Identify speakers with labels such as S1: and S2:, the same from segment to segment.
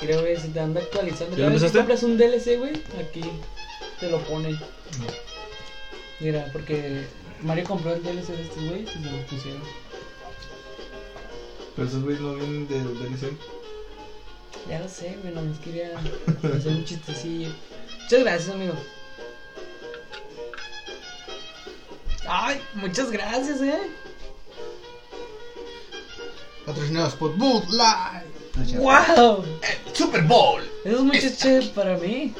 S1: creo, güey. Si te anda actualizando.
S2: ¿Ya
S1: Cada
S2: lo
S1: vez
S2: empezaste?
S1: que compras un DLC, güey, aquí te lo pone. Mira, porque Mario compró el DLC de estos, güey, y lo pusieron.
S3: Pero esos güeyes no vienen del DLC.
S1: Ya lo sé, güey, nomás quería hacer un chistecillo. Muchas gracias, amigo. Ay, muchas gracias, eh.
S4: Patrocinados por Bud Light. No es cierto.
S1: ¡Wow!
S4: Super Bowl.
S1: Eso es mucho chévere para mí.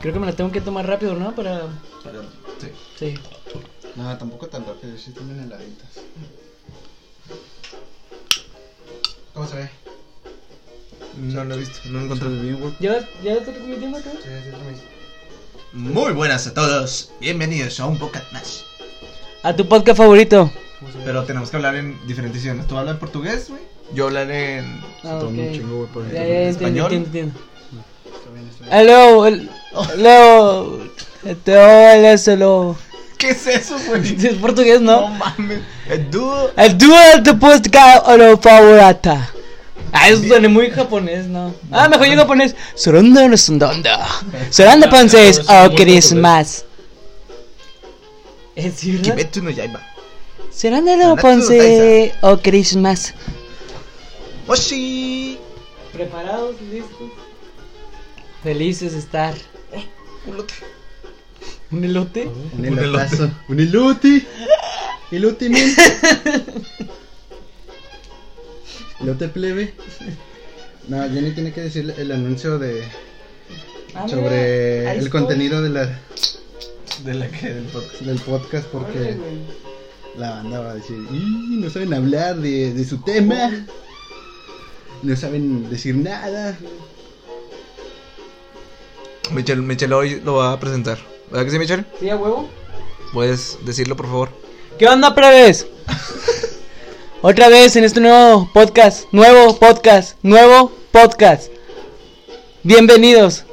S1: Creo que me la tengo que tomar rápido, ¿no? Para.
S4: Pero, sí.
S1: Sí.
S4: No, tampoco tan rápido, sí también heladitas. ¿Cómo se ve?
S3: No lo he visto, no lo encontré.
S1: ¿Ya, ya estás transmitiendo acá?
S4: Sí, sí, lo mismo.
S2: Muy buenas a todos, bienvenidos a un podcast más.
S1: A tu podcast favorito.
S4: ¿Cómo se ve?
S3: Pero tenemos que hablar en diferentes idiomas. Tú hablas en portugués, güey. Yo hablaré en.
S1: Ah,
S5: Toma un
S1: ok.
S5: chingo, güey, por
S1: Ya, ya,
S5: ahí.
S1: ya, entiendo,
S3: ¿Español?
S1: entiendo, entiendo.
S4: Está bien, está bien.
S1: Hello, el- hello. Te hola, hello.
S3: ¿Qué es eso, güey?
S1: Es portugués,
S3: No
S1: ¿no?
S3: mames. Eh, El dúo.
S1: El dúo de tu podcast oro favorita. Ah, eso suena muy japonés, ¿no? Ah, mejor yo japonés. Soranda no sondanda. Soranda pances o querés más. Es verdad.
S3: Kimetsu no Yaiba.
S1: Soranda no pances o querés más.
S3: Oshi.
S1: Preparados, listos. Felices de estar.
S3: Culote.
S1: ¿Un elote?
S5: Un
S3: Un elote.
S5: elotazo. Un iluti. Iluti, men. Elote plebe. No, Jenny tiene que decir el anuncio de
S1: Ah,
S5: sobre el contenido de la,
S3: De la que del podcast.
S5: del podcast porque la banda va a decir, "Y, no saben hablar de, de su tema, no saben decir nada.
S3: Michel, Michel hoy lo va a presentar. ¿Verdad que sí, Michel?
S1: ¿Sí, a huevo?
S3: Puedes decirlo, por favor.
S1: ¿Qué onda, plebes? Otra vez en este nuevo podcast, nuevo podcast, nuevo podcast. Bienvenidos.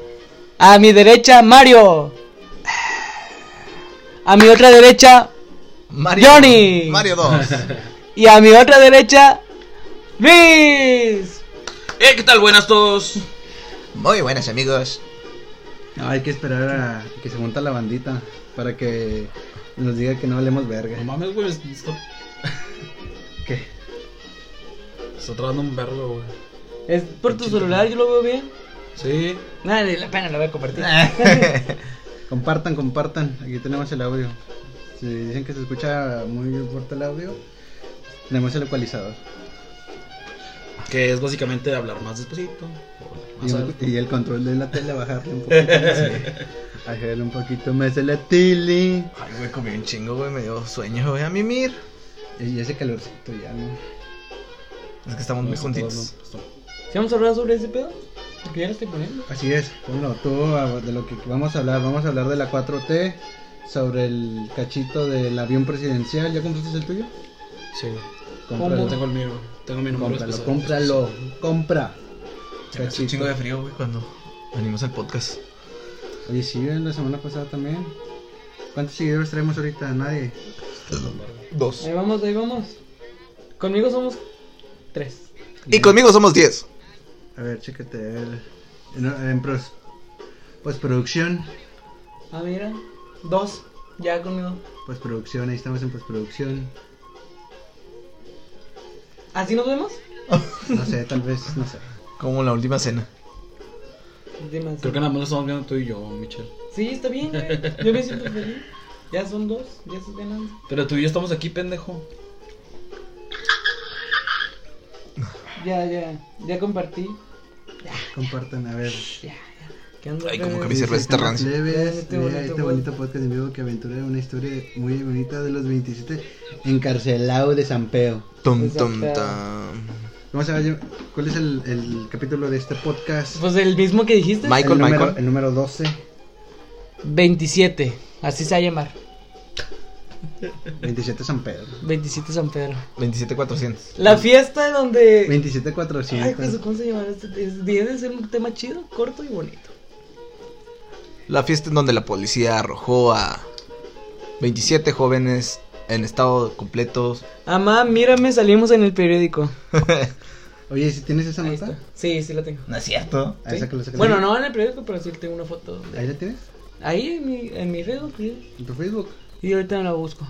S1: A mi derecha, Mario. A mi otra derecha,
S3: Mario.
S1: Johnny.
S3: Mario 2.
S1: y a mi otra derecha, Luis.
S2: Eh, ¿qué tal? Buenas todos.
S3: Muy buenas, amigos.
S5: No, hay que esperar a que se monta la bandita para que nos diga que no hablemos verga.
S6: No mames, güey, es- está,
S5: ¿Qué?
S6: está trabando un verbo, güey.
S1: Es por tu celular, yo lo veo bien. Ah.
S6: Sí,
S1: Nada, ni la pena lo voy a compartir.
S5: Compartan, compartan. Aquí tenemos el audio. Si dicen que se escucha muy fuerte el audio, tenemos el ecualizador.
S6: que es básicamente hablar más despacito. hablar
S5: Y,
S6: Más
S5: un-
S6: alto.
S5: y el control de la tele, bajarle un poquito más. Bajarle un poquito más a la tele.
S3: Ay, güey, comí un chingo, güey. Me dio sueño, güey. A mimir.
S5: Y ese calorcito ya, ¿no?
S3: Es que estamos muy juntitos.
S1: ¿Sí vamos a hablar sobre ese pedo? Porque ya lo estoy poniendo.
S5: Así es, ponlo tú a- de lo que vamos a hablar. Vamos a hablar de la 4T, sobre el cachito del avión presidencial. ¿Ya compraste el tuyo?
S6: Sí, güey.
S1: ¿Cómo?
S6: Yo tengo el mío, güey. Tengo mi número
S5: Cómpralo,
S6: especial.
S5: cómpralo, compra.
S3: Se me hace un chingo de frío, güey, cuando venimos al podcast.
S5: Oye, sí, la semana pasada también. ¿Cuántos seguidores traemos ahorita? Nadie.
S3: Dos.
S1: Ahí vamos, ahí vamos. Conmigo somos tres.
S3: Y conmigo somos diez.
S5: A ver, chécate. el- En, en pros- postproducción.
S1: Ah, mira. Dos. Ya conmigo.
S5: Postproducción, ahí estamos en postproducción.
S1: ¿Así ¿Ah, nos vemos?
S5: No sé, tal vez, no sé.
S3: Como la última cena.
S1: Demasiado.
S6: Creo que nada más lo estamos viendo tú y yo, Michelle.
S1: Sí, está bien, güey. Yo me siento feliz. Ya son dos, ya se ganando.
S6: Pero tú y yo estamos aquí, pendejo.
S1: Ya, ya, ya compartí.
S5: Compartan, a ver.
S1: ¿Qué onda,
S3: Ay, como
S1: plebes?
S3: que mi cerveza está rancia.
S5: Leves,
S1: Este
S5: este bonito,
S1: bonito
S5: este
S1: pod-
S5: bonito podcast en vivo que aventura una historia muy bonita de los 27 encarcelados de San Pedro.
S3: Tum,
S1: Exacto.
S3: tum, tam.
S5: ¿Cómo se va a llam- ¿Cuál es el, el capítulo de este podcast?
S1: Pues el mismo que dijiste.
S3: Mike. Michael,
S5: el número,
S3: Michael.
S5: El número 12.
S1: 27. Así se va a llamar.
S5: 27 San Pedro.
S1: 27 San Pedro.
S3: 27400.
S1: La fiesta donde.
S5: 27
S1: Ay, pues,
S5: 400.
S1: ¿cómo se llama? Este- es- Debe ser un tema chido, corto y bonito.
S3: La fiesta en donde la policía arrojó a 27 jóvenes en estado completo.
S1: Amá, mírame, salimos en el periódico.
S5: Oye, si tienes esa
S1: Ahí
S5: nota,
S1: está. Sí, sí la tengo.
S3: No es cierto.
S5: ahí
S1: Sí.
S5: sácala, sácala.
S1: Bueno, no en el periódico, pero sí tengo una foto. de-
S5: Ah, Ahí la tienes,
S1: Ahí en mi, en mi red, sí.
S5: en tu Facebook.
S1: Y ahorita la busco.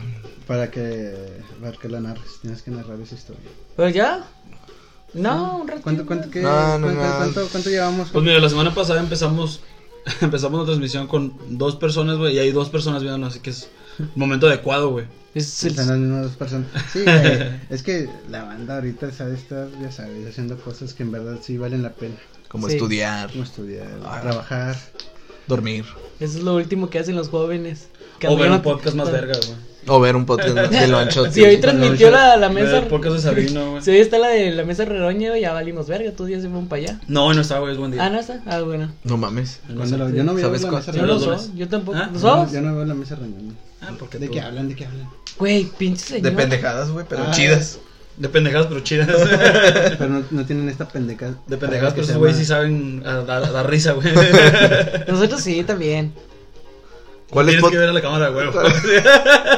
S5: Para que, para que la narres, tienes que narrar esa historia.
S1: ¿Pero ya? No, un ratito.
S5: ¿Cuánto, cuánto, qué,
S1: Ah,
S3: No, no,
S5: cuánto,
S3: no.
S5: cuánto- cuánto llevamos?
S6: Pues mira, la semana pasada empezamos empezamos la transmisión con dos personas, güey, y hay dos personas viéndonos, así que es momento adecuado, güey.
S1: Es el-
S5: Están las mismas personas. Sí, güey, es que la banda ahorita sabe estar, ya sabes, haciendo cosas que en verdad sí valen la pena.
S3: Como
S1: Sí.
S3: estudiar,
S5: Como estudiar,
S3: Ah.
S5: trabajar.
S3: dormir.
S1: Eso es lo último que hacen los jóvenes. Que
S6: O ver
S1: andan-
S6: un podcast más verga, güey.
S3: O ver un podcast de Loncho.
S1: Si hoy transmitió la, la
S6: Ver
S1: mesa.
S6: el podcast de Sabino, güey.
S1: Si hoy está la de la mesa redoña, güey, ya valimos verga. Todos ya se fueron para allá.
S6: No, hoy no está, güey, es buen día.
S1: Ah, no está. Ah, bueno.
S3: No mames.
S5: Cuando lo- yo no veo
S3: ¿Sabes
S5: la
S3: cuál?
S5: mesa
S1: Yo no lo
S5: reunión.
S6: los
S1: so, yo tampoco.
S6: ¿Ah?
S1: ¿Los
S5: Yo no-
S1: ojos?
S5: Yo no veo la mesa reunión.
S6: Ah, porque
S5: ¿De
S6: tú-
S5: qué hablan? ¿De qué hablan?
S1: Güey, pinche señor.
S3: De pendejadas, güey, pero
S5: Ah.
S3: chidas.
S6: De pendejadas, pero chidas.
S5: Pero no, no tienen esta pendeja. Ah,
S6: De pendejadas,
S5: que
S6: pero
S5: se
S6: esos güey
S5: llama-
S6: sí saben a- a- a dar risa, güey.
S1: Nosotros sí, también.
S3: ¿Cuál es
S6: Tienes
S3: pod-
S6: que ver a la cámara, güey.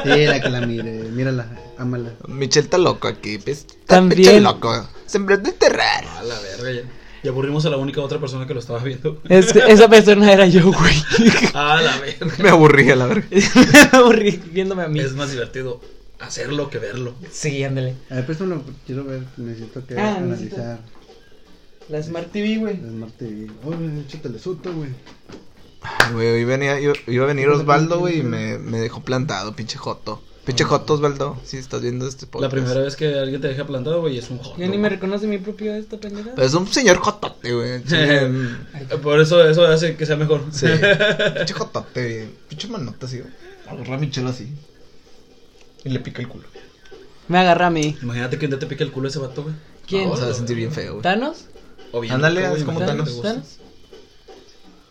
S5: Sí, la que la mire, mírala, ámala.
S3: Michelle está loco aquí, pues.
S1: También.
S3: Michelle loco. Sembrando este raro.
S6: A la verga, ya. Y aburrimos a la única otra persona que lo estaba viendo.
S1: Este, esa persona era yo, güey.
S6: A la verga.
S3: Me aburrí a la verga.
S1: Me aburrí viéndome a mí.
S6: Es más divertido hacerlo que verlo.
S1: Sí, ándale.
S5: A ver, préstamelo, quiero ver, necesito que
S1: Ah, necesito-
S5: analizar.
S1: La Smart TV, güey.
S5: El Smart TV. Oh, échatele suto, güey.
S3: Ay, güey, hoy venía, yo- iba a venir Osvaldo, güey, y me, me dejó plantado, pinche Joto. Pinche
S1: Ah.
S3: Joto, Osvaldo, si estás viendo este
S6: La
S3: podcast.
S6: primera vez que alguien te deja plantado, güey, es un joto.
S1: Yo ni me reconoce mi propio esta pendeja.
S3: Pero es un señor jotote, güey. Chile,
S6: Eh, Por eso eso hace que sea mejor.
S3: Sí. pinche jotote, güey. Pinche manota, así, güey. Agarró a Michelle así. Y le pica el culo.
S1: Me agarra a mí.
S6: Imagínate que un día te pique el culo ese vato, güey.
S1: ¿Quién?
S3: O sea, sentir bien feo, güey.
S1: ¿Thanos?
S6: O bien,
S3: Ándale,
S6: güey,
S3: haz como
S6: imagínate que
S3: Thanos.
S6: te gusta.
S1: ¿Thanos?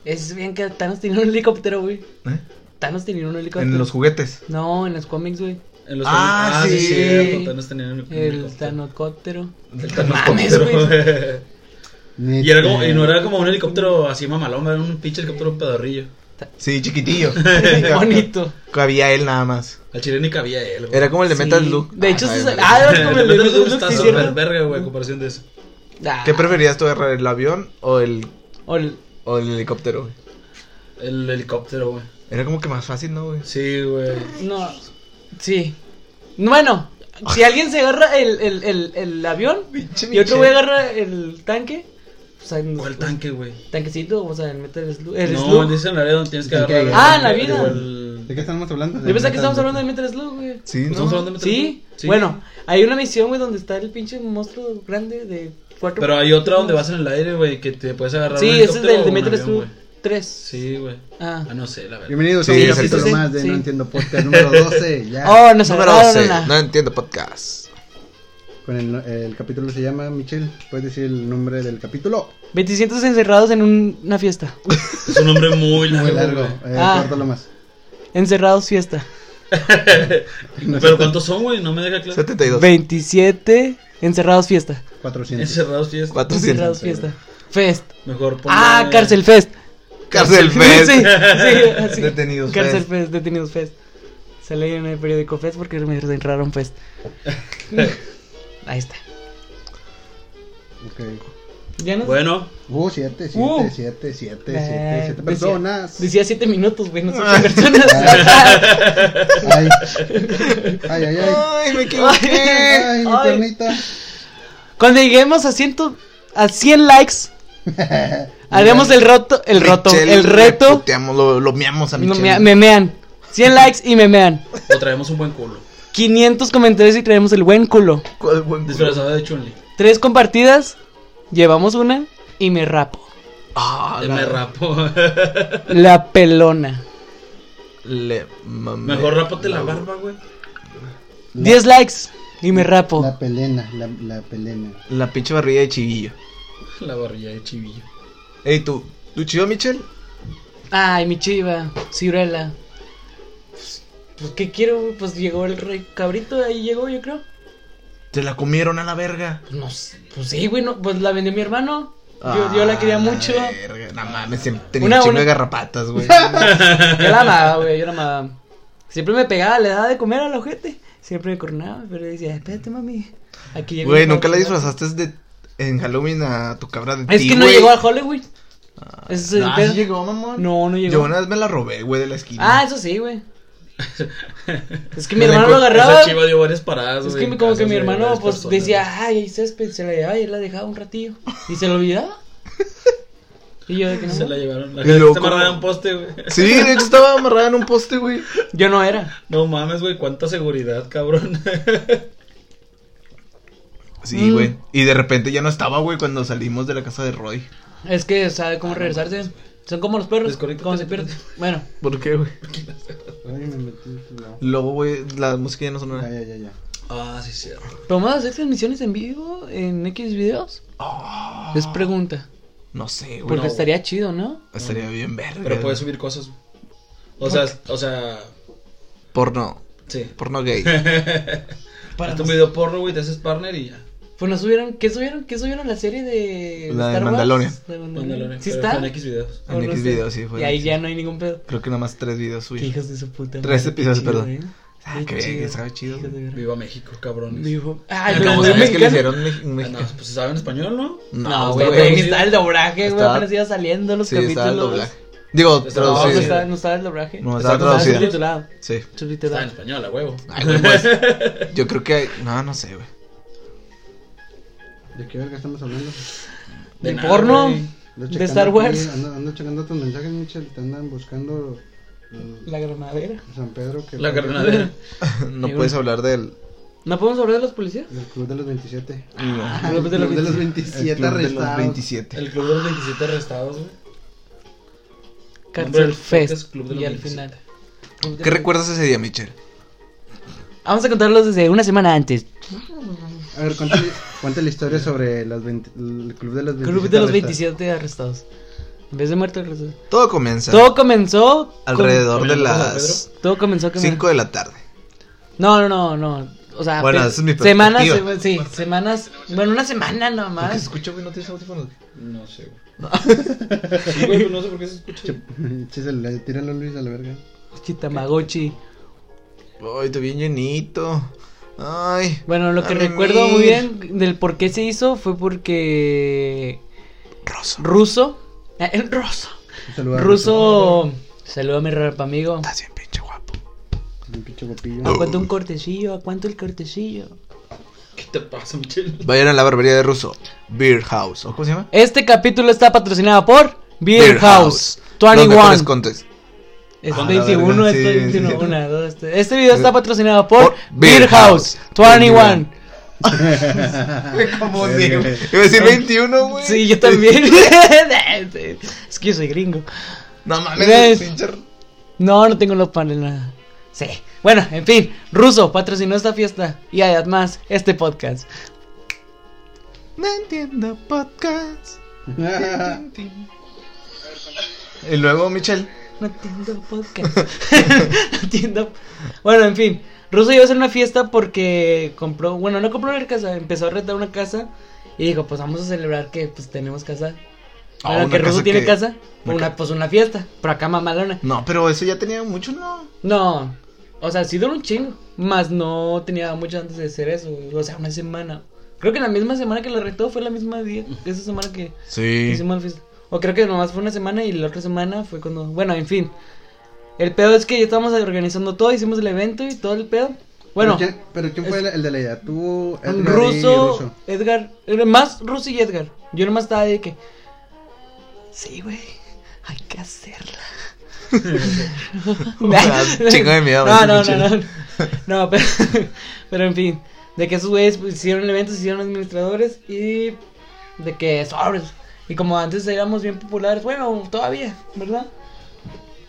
S1: Es bien que Thanos tenía un helicóptero, güey.
S3: ¿Eh?
S1: Thanos tenía un helicóptero.
S3: En los juguetes.
S1: No, en los cómics, güey.
S6: En los
S3: Ah,
S6: cómics-
S3: sí.
S6: cierto, Thanos tenía un- un
S1: El
S6: helicóptero.
S1: Thanocóptero.
S6: El Thanos
S1: Mames,
S6: helicóptero.
S5: Neta.
S6: Y, era como, y no era como un helicóptero así mamalón, era un pinche helicóptero pedorrillo.
S3: Sí, chiquitillo.
S1: Bonito.
S3: Cabía él nada más.
S6: Al chile ni cabía él, güey.
S3: Era como el de
S1: Sí.
S3: Metal Luke.
S1: De hecho, se
S3: ay,
S1: sal-
S3: güey.
S1: Ah, era como
S6: Pero
S1: el de
S6: no te
S1: Metal Luke,
S6: gusta
S1: sí,
S6: súper
S1: cierto.
S6: verga, güey, a comparación de eso.
S1: Ah,
S3: ¿Qué preferías tú agarrar, el avión o el,
S1: o el-
S3: o el helicóptero, güey?
S6: El helicóptero, güey.
S3: Era como que más fácil, ¿no, güey?
S6: Sí, güey.
S1: No. Sí. Bueno, si alguien se agarra el, el, el, el avión y otro güey agarra el tanque, pues ahí nos-
S6: O el tanque, güey.
S1: Tanquecito, o sea, el Metal Slug. El
S6: No,
S1: Slug.
S6: dice en la área donde tienes que
S5: El tanque
S6: agarrar. el-
S1: Ah, la
S6: el-
S1: vida.
S6: el-
S5: ¿De qué estamos hablando?
S1: Yo pensaba que estábamos hablando de Metal Slug, güey.
S3: Sí, ¿no?
S6: ¿Estamos hablando de Metal
S1: ¿Sí?
S6: Gear? Sí.
S1: Bueno, hay una misión, güey, donde está el pinche monstruo grande de cuatro.
S6: Pero hay otra donde vas en el aire, güey, que te puedes agarrar.
S1: Sí,
S6: un
S1: ese es
S6: helicóptero
S1: del de
S6: o un
S1: Metal
S6: avión,
S1: Slug
S6: güey.
S1: 3.
S6: Sí, güey.
S1: Ah.
S6: Ah, no sé, la verdad.
S5: Bienvenidos
S3: Sí,
S5: a un
S3: exacto.
S5: capítulo
S1: Sí, sí,
S5: más de
S1: sí.
S5: No Entiendo Podcast número 12. Ya.
S1: Oh, nos
S3: Número
S1: agarraron
S3: 12.
S1: la-
S3: No entiendo podcast.
S5: Con el, el capítulo se llama Michelle. ¿Puedes decir el nombre del capítulo?
S1: 27 encerrados en un- una fiesta.
S6: Es un hombre muy largo.
S5: Muy largo.
S6: güey.
S5: Eh,
S1: Ah.
S5: córtalo más.
S1: Encerrados fiesta.
S6: Pero ¿cuántos son, güey? No me deja claro.
S3: 72.
S1: 27 encerrados fiesta.
S5: 400.
S6: Encerrados tienes.
S3: 400.
S1: Encerrados fiesta. Fest.
S6: Mejor ponle-
S1: Ah, Cárcel Fest.
S3: Cárcel Fest.
S1: Sí, sí, así.
S3: Detenidos
S1: Cárcel
S3: Fest.
S1: Fest. Detenidos Fest. Sale en el periódico Fest porque me encerraron Fest. Ahí está.
S5: Ok.
S1: Ya no.
S6: Bueno,
S5: Uh, 7, 7,
S1: Uh.
S5: 7, 7, 7,
S1: Eh,
S5: 7
S1: decía-
S5: personas.
S1: Decía 7 minutos, güey, no sé qué personas.
S5: Ay, ay, ay. ay.
S3: Ay, me
S1: Ay.
S3: equivoqué.
S5: Ay, mi
S1: Ay.
S5: piernita.
S1: Cuando lleguemos a 100, a 100 likes, haremos el roto, el roto,
S3: Michelle,
S1: el
S3: le
S1: reto.
S3: puteamos, lo, lo miamos a
S1: No,
S3: Michelle.
S1: me, mean. 100 likes y memean.
S6: o traemos un buen culo.
S1: 500 comentarios y traemos el buen culo.
S3: ¿Cuál buen culo?
S6: Disfrazado de Chunli.
S1: Tres compartidas, llevamos una y me rapo.
S3: Ah,
S6: Me
S3: la-
S6: rapo.
S1: La pelona.
S3: Le mamé.
S6: Mejor rapote la barba, güey.
S1: 10 likes y me rapo.
S5: La pelena, la, la pelena.
S3: La pinche barriga de chivillo.
S6: La barrilla de chivillo.
S3: Ey, tú. ¿Tu chivo, Michelle?
S1: Ay, mi chiva, Ciruela. Pues, ¿qué quiero? güey? Pues llegó el rey cabrito, ahí llegó, yo creo.
S3: Te la comieron a la verga.
S1: No sé, pues sí, güey, no, pues la vendió mi hermano. Yo,
S3: Ah,
S1: yo la quería mucho.
S3: verga. No mames, siempre tenía
S1: Una-
S3: un chingo
S1: una-
S3: de garrapatas, güey.
S1: Yo la amaba, güey, yo la amaba. Siempre me pegaba, le daba de comer a la gente. Siempre me coronaba, pero le decía, espérate, mami. Aquí llegó
S3: Güey,
S1: el
S3: nunca la
S1: Halloween".
S3: disfrazaste de en Halloween a tu cabra de
S1: Es
S3: ti,
S1: que no
S3: güey? Ah,
S1: llegó a Halloween. Ese es el
S7: Ah,
S1: pedo.
S7: sí llegó, mamón.
S1: No, no llegó.
S3: Yo una vez me la robé, güey, de la esquina.
S1: Ah, eso sí, güey. es que mi
S3: Me la
S1: hermano lo
S3: encont-
S1: agarraba.
S6: Esa chiva dio varias paradas,
S1: Es
S6: güey,
S1: que
S6: en
S1: como que
S6: casas
S1: mi
S6: de
S1: hermano
S6: varias
S1: pues
S6: personas.
S1: decía, ay, el césped se la llevaba y él la dejaba un ratillo. Y se lo olvidaba. Y yo de que no.
S6: Se la llevaron. La
S3: Y
S6: gente
S3: luego
S6: se amarraba
S3: como-
S6: en un poste, güey.
S3: Sí, de hecho estaba amarrada en un poste, güey.
S1: Yo no era.
S6: No mames, güey, cuánta seguridad, cabrón.
S1: Mm.
S3: Sí, güey. Y de repente ya no estaba, güey, cuando salimos de la casa de Roy.
S1: Es que sabe cómo regresarse. Son como los perros.
S6: Ah, pues, Desconecta-
S1: Como se pierden. Bueno,
S3: ¿Por qué, güey?
S5: Ay, me metí. No.
S3: Luego, güey, la música ya no
S5: Ya,
S3: sonaba.
S5: ya, ya, ya.
S6: ah, sí, cierto.
S1: ¿pero vamos a hacer transmisiones en vivo en X videos? Es pregunta.
S3: Oh, No sé, güey.
S1: Porque
S6: no,
S1: estaría chido, ¿no?
S3: Estaría bien verga.
S6: Pero puedes subir cosas. O sea, o sea,
S3: Porno.
S6: sí.
S3: Porno gay.
S1: Para
S6: Haz tu
S1: nos-
S6: Este video porno, güey, te haces partner y ya.
S1: Pues nos subieron, ¿qué subieron? ¿Qué subieron la serie de
S3: La de
S1: Star Wars?
S3: Mandalorian.
S1: La de
S6: Mándalo,
S1: Mandalorian. Mm, ¿Sí
S6: pero
S1: está?
S6: Con X videos.
S1: ¿O
S3: En
S1: no
S3: X
S1: sé?
S3: videos, sí, fue
S1: Y ahí
S3: en-
S1: ya no hay ningún pedo.
S3: Creo que nada más tres videos
S1: Qué
S3: suyos.
S1: hijos de su puta
S3: Tres
S1: madre,
S3: episodios,
S1: qué chido,
S3: perdón.
S1: ¿eh?
S3: Ah,
S1: Qué
S3: qué bien, que
S1: chido.
S3: sabe chido.
S1: Hijos de verga.
S6: Viva México, cabrones.
S1: Dijo,
S3: Ah,
S1: Ay,
S6: Acabo
S1: pero
S3: Como
S6: de
S1: es
S3: sabes que le
S1: mexicano.
S3: hicieron me- un
S6: Ah, no,
S3: mexicano.
S6: pues se sabe en español, ¿no?
S1: No, güey, pero ahí
S3: está traducido.
S1: está el doblaje, güey.
S3: Está-
S1: Apenas iba saliendo los
S3: Sí, estaba
S1: capítulos.
S3: el doblaje. Digo,
S6: Está-
S1: No, no,
S6: Sí.
S1: estaba,
S3: traducido.
S1: no estaba el doblaje.
S3: No,
S6: Está
S3: estaba
S6: traducido.
S3: traducido.
S1: subtitulado.
S3: Sí.
S6: Está en
S1: Subtitulado.
S6: español, a huevo.
S3: Ay, güey, pues, Yo creo que hay. No, no sé, güey.
S5: ¿De qué verga estamos hablando?
S1: ¿De
S6: nada,
S1: porno?
S6: güey.
S5: Ando
S1: De
S5: checando
S1: Star
S5: aquí,
S1: Wars.
S5: Ando, ando checando tus mensajes, Michel. Te andan buscando mm,
S1: La granadera.
S5: San Pedro. Que
S6: La carnadera.
S3: No
S1: Sí,
S3: puedes
S1: güey.
S3: hablar del.
S1: ¿No podemos hablar de los policías?
S5: Del Club de los 27.
S1: Ah, los de los
S5: 27
S3: Club de los
S5: arrestados.
S3: 27.
S6: El club de los 27 arrestados, güey. Nombre
S1: Cárcel
S6: del
S1: Fest.
S6: podcast, Club de los
S1: Y al
S6: 27.
S1: final.
S3: ¿Qué recuerdas ese día, Michelle?
S1: Vamos a contarlos desde una semana antes.
S5: A ver, cuéntale, cuéntale la historia sobre las 20 el Club de los 27.
S1: Club de los
S5: arrestados.
S1: 27 arrestados. En vez de muertos, arrestados.
S3: Todo comienza
S1: Todo comenzó. con-
S3: alrededor de
S6: con-
S3: las
S1: Todo comenzó que me-
S3: 5 de la tarde.
S1: No, no, no, no. O sea,
S3: Bueno,
S1: pe-
S3: esa es mi
S1: semanas,
S3: perspectiva.
S1: se- sí, semanas, bueno, una semana nomás.
S3: escucha, güey? ¿No tienes audífonos?
S6: No sé, güey. Sí, güey, pero no sé por qué se escucha.
S5: Che, se le- eh, tíralo Luis a la verga.
S1: Chitamagochi.
S3: Ay, estoy bien llenito. Ay.
S1: Bueno, lo que
S3: a mí
S1: recuerdo
S3: mil.
S1: muy bien del por qué se hizo fue porque
S3: Rosa.
S1: ruso, eh, el ruso,
S5: Un saludo a
S1: ruso, saludo a mi rap amigo.
S3: Estás bien pinche guapo.
S5: Ruso, Un pinche guapillo.
S1: ¿A cuánto un cortecillo? ¿A cuánto el cortecillo?
S6: ¿Qué te pasa, Michel?
S3: Vayan a la barbería de Russo. Beer House. ¿O cómo se llama?
S1: Este capítulo está patrocinado por Beer, House.
S3: Los mejores
S1: 21.
S3: contes.
S1: Es
S3: Ah, la
S1: 21,
S3: verga,
S1: es
S3: sí,
S1: 21.
S3: sí.
S1: una, dos, tres. Este video está patrocinado por,
S3: Por
S1: Beer
S3: Beer
S1: House.
S3: House.
S1: 21.
S3: ¿Cómo digo? Iba a decir 21, güey.
S1: Sí, yo también. es que yo soy gringo.
S3: No
S1: Tres.
S3: mames, pinche.
S1: No, no tengo los paneles, nada. Sí. Bueno, en fin, Ruso patrocinó esta fiesta y además este podcast.
S3: No entiendo podcast. Y luego, Michelle.
S1: No entiendo podcast. no entiendo. Bueno, en fin, Ruso iba a hacer una fiesta porque compró, bueno, no compró una casa, empezó a rentar una casa y dijo, pues vamos a celebrar que pues tenemos casa.
S3: Ah,
S1: Ahora
S3: una
S1: que Ruso
S3: casa
S1: tiene
S3: que-
S1: casa,
S3: una
S1: una,
S3: ca-
S1: pues una fiesta, por acá mamalona.
S3: No, pero eso ya tenía mucho, ¿no?
S1: No, o sea, sí duró un chingo, más no tenía mucho antes de hacer eso, o sea, una semana. Creo que la misma semana que la rentó fue la misma día, esa semana que
S3: Sí.
S1: hicimos la fiesta. O creo que nomás fue una semana y la otra semana fue cuando, bueno, en fin. El pedo es que ya estábamos organizando todo, hicimos el evento y todo el pedo. Bueno,
S5: ¿Pero quién, pero quién fue el, el de la idea? Tú,
S3: Mm.
S5: Edgar y
S1: ruso, Edgar, eh, más ruso y Edgar. Yo nomás estaba de que, sí, güey, hay que hacerla.
S3: Chingo de miedo,
S1: No, no,
S3: pinche.
S1: no, no. No, pero, pero en fin, de que esos güeyes pues, hicieron el evento, se hicieron administradores y de que sobres. Y como antes éramos bien populares, bueno, todavía, ¿verdad?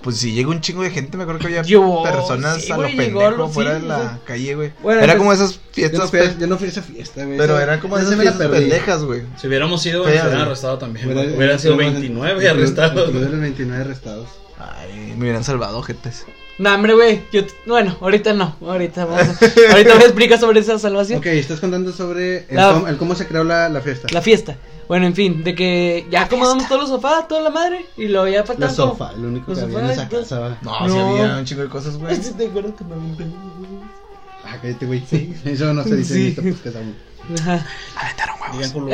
S3: Pues sí, llegó un chingo de gente. Me acuerdo que había
S1: Yo-
S3: personas
S1: sí,
S3: a lo
S1: güey, llegó
S3: pendejo
S1: algo,
S3: fuera
S1: sí,
S3: de la
S1: güey.
S3: calle, güey.
S1: Bueno,
S3: era
S1: entonces-
S3: como esas
S5: Yo no,
S3: fiestas,
S5: fui
S3: pe-
S5: a, yo no fui a esa fiesta, güey.
S3: pero
S5: Esa-
S3: era como
S5: esa
S3: esas
S5: me la
S3: fiestas
S5: perdí.
S3: pendejas, güey.
S6: Si hubiéramos
S3: Fea,
S6: ido, se hubieran
S3: güey.
S6: arrestado también.
S5: Hubiera-
S6: güey. Hubieran sido
S5: hubiera-
S6: 29
S5: hubiera-
S6: arrestados.
S5: hubiera sido 29 arrestados.
S3: Ay, me hubieran salvado, jetes.
S1: No, hombre, güey, yo, t- bueno, ahorita no, ahorita vamos a- ahorita me explicas sobre esa salvación.
S5: Ok, estás contando sobre el,
S1: La-
S5: cómo, el cómo se creó la, la fiesta.
S1: La fiesta. Bueno, en fin, de que ya acomodamos todos los sofás, toda la madre, y lo ya faltaba.
S5: La
S1: como-
S5: sofa, lo único
S1: Los
S5: que había en
S1: sofás,
S5: esa
S1: los-
S5: casa. va.
S3: No,
S1: No. Este-
S3: sí había un chingo de cosas, güey.
S1: Sí, te acuerdas que me habían pedido, güey.
S5: Ah, cállate, güey. Sí. Eso no se dice en
S1: Sí.
S5: este podcast aún.
S1: Ajá.
S3: Aventaron
S6: Digan
S3: huevos.
S6: culo.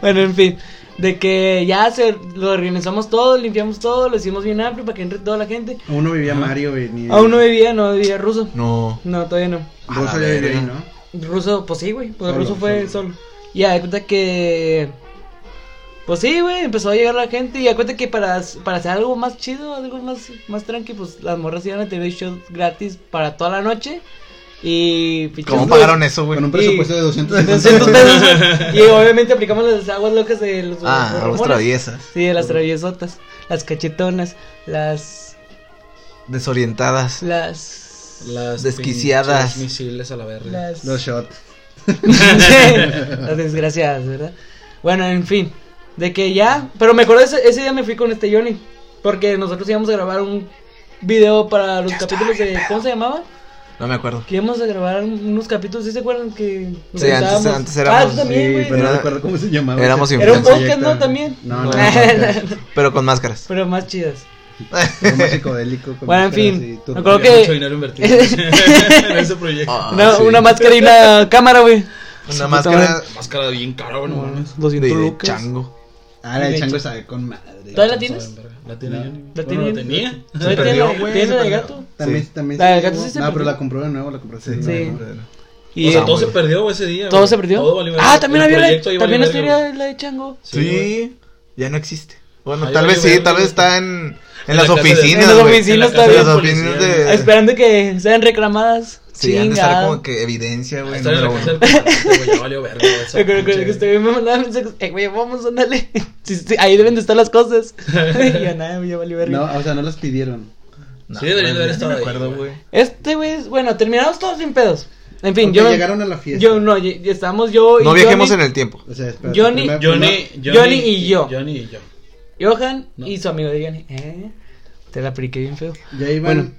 S1: bueno, en fin. De que ya se, lo organizamos todo, limpiamos todo, lo hicimos bien amplio para que entre toda la gente.
S5: Aún no vivía Mario, güey. Ni...
S1: Aún no vivía, no vivía ruso.
S3: No.
S1: No, todavía no.
S5: Vos
S3: A la
S5: ya vivía
S3: verga.
S5: ahí, ¿no?
S1: Ruso, pues sí, güey. Pues
S5: Solo,
S1: ruso fue
S5: solo.
S1: solo. Y ya, de cuenta que. Pues sí, güey, empezó a llegar la gente. Y de cuenta que para, para hacer algo más chido, algo más, más tranqui, pues las morras iban a tener shows gratis para toda la noche. Y. pinches-
S3: ¿Cómo pagaron eso, güey?
S5: Con un presupuesto de 200
S1: de 200 pesos, güey. Y obviamente aplicamos las aguas locas de los.
S3: Ah,
S1: los
S3: aguas
S1: rumores.
S3: traviesas.
S1: Sí, de las traviesotas, las cachetonas, las.
S3: Desorientadas.
S1: las.
S6: Las
S3: Desquiciadas.
S6: pinches Misiles a la verga.
S1: las.
S5: Dos shots.
S1: las desgraciadas, ¿verdad? Bueno, en fin, de que ya, pero me acuerdo ese, ese día me fui con este Johnny, porque nosotros íbamos a grabar un video para los capítulos de ¿cómo se llamaba?
S3: No me acuerdo.
S1: Que íbamos a grabar un- unos capítulos, ¿sí se acuerdan que nos
S3: Sí, antes-
S1: juntábamos?
S3: antes éramos-
S1: Ah, tú también,
S5: Sí,
S1: güey.
S5: pero no
S3: Era-
S5: recuerdo cómo se llamaba.
S3: éramos
S5: ese-
S1: Era un
S3: influencers.
S1: podcast, ¿no? También.
S5: No, no,
S3: Pero con máscaras.
S1: pero más chidas.
S5: Era más psicodélico. con
S1: Bueno, en
S5: máscaras
S1: fin,
S5: y turco.
S1: me acuerdo
S6: Había
S1: que-
S6: mucho dinero invertido en ese proyecto.
S3: Ah,
S1: una,
S3: sí.
S1: una máscara y una cámara, güey.
S3: Una máscara
S6: Máscara bien cara, güey, no mames.
S1: 200
S3: de, de
S1: lucas.
S3: chango.
S5: Ah, la de chango sabe con madre.
S1: ¿Todavía la tienes?
S6: La tiene
S5: No.
S1: ¿La tiene?
S6: Johnny. Bueno, la tenía.
S1: ¿Todavía
S3: perdió,
S1: tiene la-
S3: güey,
S1: tiene
S3: se
S1: la de
S3: perdió.
S1: gato?
S5: También, también.
S1: La del
S5: llegó.
S1: gato sí se
S5: No, pero
S1: perdió.
S5: la compró de nuevo, la compró.
S3: Sí.
S1: Sí. Y
S6: O sea,
S3: Ah,
S6: todo se
S3: güey.
S6: perdió güey, ese día.
S1: todo
S6: güey.
S1: se perdió.
S6: Todo valió verga.
S1: ah, también
S6: El
S1: había la,
S6: proyecto iba a
S1: también
S6: valer verga,
S1: estaría la de chango.
S3: Sí, ya no existe. Bueno,
S6: Ahí
S3: tal
S6: valió
S3: vez sí,
S6: verga,
S3: tal vez
S6: güey.
S3: está en, en las
S6: En la casa de-
S3: oficinas.
S1: En las
S3: güey.
S1: oficinas
S3: En
S1: todavía.
S3: las oficinas
S6: Policía,
S3: de.
S1: Ah, Esperando que sean reclamadas.
S3: Sí, han de estar
S1: Chingado.
S3: como que evidencia,
S6: güey.
S3: güey.
S6: Estaba en la
S3: número
S6: casa
S3: uno.
S6: del comandante, güey, ya valió verga, güey, esa
S1: Yo creo que-
S6: pinche-
S1: que estoy bien mamada, me dice, "Eh, güey, vamos, ándale. Sí, sí, ahí deben de estar las cosas. Y yo, nada, güey, ya valió verga.
S5: No, o sea, no las pidieron.
S3: No,
S6: Sí, deberían de
S3: güey,
S6: haber estado
S3: no me
S6: ahí,
S3: acuerdo,
S6: güey.
S3: güey.
S1: Este, güey, es- bueno, terminamos todos sin pedos. En fin,
S5: Porque
S1: yo.
S5: llegaron a la fiesta.
S1: Yo, no, ye- ye- estábamos yo y.
S3: No viajemos en
S1: Johnny,
S3: el tiempo.
S5: O sea, espérate,
S1: Johnny-
S5: primero-
S6: Johnny,
S1: Johnny y yo.
S6: Johnny y yo.
S1: Johan
S6: No.
S1: y su amigo de Johnny. Eh, te la apliqué bien feo.
S5: Ya iban.
S1: Bueno,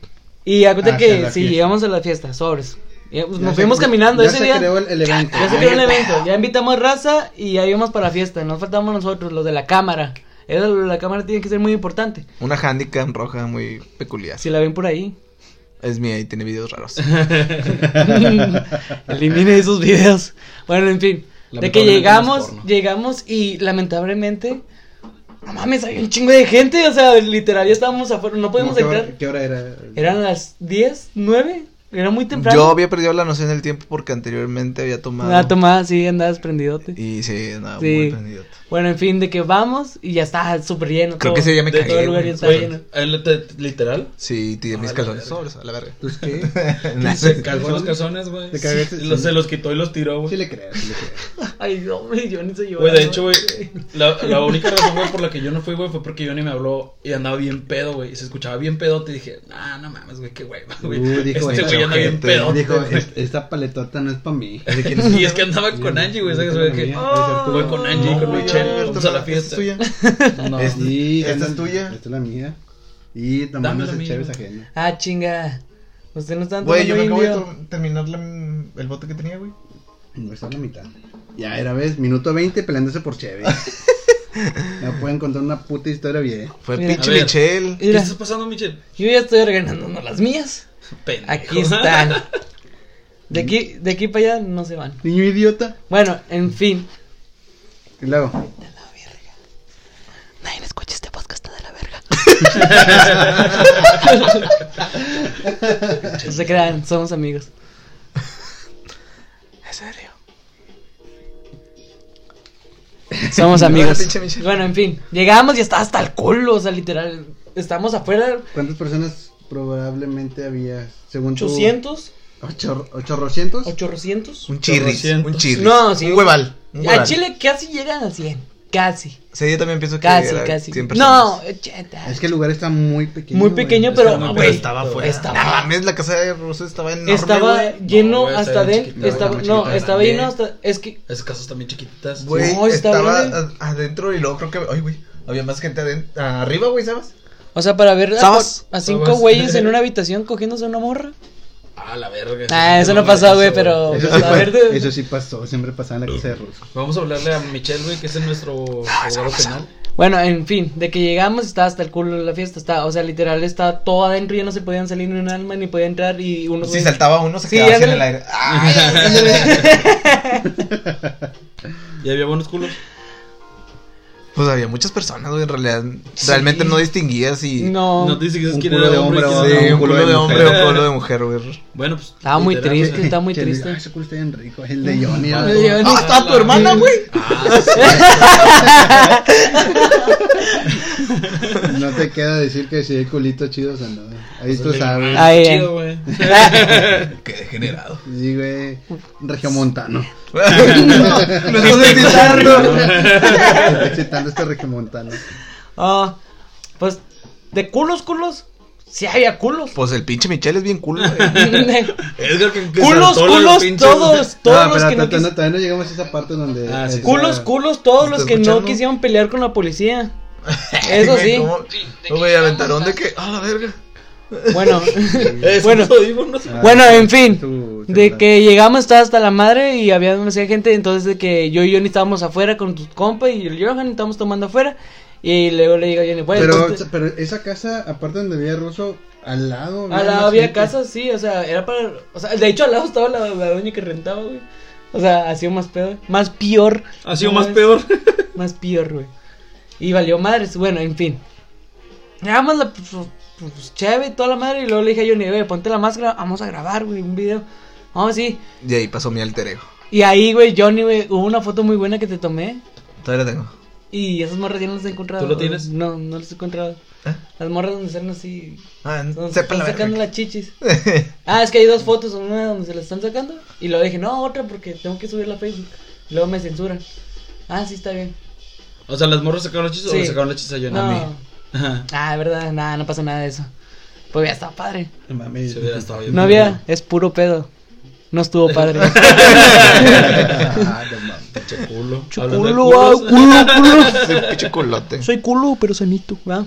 S1: y acuérdate
S5: Ah, sí, a
S1: que
S5: la
S1: sí,
S5: fiesta.
S1: llegamos a la fiesta, sobres. Y, pues,
S5: ya
S1: Nos
S5: se-
S1: fuimos caminando
S5: ya
S1: ese
S5: se
S1: día.
S5: creó el, el evento.
S1: Ya se creó un evento, ya invitamos raza y ya íbamos para la fiesta, nos faltamos nosotros, los de la cámara. Eso, lo de la cámara tiene que ser muy importante.
S3: Una handicap roja muy peculiar.
S1: Si la ven por ahí,
S3: Es mía y tiene videos raros.
S1: elimine esos videos. Bueno, en fin, de que
S6: Lamentablemente
S1: llegamos,
S6: no es porno.
S1: llegamos y lamentablemente, no mames, había un chingo de gente, o sea, literal, ya estábamos afuera, no podíamos
S5: ¿Qué
S1: entrar.
S5: hora, ¿Qué hora era?
S1: Eran las 10, 9, era muy temprano.
S3: Yo había perdido la noción del tiempo porque anteriormente había tomado.
S1: Nada tomada, sí, andabas prendidote.
S3: Y sí, andaba
S1: Ah, Sí.
S3: muy prendido.
S1: Bueno, en fin, de que vamos y ya está súper lleno.
S3: Creo
S1: todo.
S3: que ese día me
S1: de
S3: cagué,
S1: Todo el lugar ya
S3: güey.
S1: está
S6: Güey,
S1: lleno.
S6: él te- literal.
S3: Sí, tiré mis
S6: Ah, la
S3: calzones
S6: verga.
S3: sobres, a la verga.
S5: ¿Tus Pues, qué?
S3: Nah.
S6: Se calzó los calzones, güey.
S5: Te cagaste,
S6: Sí, los-
S5: sí.
S6: Se los quitó y los tiró,
S5: Sí
S6: güey.
S5: le creo, sí le creo.
S1: Ay, no, hombre, yo ni se lloraba.
S6: Güey, de hecho, güey, la, la única razón, güey, por la que yo no fui, güey, fue porque Johnny me habló y andaba bien pedo, güey. Y se escuchaba bien pedo, te dije, nah, no mames, güey, qué hueva, güey.
S5: Uh, dijo
S6: este
S5: esta
S6: güey anda bien
S3: gente,
S6: pedo.
S5: Dijo,
S6: güey.
S5: "Es- esta paletota no es para mí.
S6: Y es que andaba con Angie, güey, ¿sabes? Güey, que, "Oh".
S1: Ah,
S6: güey, con Angie y con
S1: no,
S6: Michelle,
S1: Alberto,
S6: vamos a la fiesta. No,
S5: Es- y-
S3: ¿Esta es tuya?
S5: Esta es la mía. Y
S6: Dame
S5: tomando
S6: la
S5: ese
S6: mía.
S5: chévere ajena.
S1: Ah, chinga. Usted no está
S3: Güey, yo me
S1: tomando
S3: acabo de
S1: indio.
S3: to- terminar la- mm, el bote que tenía, güey.
S5: No está la mitad. Ya era, ves, minuto 20 peleándose por chévere. no pueden contar una puta historia bien.
S3: Fue
S1: Mira.
S3: pinche
S6: A ver.
S3: Michelle.
S6: ¿Qué
S1: Mira,
S6: estás pasando, Michelle?
S1: yo ya estoy organizando las mías.
S6: Pendejo.
S1: Aquí están. De aquí, de aquí para allá no se van.
S5: Niño idiota.
S1: Bueno, en fin.
S5: Y luego,
S1: Nadie escucha este podcast está de la verga. no se crean, somos amigos.
S3: ¿En serio?
S1: Somos amigos.
S3: pinche Michelle.
S1: Bueno, en fin. Llegamos y estaba hasta el culo, o sea, literal. Estamos afuera,
S5: ¿cuántas personas probablemente había? Según tú,
S1: 800,
S5: Ocho- ¿Ochocientos?
S1: 800.
S3: Un chirris.
S6: 400.
S3: Un chirris.
S1: No, sí.
S3: Un hueval. Un
S1: A
S3: hueval.
S1: Chile casi llegan al 100. Casi,
S3: Sí, yo también pienso que
S1: casi,
S3: era
S1: casi.
S3: 100
S1: No, eh,
S3: personas.
S1: 80.
S5: Es que el lugar está muy pequeño.
S1: Muy
S5: güey.
S1: pequeño,
S6: Es
S1: pero,
S6: que no,
S1: güey,
S6: pero estaba afuera.
S3: No
S1: Estaba,
S3: mames, la casa de Russo estaba enorme,
S1: estaba
S3: güey.
S1: lleno
S6: No, güey,
S1: hasta
S6: estaba bien
S1: adentro.
S6: chiquita,
S1: Estaba,
S6: estaba
S1: no,
S6: chiquita
S1: estaba
S6: también.
S1: lleno hasta. Es que.
S6: Esas casas también chiquititas.
S3: Güey,
S1: No, estaba
S3: estaba
S1: bien.
S3: a- adentro y luego creo que... Ay, güey, había más gente adentro, arriba, güey, ¿sabes?
S1: O sea, para ver a,
S3: ¿Sabes?
S1: a cinco
S6: ¿Sabes?
S1: güeyes en una habitación cogiéndose una morra.
S6: Ah, la verga.
S1: Ah, eso no pasó, güey, pero.
S5: Eso
S1: a
S5: sí,
S1: ver,
S5: pa-
S1: de-
S5: eso sí pasó, siempre pasaba en la casa de Ruso.
S6: Vamos a hablarle a Michelle, güey, que es nuestro abogado penal.
S1: Bueno, en fin, de que llegamos estaba hasta el culo de la fiesta, estaba, o sea, literal estaba todo adentro, ya no se podían salir ni un alma ni podía entrar y uno
S3: Si saltaba uno, se
S1: Sí,
S3: quedaba así en
S1: ándale.
S3: el aire. ¡Ay!
S6: Y había buenos culos.
S3: Pues había muchas personas, güey. En realidad, realmente no distinguías si.
S1: No,
S6: No te dice
S5: Un
S6: quién
S5: culo
S6: era
S5: de
S6: hombre.
S5: hombre, o
S6: quién era
S3: Sí,
S5: no,
S3: un culo de hombre,
S5: mujer.
S3: un culo de mujer, güey.
S6: Bueno, pues.
S1: Estaba muy
S6: literal,
S1: triste,
S6: güey.
S1: estaba muy
S5: Que-
S1: triste.
S5: Ah, ese culo está bien rico. El de Johnny.
S6: Ah,
S5: era-
S1: de Johnny.
S3: ¡Ah, estaba tu hermana, güey!
S6: Ah, sí.
S5: No te queda decir que si hay culitos chidos o no. Ahí tú sabes.
S1: Ahí,
S6: Qué
S1: eh.
S6: chido, güey.
S3: ¡Qué degenerado!
S5: Sí, güey. Regiomontano.
S3: no, lo estás editando.
S5: Está excitando este regiomontano.
S1: Ah, pues de culos, culos, sí había culos.
S3: Pues el pinche Michelle es bien culo, güey.
S6: Edgar, que- que
S1: culos,
S6: saltó la
S1: culos,
S6: pinche-
S1: todos, todos
S5: No,
S1: los
S5: pero
S1: que no
S5: todavía no-
S1: quisieron.
S5: todavía no llegamos a esa parte donde. este,
S6: Ah, sí,
S5: esa-
S1: Culos, culos, todos los
S3: ¿Estás
S1: que no
S3: escuchando?
S1: quisieron pelear con la policía. Eso
S3: Güey,
S1: sí.
S3: ¿cómo? No, güey, aventaron de que. ¡Ah, la verga!
S1: Bueno,
S6: Eh,
S1: bueno,
S6: eso digo, no sé.
S5: Ah,
S1: Bueno, en fin,
S5: tu
S1: de
S5: celular.
S1: que llegamos estaba hasta la madre y había demasiada gente, entonces de que yo y Johnny estábamos afuera con tus compas y el Johan estábamos tomando afuera y luego le digo a Johnny, bueno,
S5: Pero,
S1: entonces-
S5: pero esa casa, aparte donde vivía Ruso, al lado.
S1: a Ah, la
S5: más
S1: había
S5: gente.
S1: casas, sí, o sea, era para, o sea, de hecho al lado estaba la, la doña que rentaba, güey. O sea, ha sido más peor, más peor.
S6: Ha sido
S1: ¿no
S6: más
S1: ves?
S6: peor.
S1: Más peor, güey. Y valió madres, bueno, en fin. Llegamos la pues, pues, chévere y toda la madre y luego le dije a Johnny, güey, ponte la máscara, vamos a grabar, güey, un video. Vamos, sí.
S3: Y ahí pasó mi alter ego.
S1: Y ahí, güey, Johnny, güey, hubo una foto muy buena que te tomé.
S3: Todavía la tengo.
S1: Y esas morras ya no las he encontrado.
S6: ¿Tú lo tienes?
S1: No, no las he encontrado.
S3: ¿Eh?
S1: Las morras donde salen así.
S3: Ah,
S6: Mm,
S1: Donde se
S3: sepa
S1: están
S3: la
S1: sacando
S3: verga.
S1: las chichis. Ah, es que hay dos fotos, una donde se las están sacando. Y luego dije, no, otra porque tengo que subirla a Facebook. Y luego me censuran. Ah, sí, está bien.
S6: O sea, las morras sacaron la chistes o
S1: Sí.
S6: le sacaron la chistes a Johnny.
S1: No.
S6: A mí. Ajá.
S1: Ah, de verdad, nada, no pasa nada de eso. Pues hubiera estado padre.
S5: No mames.
S6: Se hubiera estado bien.
S1: No había, es puro pedo. No estuvo padre.
S5: Ah, no mames.
S6: Pinche culo. Hablando de
S1: culo, ah,
S6: culos.
S1: culo, culo.
S3: Sí, pinche culote.
S1: Soy culo, pero cenito, ¿verdad?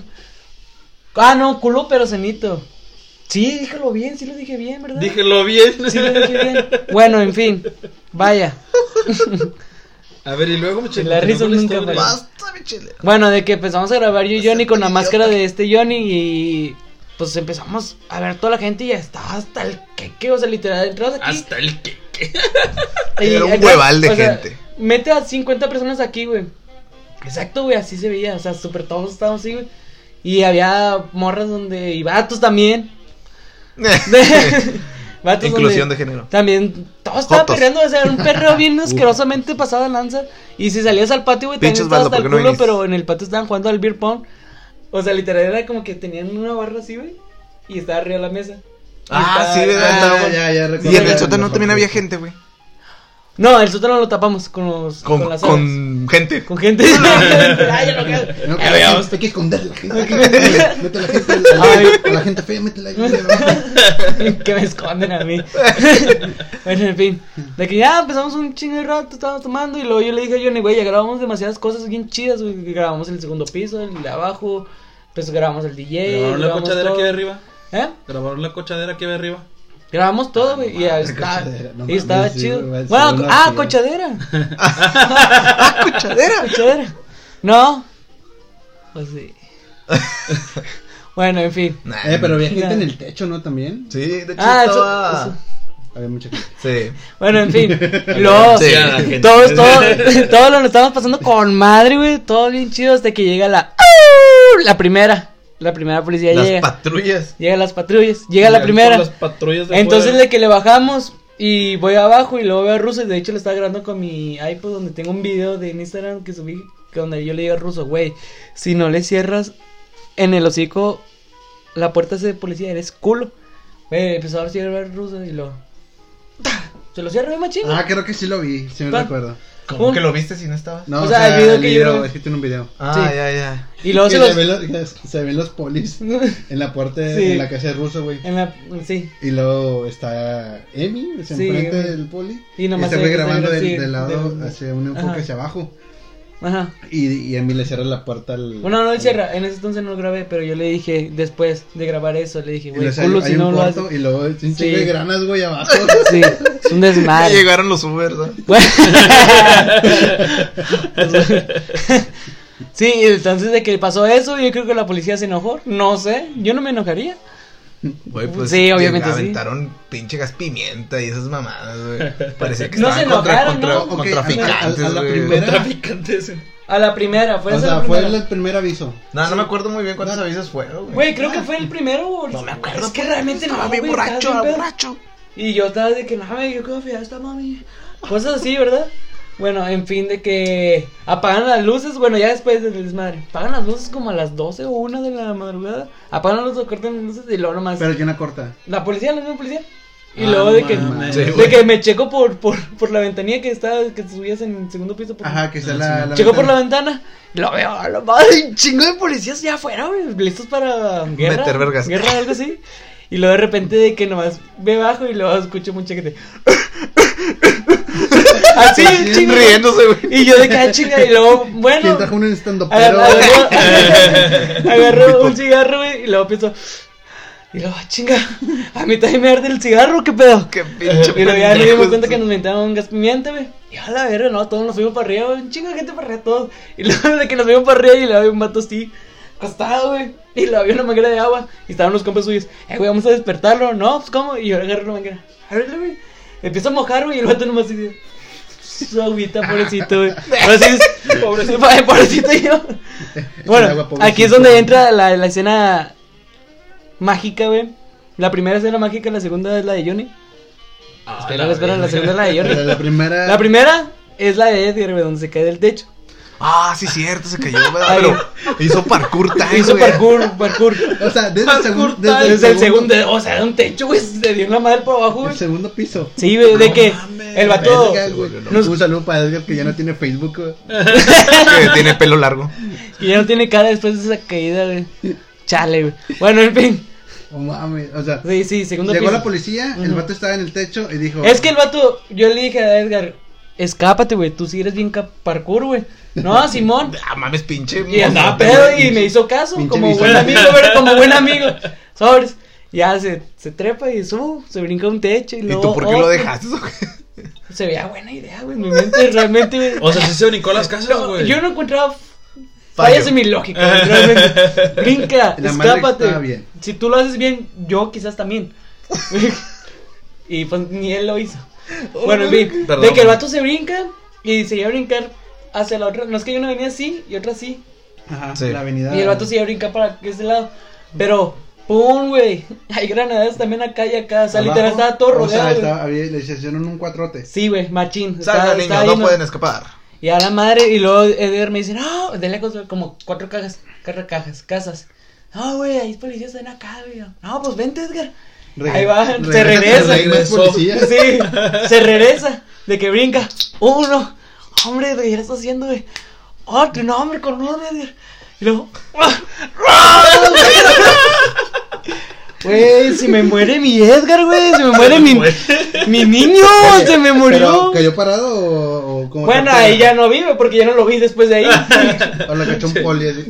S1: Ah, no, culo, pero cenito. Sí, díjelo bien, sí lo dije bien, ¿verdad?
S6: Díjelo bien.
S1: Sí lo dije bien. Bueno, en fin. Vaya.
S6: A ver, y luego me
S1: La risa nunca para.
S3: Basta, Michelle.
S1: Bueno, de que empezamos a grabar
S3: Pues
S1: yo y Johnny con la máscara de este Johnny y pues empezamos a ver toda la gente y ya estaba hasta el queque, o sea, literal, entras aquí.
S6: Hasta el que.
S1: y-
S3: Era un
S1: acá,
S3: hueval de
S1: o sea,
S3: gente.
S1: Mete a 50 personas aquí, güey. Exacto, güey, así se veía, o sea, súper todos estábamos así, güey. Y había morras donde, y vatos también. De- vatos
S3: Inclusión
S1: donde-
S3: de género.
S1: También, todo estaba
S3: Jotos.
S1: perreando, o sea, era un perreo bien asquerosamente pasado de lanza. Y si salías al patio, güey, también
S3: Pinches
S1: estaba
S3: Osvaldo,
S1: hasta el
S3: ¿por qué no
S1: culo,
S3: viniste?
S1: pero en el patio estaban jugando al beer pong. O sea, literal, era como que tenían una barra así, güey, y estaba arriba de la mesa. Y
S3: Ah,
S1: estaba-
S3: sí, ¿verdad? Estaba-
S5: Ah, ya, ya, recuerdo.
S3: Y en
S1: ya,
S3: el
S1: ya,
S3: sótano
S5: Los
S3: también había
S5: ojos.
S3: gente, güey.
S1: No, el sótano lo tapamos con los, con,
S3: Con,
S1: las alas.
S3: con gente.
S1: Con gente. Ah, Ay, ya no queda.
S5: No, Ah, que
S1: Ya
S5: la
S1: veamos.
S5: gente, hay que esconder la gente. Mete a la gente, a la-
S1: Ay.
S5: a la gente fea, métela ahí.
S1: que me esconden a mí. bueno, en fin. De que ya empezamos un chingo de rato, estábamos tomando. Y luego yo le dije a Johnny, güey, ya grabamos demasiadas cosas bien chidas. güey. Grabamos el segundo piso, el de abajo. Pues grabamos el DJ.
S6: Grabaron la
S1: grabamos
S6: cochadera que
S1: todo.
S6: había arriba.
S1: ¿Eh?
S6: Grabaron la cochadera que había arriba.
S1: Grabamos todo, güey. y ya está.
S5: Ah, cochadera, no
S1: y estaba
S5: mames, sí,
S1: chido.
S5: güey,
S1: bueno,
S5: según
S1: ah,
S5: hacía.
S1: cochadera. cochadera. Cochadera. No. Pues sí. bueno, en fin.
S3: Nah,
S5: Eh, pero había gente en el techo, ¿no? También.
S3: Sí, de hecho
S1: Ah, eso-
S3: estaba.
S1: eso.
S5: Había mucha gente.
S3: Sí.
S1: Bueno, en fin. Luego,
S3: Sí,
S6: a la gente.
S1: todos, todos, todos lo estamos pasando con madre, güey. Todo bien chido hasta que llega la. La primera. La primera policía
S3: Las
S1: llega.
S3: patrullas.
S1: Llegan las patrullas. Llega la
S6: Llegaron
S1: primera.
S6: con Las patrullas de
S1: Entonces
S6: fuera.
S1: de que le bajamos y voy abajo y luego veo a Russo. y De hecho, le estaba grabando con mi iPod donde tengo un video de en Instagram que subí que donde yo le digo a Russo, güey, si no le cierras en el hocico la puerta de policía, eres culo. Güey, empezó a cierrar Russo y lo... Se lo cierra, güey, machín.
S5: Ah, creo que sí lo vi, sí me
S1: Pa-
S5: recuerdo.
S3: ¿Cómo
S1: Un-
S3: que lo viste si no estabas?
S5: No,
S1: O
S5: o
S1: sea,
S5: sea,
S1: el video
S5: el
S1: que yo
S5: video,
S1: grabé.
S5: es que tiene un video.
S3: Ah,
S1: Sí.
S3: ya, ya.
S1: Y luego
S5: Que
S1: se
S5: se,
S1: los...
S5: ven los, que se ven los polis en la puerta de
S1: Sí.
S5: en la casa de ruso, güey.
S1: en la... Sí.
S5: Y luego está Emi, o sea,
S1: Sí,
S5: enfrente
S1: Emi.
S5: del poli.
S1: Y
S5: Y
S1: nomás
S5: se
S1: se
S5: ve
S1: ve que está
S5: grabando del,
S1: así,
S5: del lado
S1: del-
S5: hacia un enfoque
S1: Ajá.
S5: hacia abajo.
S1: Ajá.
S5: Y, y a mí le cierra la puerta al.
S1: Bueno, no,
S5: al-
S1: él cierra. En ese entonces no lo grabé, pero yo le dije, después de grabar eso, le dije,
S5: y
S1: güey,
S5: les- hay-
S1: culo
S5: hay
S1: si
S5: un
S1: no lo
S5: cuarto
S1: haces.
S5: Y luego un chingo
S1: Sí.
S5: de granas, güey, abajo.
S1: Sí, es un
S3: Ya
S1: desmadre.
S3: llegaron los Uber, ¿no?
S1: Bueno. sí, entonces de que pasó eso, yo creo que la policía se enojó. No sé, yo no me enojaría.
S3: Güey, pues.
S1: Sí, obviamente
S3: llega-
S1: sí.
S3: Aventaron pinche gas pimienta y esas mamadas, güey. Parecía que
S1: No
S3: estaban
S1: se
S3: contra,
S1: enojaron,
S3: contra,
S1: ¿no?
S3: con
S5: Ok, a- a-
S3: traficantes,
S5: a- a la
S3: güey.
S5: primera- Era-
S6: Traficantes.
S1: A la primera, fue
S5: o
S1: esa
S5: sea,
S1: la
S5: fue
S1: primera.
S5: el primer aviso.
S3: No, no me acuerdo muy bien cuántos avisos fueron, güey.
S1: Güey, creo que fue el primero. o-
S3: No me acuerdo.
S1: Es que realmente no.
S3: Estaba bien
S1: güey, estaba
S3: borracho,
S1: bien pedo.
S3: borracho.
S1: Y yo estaba de que, no, güey, yo qué fea esta mami. Cosas así, ¿verdad? Bueno, en fin, de que apagan las luces. Bueno, ya después del desmadre. Apagan las luces como a las 12 o 1 de la madrugada. Apagan las luces, cortan las luces y luego nomás.
S5: Pero una corta.
S1: La policía, la misma policía. Y
S6: Ah,
S1: luego
S6: no
S1: de que,
S6: mames.
S3: Sí,
S1: de
S3: güey.
S1: que me checo por, por, por la ventanilla que estaba, que te subías en el segundo piso. Por
S5: Ajá, que está la. la
S1: Checo Ah, por la
S5: ventana.
S1: ventana. y Lo veo, a la madre, un chingo de policías ya afuera, güey, listos para guerra.
S3: Meter vergas.
S1: Guerra, algo así. Y luego de repente de que nomás ve bajo y luego escucho mucha gente. así, un chingo.
S3: Riéndose, güey.
S1: Y yo de que ah, chinga, y luego, bueno.
S5: ¿Quién trajo un stand-up?
S1: Agarró, agarró- agarró un
S3: Pito.
S1: cigarro, güey, y luego pienso. Y luego, ah, chinga, a mí también me arde el cigarro, qué pedo.
S3: Qué pinche
S1: Y luego ya nos dimos
S3: pendejos.
S1: cuenta que nos mentaron gas pimienta, güey. Y a la verga, no, todos nos fuimos para arriba, güey. Un chingo de gente para arriba, todos. Y luego de que nos fuimos para arriba y le había un vato así, acostado, güey. Y le había una manguera de agua. Y estaban los compas suyos. Eh, güey, vamos a despertarlo. No, pues cómo. Y yo agarro una manguera. Ábrele, güey. Empiezo a mojar, güey. Y el vato nomás así. de, Su agüita, pobrecito, güey. Así es. Pobrecito, pobrecito yo.
S5: El
S1: Bueno,
S5: agua, pobrecito.
S1: aquí es donde entra la, la escena mágica, güey. La primera escena mágica, la segunda es la de Johnny.
S6: Ah,
S1: Espera, espera, la segunda es la de
S5: Pero
S1: Johnny.
S5: la primera.
S1: La primera es la de Edgar, güey, donde se cae del techo.
S3: Ah, sí, cierto, se cayó, ¿verdad?
S1: Ay.
S3: Pero hizo parkour tan,
S1: Hizo
S3: güey.
S1: parkour, parkour.
S5: O sea, desde el segundo.
S1: Parkour, tal, desde el segundo, o sea, de un techo, güey, se dio la madre por abajo, güey.
S5: El segundo piso.
S1: Sí, güey, de
S6: No
S1: que
S6: mames.
S1: el vato,
S5: Verga, güey.
S1: Nos-
S5: Un saludo para Edgar que ya no tiene Facebook. güey.
S3: Que tiene pelo largo.
S1: que ya no tiene cara después de esa caída, güey. Chale, güey. Bueno, en fin.
S5: Oh, mames. O sea,
S1: Sí, sí, segundo
S5: llegó
S1: piso.
S5: la policía, el
S1: Ujú.
S5: vato estaba en el techo y dijo.
S1: Es que el vato, yo le dije a Edgar, escápate, güey, tú sí eres bien cap- parkour, güey. No, Simón.
S3: Ah, mames, pinche.
S1: Y andaba
S3: monte,
S1: pedo
S3: güey.
S1: y me hizo caso,
S5: pinche
S1: como
S5: visor.
S1: buen amigo, ¿verdad? Como buen amigo. Sobres. Ya se, se trepa y sube, se brinca un techo y
S3: ¿Y
S1: luego.
S3: tú por qué
S1: oh,
S3: lo dejaste? o qué?
S1: Se veía buena idea, güey. Mi mente realmente.
S6: O sea, sí se brincó las casas,
S1: No,
S6: güey.
S1: yo no encontraba f- fallas en mi lógica. güey, realmente. Brinca,
S5: La madre
S1: escápate.
S5: estaba bien.
S1: Si tú lo haces bien, yo quizás también. y pues ni él lo hizo. Bueno, en fin,
S3: Perdón.
S1: de que el vato se brinca y se iba a brincar hacia la otra. No es que una venía así y otra así.
S5: Ajá,
S3: Sí.
S5: la avenida.
S1: Y el vato se iba a brincar para ese lado. Pero, ¡pum, güey! Hay granadas también acá y acá. O sea,
S5: Abajo,
S1: literal estaba todo
S5: O sea,
S1: rodeado. güey.
S5: estaba, había, le hicieron un cuatrote.
S1: Sí, güey, machín. Estaba-
S3: Salgan,
S1: estaba
S3: niños, no
S1: lleno.
S3: pueden escapar.
S1: Y a la madre, y luego Edgar me dice, no, denle con- como cuatro cajas, cuatro cajas, casas. No, güey, ahí policías están acá, güey. No, pues vente, Edgar. Ahí va, se regresa.
S5: hay más
S6: Regresó.
S5: policías.
S1: Sí, se regresa, de que brinca. Uno, hombre, güey, ¿qué estás haciendo, güey? Otro, no, hombre, con uno, Edgar. Y luego, ¡ah! ¡ah! güey, se me muere mi Edgar, güey, se me muere mi, mi niño,
S5: Oye,
S1: se me murió.
S5: ¿Pero cayó parado o, o como
S1: Bueno,
S5: tapera?
S1: ahí ya no vive porque ya no lo vi después de ahí.
S5: O lo cachó un poli así.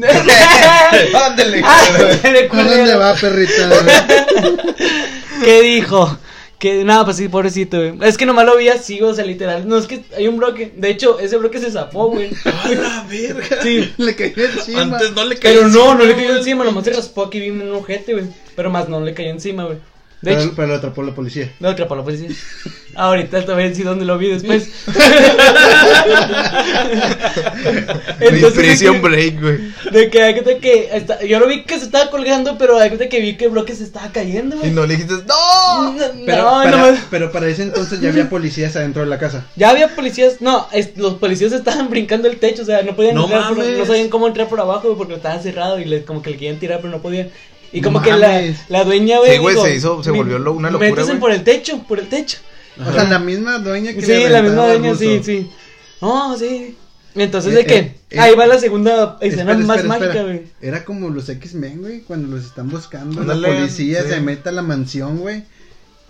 S3: Ándale.
S1: Ay, qué
S5: ¿A dónde
S1: culero.
S5: va, perrita?
S1: ¿Qué dijo? Que nada, pues sí, pobrecito, güey. Es que nomás lo vi así, o sea, literal. No, es que hay un bloque. De hecho, ese bloque se zapó, güey.
S6: A la verga.
S1: Sí.
S5: Le cayó encima.
S6: Antes no le cayó
S1: Pero no, no le cayó
S6: güey.
S1: encima, nomás se raspó aquí bien un ojete, güey. Pero más no le cayó encima, güey. De
S5: pero,
S1: hecho,
S5: pero lo atrapó la policía.
S1: no atrapó la policía. Ahorita te voy a decir dónde lo vi después.
S3: Mi
S1: Entonces,
S3: prisión break, güey.
S1: De que, de que, de que está- yo lo vi que se estaba colgando, pero de que- de que vi que el bloque se estaba cayendo,
S3: Y
S1: güey.
S3: no le dijiste, ¡No!
S5: Pero,
S1: no,
S5: para,
S1: nomás-
S5: pero para ese entonces ya había policías adentro de la casa.
S1: Ya había policías, no, es- los policías estaban brincando el techo, o sea, no podían
S6: No
S1: entrar, por-
S6: mames.
S1: no sabían cómo entrar por abajo güey, porque estaba cerrado y le- como que le querían tirar, pero no podían. Y como
S5: No
S1: que la,
S5: mames.
S1: la dueña, güey.
S3: Sí, güey,
S1: dijo,
S3: se hizo- se
S1: "Mi-
S3: volvió lo- una locura,
S1: Métanse
S3: güey".
S1: por el techo, por el techo.
S5: O sea, la misma dueña que
S1: Sí,
S5: le
S1: la
S5: aventaba
S1: misma
S5: al
S1: dueña,
S5: ruso.
S1: sí, sí. No, sí. Entonces,
S5: Eh,
S1: ¿de qué?
S5: eh, eh.
S1: Ahí va la segunda escena
S5: Espera,
S1: más
S5: espera,
S1: mágica,
S5: espera.
S1: güey.
S5: Era como los X-Men, güey, cuando los están buscando.
S3: Ándale,
S5: la policía
S3: sí.
S5: se mete a la mansión, güey.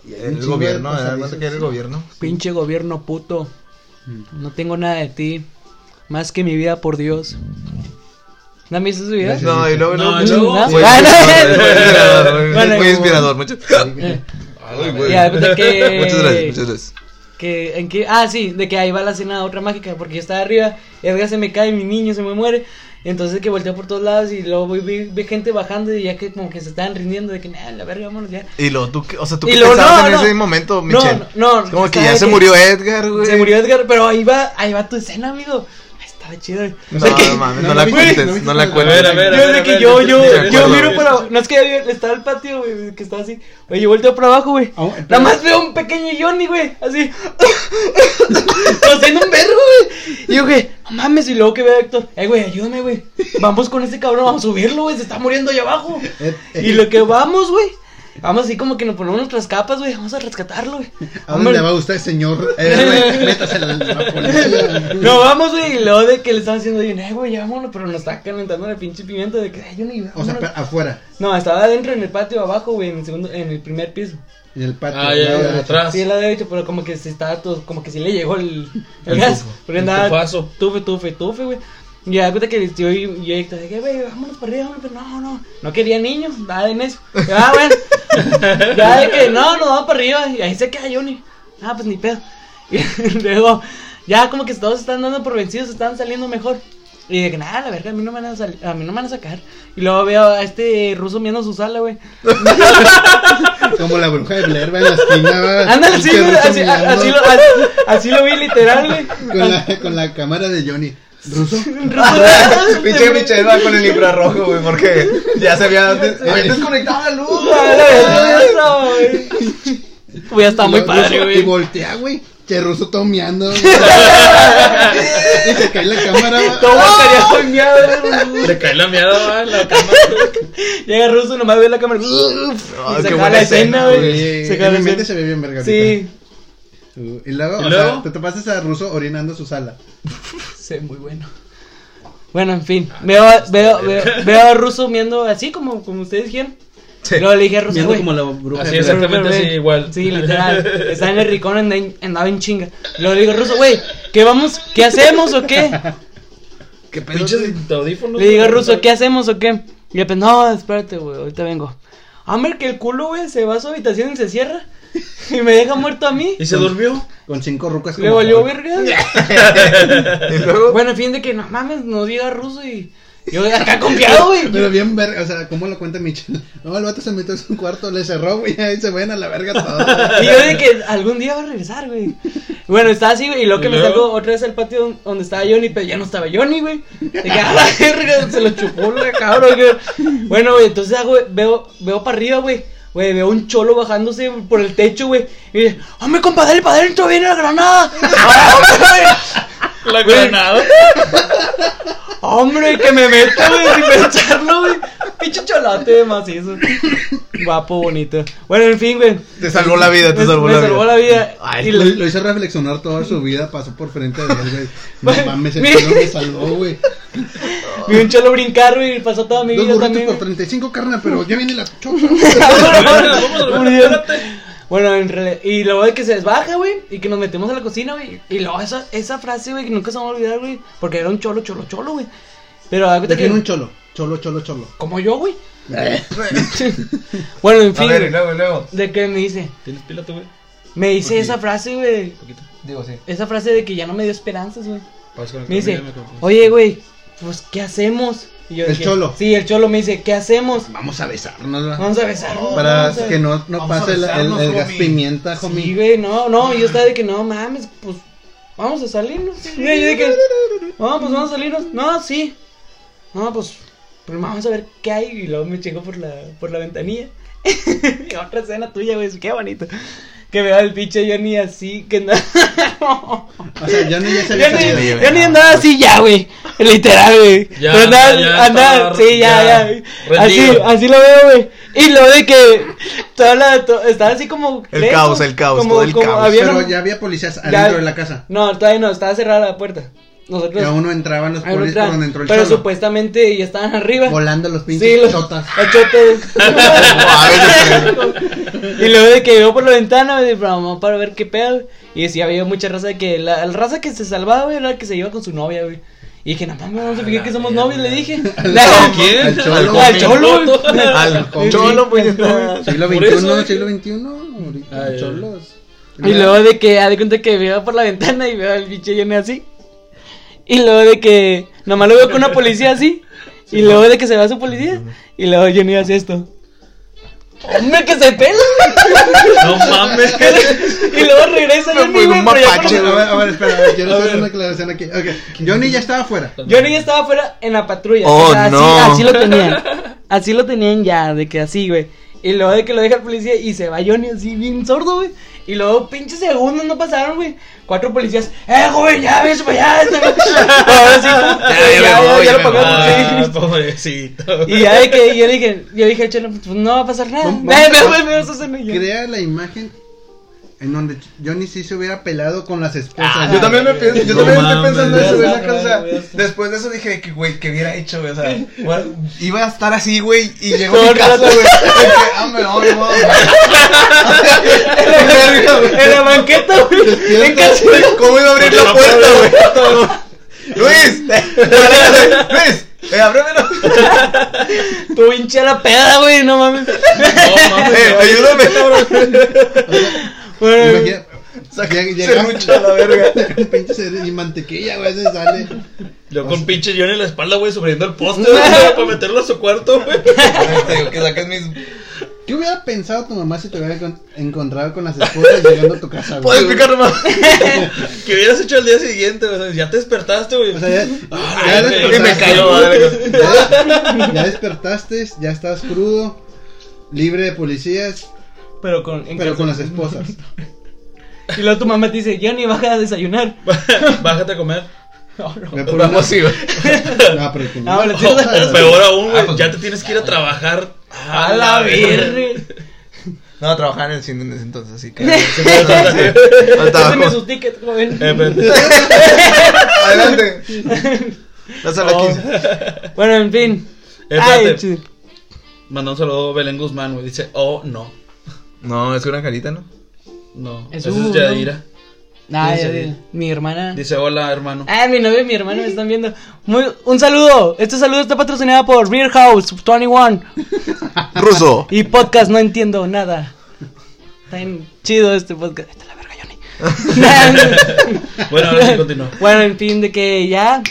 S5: y hay un
S3: El
S5: chingo de
S3: gobierno, ¿verdad?
S5: pasadizos.
S3: ¿Cuánto que era el gobierno?
S1: Pinche gobierno puto.
S5: Mm.
S1: No tengo nada de ti. Más que mi vida por Dios. ¿No han visto su video?
S3: No, y luego
S6: No,
S3: no.
S6: y luego-
S1: ¿No?
S3: Fue
S1: Ah, no.
S3: inspirador,
S1: Bueno,
S3: güey. Fue
S1: como-
S3: inspirador, muchas
S1: Eh,
S3: Ay, güey.
S1: Ya, pues, de que-
S3: Muchas gracias, muchas gracias.
S1: que, en que, ah, sí, de que ahí va la escena otra mágica, porque yo estaba arriba, Edgar se me cae, mi niño se me muere, entonces que volteo por todos lados y luego vi, vi- vi gente bajando y ya que como que se estaban rindiendo de que, nah, la verga, vámonos ya.
S3: Y luego tú, qué- o sea, tú
S1: Y
S3: qué
S1: luego,
S3: pensabas
S1: no,
S3: en
S1: no.
S3: ese momento,
S1: No,
S3: Michelle.
S1: no, no,
S3: Como que
S1: estaba
S3: ya
S1: de
S3: se
S1: que-
S3: murió Edgar, güey.
S1: Se murió Edgar, pero ahí va, ahí va tu escena, amigo. Ay, Estaba chido.
S3: No,
S1: De que-
S3: no mames, no
S5: no,
S3: la
S5: güey, no
S3: cuentes,
S5: viste
S3: no la
S5: la-
S3: cuentes.
S6: A ver, a ver.
S1: Yo de que yo, yo,
S3: Sí, me
S1: yo
S3: acuerdo.
S1: miro para. No es que había- estaba el patio, güey, que estaba así. Güey, yo volteo para abajo, güey.
S5: Ah,
S1: Nada más veo un pequeño Johnny, güey, así. Haciendo un vergo, güey. Y yo, güey, no mames. Y luego que veo a Héctor, eh, güey, ayúdame, güey. Vamos con este cabrón, vamos a subirlo, güey. Se está muriendo allá abajo.
S5: Eh, eh,
S1: Y lo que vamos, güey. Vamos así como que nos ponemos nuestras capas, güey. Vamos a rescatarlo, güey.
S5: ¿A dónde
S1: Hombre.
S5: va usted, señor? Eh, güey, métase a la policía.
S1: No, vamos, güey, y luego de que le están haciendo, yo, eh, güey, ya vámonos, pero nos está calentando la pinche pimienta de que, ay, yo ni
S5: O sea, pe- afuera,
S1: No, estaba adentro en el patio abajo, güey, en el segundo, en el primer piso.
S5: en el patio.
S6: Ah, ya,
S5: al lado
S6: ya,
S5: de la-
S6: atrás.
S1: Sí, la derecho, pero como que se estaba todo, como que sí le llegó el, el,
S6: El
S1: gas.
S6: tufo,
S1: Porque
S6: el
S1: andaba
S6: tufazo.
S1: tufe, tufe, tufe, güey. Y ya cuenta que yo y y Héctor, de que, güey, vámonos para arriba, vámonos, pero no, no, no quería niños, nada en eso. Ya, bueno, "Ah, ya de que, no, no, vamos para arriba, y ahí se queda Johnny. Ah, pues ni pedo. Y luego, ya como que todos se están dando por vencidos, se están saliendo mejor. Y de que, nada, la verga, a mí no me van a, sal- a, mí no me van a sacar. Y luego veo a este ruso mirando su sala, güey.
S5: Como la bruja de Blair, va en la esquina. va,
S1: Ándale,
S5: el
S1: sí,
S5: que
S1: güey,
S5: ruso
S1: así, a- así,
S5: mirando
S1: lo, así, así lo vi literal, güey.
S5: Con la, con la cámara de Johnny. ¿Ruso?
S3: Pinche Michelle va con el infrarrojo, güey, porque ya se había des-
S5: Eh,
S3: había desconectado la luz.
S1: A la verga, eso, güey. Güey, está muy
S5: Lo-
S1: padre,
S5: ruso, Y
S1: güey.
S5: voltea, güey. Che, ruso tomeando. güey. y se cae la cámara. va.
S1: Todo mascareado y miado, güey.
S6: Le cae la mierda va, en la cama.
S1: Llega Russo, nomás ve la cámara. uf,
S3: Ah,
S1: y se
S3: qué
S1: acaba
S3: buena
S1: la escena,
S3: escena,
S1: güey. Se
S5: Oye, en
S1: acaba la
S5: mi mente se
S1: escena.
S5: ve bien verga ahorita.
S1: Sí,
S5: Uh, Y luego,
S6: ¿Y
S5: o
S6: luego?
S5: sea, te topaste a Ruso orinando su sala.
S1: sí, muy bueno. Bueno, en fin, veo, a- veo, veo, veo a Russo miendo así como, como ustedes dijeron. Luego le dije a Russo,
S8: Mirando
S1: güey.
S8: como la bruja.
S6: Así exactamente
S1: Pero,
S6: así,
S1: güey,
S6: igual.
S1: Sí, literal. Está en el rincón, anda en- andaba en chinga. Luego le digo, ruso, güey, ¿qué vamos? ¿Qué hacemos o qué?
S6: ¿Qué pinches audífonos?
S1: Le digo, ruso, ¿qué hacemos o qué? Y le pensé, no, espérate, güey, ahorita vengo. Hammer, que el culo, güey, se va a su habitación y se cierra. Y me deja muerto a mí.
S6: ¿Y se durmió?
S5: Con cinco rucas.
S1: Le
S5: como-
S1: valió verga.
S3: Y luego,
S1: Bueno, en fin, de que no mames, nos llega ruso y. Yo acá confiado, güey.
S5: Pero bien verga, o sea, ¿cómo lo cuenta Michelle? No, el vato se metió en su cuarto, le cerró, güey, ahí se ven a la verga todo.
S1: Y yo de que algún día va a regresar, güey. Bueno, estaba así, güey. Y luego que
S6: ¿Y
S1: me
S6: luego?
S1: salgo otra vez al patio don- donde estaba Johnny, pero ya no estaba Johnny, güey. De que a la verga, se lo chupó, güey, cabrón, güey. Bueno, güey, entonces hago, veo, veo para arriba, güey. Güey, veo un cholo bajándose por el techo, güey. Y dice, hombre, compa, dale para adentro, viene la granada.
S6: La granada.
S1: Hombre, que me meto, güey, sin pensarlo, güey. Pinche cholote de macizo. Guapo, bonito. Bueno, en fin, güey.
S3: te salvó la vida, te
S1: Me-
S3: salvó
S1: me
S3: la vida.
S1: salvó la vida.
S3: Ay,
S1: Y
S5: Lo,
S1: la-
S5: lo hizo reflexionar toda su vida, pasó por frente de él, güey. No mames, el
S1: Mira.
S5: culo me salvó, güey.
S1: Vi un cholo brincar, güey, y pasó toda mi
S5: Dos
S1: vida
S5: burritos
S1: también.
S5: por
S1: güey.
S5: 35, carnal, pero ya viene la choca.
S1: Por Dios. Bueno, en realidad, y luego de que se desbaja, güey, y que nos metemos a la cocina, güey. Y luego esa, esa frase, güey, que nunca se me va a olvidar, güey, porque era un cholo, cholo, cholo, güey. Pero da cuenta que.
S5: Define un cholo, cholo, cholo, cholo.
S1: Como yo, güey. bueno, en
S3: A
S1: fin,
S3: ver, y
S1: güey,
S3: luego, y luego.
S1: de que me dice.
S6: ¿Tienes pila tú, güey?
S1: Me dice esa frase, güey.
S6: Poquito.
S3: Digo, sí.
S1: Esa frase de que ya no me dio esperanzas, güey.
S6: Vas con el
S1: Me dice,
S6: camino, con-
S1: oye, güey, pues, ¿qué hacemos? Y yo
S5: El
S1: dije,
S5: cholo.
S1: Sí, el cholo me dice, ¿qué hacemos?
S5: Vamos a besarnos, ¿verdad?
S1: Vamos a besarnos.
S5: Para
S1: Ah, vamos a-
S5: que no, no
S4: Vamos a
S5: pase el, el-
S4: besarnos,
S5: el
S4: homie.
S5: gas pimienta, homie.
S1: Sí, güey, no, no, yo estaba de que no mames, pues vamos a salirnos. Y yo de que, no, pues vamos a salirnos. No, sí. No, pues, pues vamos a ver qué hay. Y luego me checo por la, por la ventanilla. Y Otra escena tuya, güey, qué bonito. Que veo al pinche Johnny así, que andaba.
S5: O sea, ya ni ya se había salido.
S1: Johnny, Johnny andaba así ya, güey. Literal, güey.
S6: Ya,
S1: Pero andaba,
S6: ya
S1: andaba-
S6: estaba
S1: sí, ya,
S6: ya
S1: ya. Así,
S6: rendido.
S1: así lo veo, güey. Y lo de que toda la, to- estaba así como.
S3: El
S1: lento,
S3: caos, el caos, todo el caos.
S1: había
S5: Pero
S1: un-
S5: ya había policías
S1: Ya-
S5: adentro de la casa.
S1: No, todavía no, estaba cerrada la puerta. Nosotros.
S5: Y aún no entraban los
S1: ahí no
S5: policías por
S1: entraban,
S5: donde entró el
S1: pero
S5: cholo.
S1: supuestamente ya estaban arriba.
S5: Volando los pinches
S1: Sí, los
S5: chotas.
S1: los chotes. y luego de que veo por la ventana, me dije, vamos para ver qué pedo. Y decía, había mucha raza de que la, la raza que se salvaba, güey, era la que se iba con su novia, güey. Y dije, no mames, no se fijé
S6: A
S1: que
S6: la
S1: somos novios, le
S6: mierda.
S1: dije.
S6: ¿A
S1: La-
S6: quién?
S5: al cholo.
S1: Al cholo.
S3: Al cholo, pues.
S5: Siglo
S6: Por
S5: XXI,
S6: eso, güey.
S5: siglo XXI, ahorita,
S6: Ay, ay.
S5: cholos. Ah,
S1: Y luego de que, haz de cuenta que veo por la ventana y veo al bicho lleno así. Y luego de que, nomás lo veo con una policía así. Y luego de que se va su policía. Y luego yo no iba a hacer esto. ¡Hombre, que se pela!
S6: No mames.
S1: y luego regresa
S3: Me
S1: Johnny,
S3: fui
S1: güey,
S3: un
S1: pero ya
S3: mapache,
S5: A
S1: cuando-
S5: ver, a ver, espera, a ver, quiero
S6: A
S5: hacer
S6: ver.
S5: una aclaración aquí. Ok, Johnny ya estaba afuera.
S1: Johnny ya estaba afuera en la patrulla.
S3: Oh,
S1: o sea, así,
S3: no.
S1: así lo tenían. Así lo tenían ya, de que así, güey. Y luego de que lo deja el policía y se va Johnny así bien sordo, güey. Y luego pinches segundos no pasaron, güey. Cuatro policías, eh, güey, ya ves, güey, ya. ya". Ahora sí,
S3: ya me voy, ya me
S1: lo pagamos,
S6: Ah,
S1: sí.
S6: pobrecito.
S1: Y ya de que yo dije, yo dije, chelo, pues no va a pasar nada.
S5: Vamos,
S1: Ve, ve,
S5: vamos.
S1: ve, ve, eso se me- yo.
S5: Crea la imagen en donde Johnny sí se hubiera pelado con las esposas.
S6: Ah,
S5: güey.
S7: Yo también me pienso, yo
S6: No
S7: también
S6: mames,
S7: estoy pensando eso, güey,
S1: ya
S7: la cosa.
S1: sabes, ya
S7: Después de eso dije que, güey, que hubiera hecho, güey, o sea, bueno, iba a estar así, güey, y llegó
S1: Todo
S7: a
S1: el
S7: mi casa,
S1: rato.
S7: güey. de que, Ah, me lo voy, me voy,
S1: En la banqueta, güey. En casa.
S7: güey. ¿Cómo iba a abrir la puerta, güey? Luis, Luis, eh, ábremelo.
S1: Tú hincha la peda, güey, no mames.
S6: No mames.
S7: Eh, ayúdame.
S1: Bueno,
S5: Imagina- lleg- llega-
S7: Serrucho a la verga.
S5: Un pinche ser- y mantequilla, güey, se sale.
S6: Yo con pinche Johnny en la espalda, güey, subiendo el poste, güey, para meterlo a su cuarto, güey.
S7: Te digo que saques mis.
S5: ¿Qué hubiera pensado tu mamá si te hubiera encon- encontrado con las esposas llegando a tu casa, güey?
S7: ¿Puedes explicar más?
S6: Que hubieras hecho el día siguiente, güey. o sea, Ya te despertaste, güey.
S5: O sea, ya, ya
S6: Ay, güey,
S5: despertaste,
S7: Y me cayó, a la verga.
S5: ya- ya despertaste, ya estás crudo, libre de policías,
S1: pero con, en
S5: pero
S1: casa.
S5: con las esposas.
S1: Y luego tu mamá te dice, Johnny, baja a desayunar.
S6: Bájate a comer.
S5: Ve por
S7: Vamos,
S5: una-
S7: sí, güey.
S5: No, pero que no.
S1: Ah, vale,
S6: O- o peor aún, güey.
S7: Ah, pues-
S6: Ya te tienes que ir a trabajar.
S1: ah,
S6: Ah, Eh,
S1: A la verga.
S3: No, trabajaba en el cine en ese entonces, así que.
S1: Dáseme
S3: Faltaba.
S1: sus tickets, joven.
S6: Eh, pero-
S7: Adelante.
S3: Pásala
S1: Oh.
S3: aquí.
S1: Bueno, en fin.
S6: Eh,
S1: Ay,
S6: espérate.
S1: chido.
S6: Mandó un saludo a Belén Guzmán, güey. Dice, oh, no.
S3: No, es una carita, ¿no?
S6: No.
S1: Es
S6: Esa
S1: un,
S6: es
S1: ¿no?
S6: Yadira.
S1: Ay,
S6: Dice-
S1: Adela, mi hermana.
S6: Dice, hola, hermano.
S1: Ah, mi novio y mi hermano me están viendo. Muy, un saludo. Este saludo está patrocinado por Rear House 21
S3: Ruso. Eh,
S1: y podcast No Entiendo Nada. Está bien chido este podcast. Está la verga, Johnny.
S6: Bueno, ahora sí, continúa.
S1: Bueno, en fin, de que ya.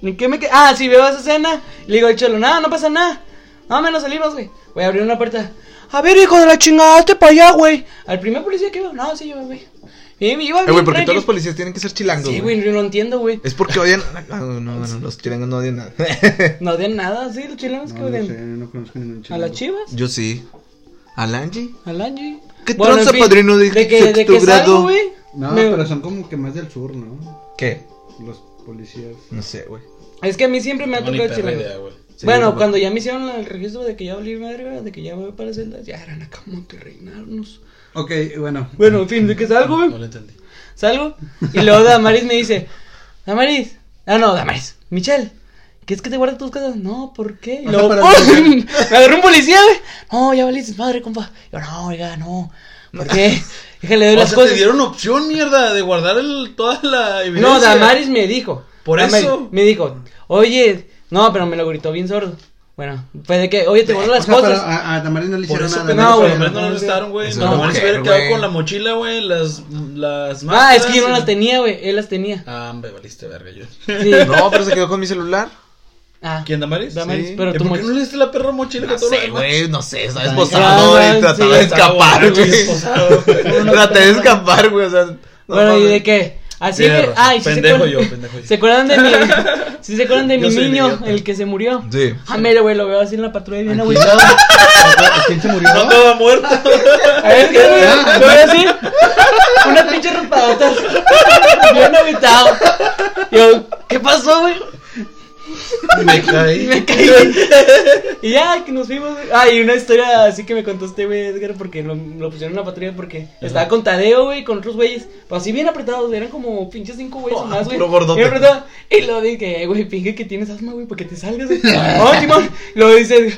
S1: ¿En qué me qued- Ah, sí, veo esa escena. Le digo al cholo, nada, no pasa nada. No, menos salimos, güey. Voy a abrir una puerta. A ver, hijo de la chingada, hazte para allá, güey. Al primer policía que veo, no, sí, yo, güey. Y me iba
S3: Eh, güey,
S1: bien
S3: porque todos los
S1: tranqui.
S3: policías tienen que ser chilangos.
S1: Sí, güey, yo no entiendo, güey.
S3: Es porque odian. Ah, no, no, no, los chilangos no odian nada.
S1: No odian nada, sí, los chilenos que
S5: No, no
S1: odian.
S5: sé, no conozco ningún
S1: A
S5: chilango.
S1: las chivas,
S3: Yo sí. ¿Al Angie?
S1: al Angie.
S3: ¿Qué tranza,
S1: en fin,
S3: padrino, de
S1: de que, de
S3: sexto
S1: que salgo,
S3: grado?
S1: güey?
S5: No,
S1: me-
S5: pero son como que más del sur, ¿no?
S3: ¿Qué?
S5: Los policías.
S3: No sé, güey.
S1: Es que a mí siempre me ha
S6: No ni
S1: tocado
S6: perra
S1: chilangos.
S6: idea, güey.
S3: Sí,
S1: bueno,
S3: tampoco.
S1: cuando ya me hicieron el registro de que ya valí madre, güey, de que ya voy para celdas, ya eran acá reinarnos.
S5: Ok, bueno.
S1: Bueno, en fin, de que salgo,
S6: No
S1: güey.
S6: lo entendí.
S1: Salgo. Y luego Damaris me dice, Damaris. Ah, no, Damaris. Michelle. ¿Quieres que te guarde tus casas? No, ¿por qué? Y
S5: O sea,
S1: luego,
S5: para
S1: ¡pum!
S5: dormir.
S1: me agarró un policía, güey. No, ya valiste madre, compa. Yo, no, oiga, no. ¿Por qué? Déjale doy
S6: O
S1: las
S6: sea,
S1: cosas.
S6: te dieron opción, mierda, de guardar el, toda la evidencia.
S1: No, Damaris me dijo.
S6: Por
S1: Damaris
S6: eso.
S1: Me dijo, oye, no, pero me lo gritó bien sordo. Bueno, fue de que, oye, te guardo
S5: O
S1: las
S5: sea, pero ah,
S1: cosas.
S5: a, a Tamariz no le
S6: Por
S5: hicieron nada.
S6: eso,
S1: pendejo,
S6: no,
S1: güey,
S6: no,
S1: no,
S6: no
S1: güey.
S6: arrestaron, güey.
S3: Es
S6: No,
S3: una
S6: nomás se
S3: mujer,
S6: hubiera quedado
S3: güey.
S6: con la mochila, güey, las, las
S1: Ah,
S6: máscaras,
S1: es que yo no las
S6: y-
S1: tenía, güey. Él las tenía.
S6: Ah, hombre, valiste verga yo.
S1: Sí.
S3: No, pero se quedó con mi celular.
S1: Ah.
S6: ¿Quién, Damaris?
S1: Damaris,
S6: Sí.
S1: pero
S6: ¿Y
S1: tu
S6: ¿Por qué
S1: moch-
S6: no le diste la perra mochila que todo lo demás?
S3: no sé, estaba
S1: esposado y trataba de
S6: Estaba borracho y esposado, güey.
S3: Traté de escapar, güey, o sea. no
S1: bueno, ¿y
S3: mames.
S1: de qué? Así
S6: Tienes
S1: que,
S6: razón.
S1: ay, si se
S6: Pendejo
S1: acuerdan-
S6: yo, pendejo yo.
S1: ¿Se acuerdan de mi, si se acuerdan de
S6: Yo
S1: mi
S6: soy el
S1: niño,
S6: idiota.
S1: el que se murió?
S3: Sí.
S1: Ah, mira, güey, lo veo así en la patrulla bien
S5: güey.
S1: agüitado.
S5: ¿Quién se murió?
S6: No estaba muerto.
S1: A ver, ¿qué, güey? Lo veo así. Una pinche raspadota. Bien agüitado. Yo, ¿qué pasó, güey?
S6: Me caí.
S1: Me caí. y ya, que nos fuimos. güey. Ah, y una historia así que me contaste, güey, Edgar, porque lo, lo pusieron en la patrulla porque estaba con Tadeo, güey, con otros güeyes. Pero así bien apretados, eran como pinches cinco güeyes o más, güey.
S3: puro gordote.
S1: Bien apretados. Y lo dije, güey, finge que tienes asma, güey, para que te salgas, güey. Oh, Timón. Lo dice,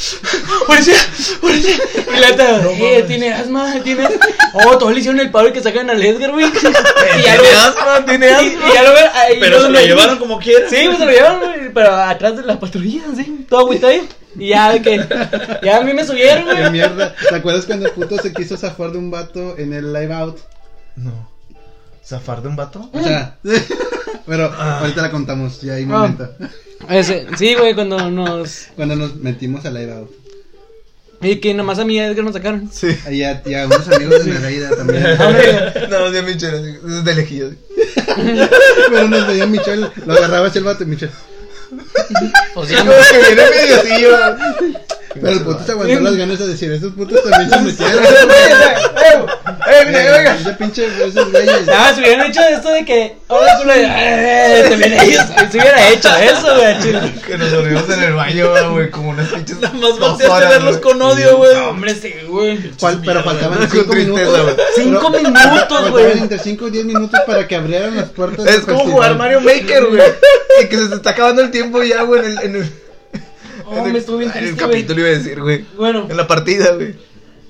S1: policía, policía. Y la otra, eh, tiene asma, tiene. Oh, todos le hicieron el paro que sacan al Edgar, güey. Y ya
S3: Tiene
S1: lo-
S3: asma, tiene
S1: y-
S3: asma.
S1: y ya lo ven, ahí
S6: Pero
S1: no
S6: se lo llevaron como quieran.
S1: Sí, pues se lo llevaron, güey, pero atrás de la patrulla, sí, todo agüitado. Y ya de que. Ya a mí me subieron,
S5: Qué
S1: güey.
S5: mierda. ¿Te acuerdas cuando el puto se quiso zafar de un vato en el live out?
S3: No. ¿Zafar de un vato?
S5: O sea, pero
S6: Ah.
S5: ahorita la contamos, ya hay
S1: Ah.
S5: momento.
S1: Ese- sí, güey, cuando nos.
S5: Cuando nos metimos al live out.
S1: Y que nomás a mí y a Edgar nos sacaron.
S3: Sí.
S5: Y a, y a unos amigos de Nereida también.
S3: Ah. No, de Michelle, así, de lejillos.
S5: Pero nos veía Michelle, lo agarraba así el vato y Michelle.
S1: Pues
S3: Como que viene medio así, va.
S5: Pero el puto se aguantó las ganas de decir, estos putos también se metieron.
S3: Eh, mira, oiga.
S5: Ese pinche, esos güeyes.
S1: Nada, si hubieran hecho esto de que. Ahora tú le. eh, te hubiera hecho- Si hubiera hecho eso, güey, al chile.
S3: Que nos dormimos en el baño, güey, como unas pinches.
S6: Nada más
S3: dos
S6: volteaste a
S3: horas, güey.
S6: verlos con odio, güey.
S1: No, hombre, sí, güey.
S5: Fal- pero faltaban
S3: Con
S5: 5
S3: tristeza,
S5: minutos.
S3: güey.
S1: Cinco
S5: Pero-
S1: minutos,
S5: faltaban
S1: güey.
S5: entre 5 y 10 minutos para que abrieran las puertas. del
S3: Es como
S5: festival.
S3: jugar Mario Maker, güey. Y que se te está acabando el tiempo ya, güey, en el. En el,
S1: Oh, me estuvo bien
S3: en el
S1: triste, güey.
S3: capítulo iba a decir, güey.
S1: Bueno, eh,
S3: En la partida, güey.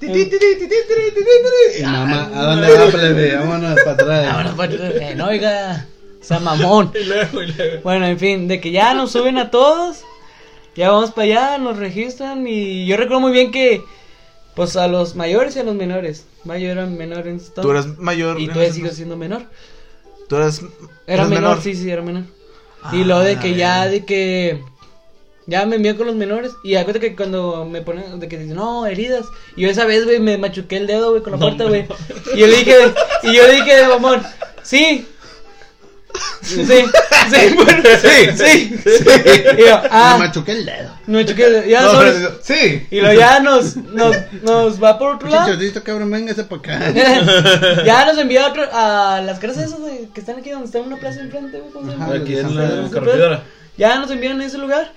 S3: Ti, ti, ti, ti, ti, ti, ti, ti, ti,
S5: Y
S3: ti.
S5: mamá, ¿a dónde va, plebe? Vámonos para atrás.
S1: ahora pues, no, oiga. Sea mamón.
S6: Y luego, y luego.
S1: Bueno, en fin, de que ya nos suben a todos, ya vamos para allá, nos registran y yo recuerdo muy bien que, pues a los mayores y a los menores, mayor era menor en
S3: Tú eras mayor.
S1: y
S3: ¿no?
S1: todavía sigo siendo menor,
S3: Tú eras.
S1: era
S3: eras
S1: menor, sí, sí, era menor. y
S3: Ah,
S1: lo de que
S3: ya.
S1: ya, de que, ya me envió con los menores y acuérdate que cuando me ponen, de que dicen, no, heridas, y yo esa vez, güey, me machuqué el dedo, güey, con la
S6: No,
S1: puerta,
S6: no.
S1: güey, y yo le dije, y yo le dije, mamón, sí. Sí, sí, bueno, sí, sí, Y yo, ah,
S5: Me machuqué el dedo.
S1: no, choque, ya
S3: No,
S1: sobre-
S3: pero- sí.
S1: Y luego ya nos, nos, nos va por otro lado.
S5: Chichotito, cabrón, véngase para acá.
S1: ya nos envía a, otro- a las casas esas de- que están aquí donde está una plaza enfrente, güey. ¿cómo se llama?
S5: Ajá.
S6: Aquí en
S5: San
S6: la
S5: Pedro.
S6: carretera.
S1: Ya nos envían a ese lugar.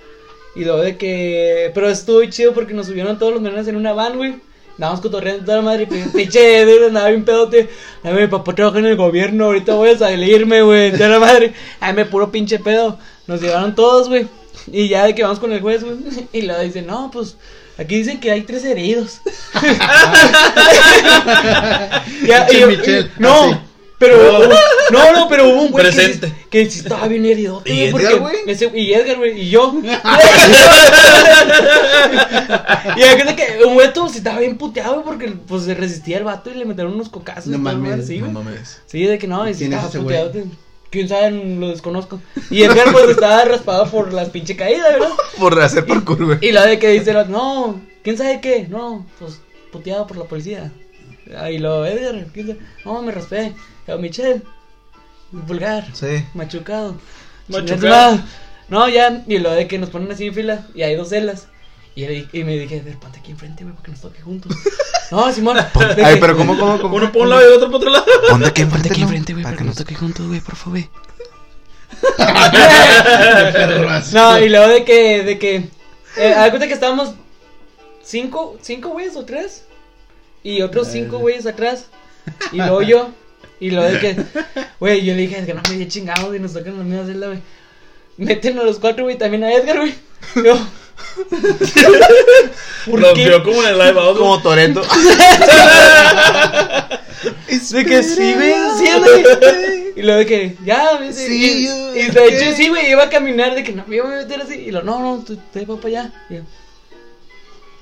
S1: Y luego de que. Pero estuvo chido porque nos subieron todos los menores en una van, güey. Andábamos cotorreando toda la madre. pues, Pinche, duro, andaba bien pedote. Ay, mi papá trabaja en el gobierno. Ahorita voy a salirme, güey. Toda la madre. Ay, me puro pinche pedo. Nos llevaron todos, güey. Y ya de que vamos con el juez, güey. Y luego dice, no, pues. Aquí dicen que hay tres heridos. Ya, y
S5: Pinche
S1: yo-
S5: Michel,
S1: no,
S5: así.
S1: pero hubo- no, no, pero hubo un güey que sí-
S6: Presente.
S1: que, sí estaba bien herido.
S3: ¿Y
S1: güey,
S3: Edgar,
S1: porque
S3: güey?
S1: ese- y Edgar, güey, y yo. y acuérdate que un güey todo se estaba bien puteado, güey, porque pues se resistía el vato y le metieron unos cocazos.
S5: No
S1: y todo,
S5: mames,
S1: sí,
S5: no
S1: güey.
S3: mames.
S1: Sí, de que no, y sí
S5: ¿Quién es
S1: estaba
S5: ese
S1: puteado.
S5: güey?
S1: de- Quién sabe, lo desconozco. Y Edgar, pues estaba raspado por las pinche caídas, ¿verdad?
S3: Por hacer parkour, güey.
S1: Y la de que dice, la- no, ¿quién sabe qué? No, pues puteado por la policía. Ah, Y lo, Edgar, ¿quién sabe? No, me raspé. Y yo, Michelle, vulgar,
S3: Sí.
S1: machucado.
S6: Machucado.
S1: Chingas, No, No, ya, y lo de que nos ponen así en fila y hay dos celas. Y, le- y me dije, Edgar, ponte aquí enfrente, güey, porque nos toque juntos. no, Simón. de
S3: Ay,
S1: que-
S3: pero ¿cómo, cómo,
S1: pues,
S3: cómo?
S6: Uno por un lado y el otro por otro lado.
S3: Ponte aquí
S1: Ponte
S3: enfrente,
S1: aquí
S3: ¿no?
S1: enfrente, güey,
S3: Para
S1: porque
S3: que
S1: nos
S3: no
S1: toque juntos, güey, por favor.
S5: Perroas.
S1: No, y luego de que, de que, eh, haz de cuenta que estábamos cinco, cinco güeyes o tres, y otros
S3: Ah,
S1: cinco güeyes atrás, y luego yo, y luego de que, güey, yo le dije, Edgar, no me di chingado, y nos tocan la misma celda, güey, meten a los cuatro, güey, también a Edgar, güey, yo, ¿por
S6: Lo
S1: qué?
S6: vio como en el live out.
S3: Como Toreto.
S1: De que sí, güey, sí, ándale. Y luego de que, ya, güey,
S3: Sí,
S1: y,
S3: yo-
S1: y de hecho sí, güey, iba a caminar, de que no, yo me voy a meter así. Y lo, no, no, tú te vas para allá. Y, yo-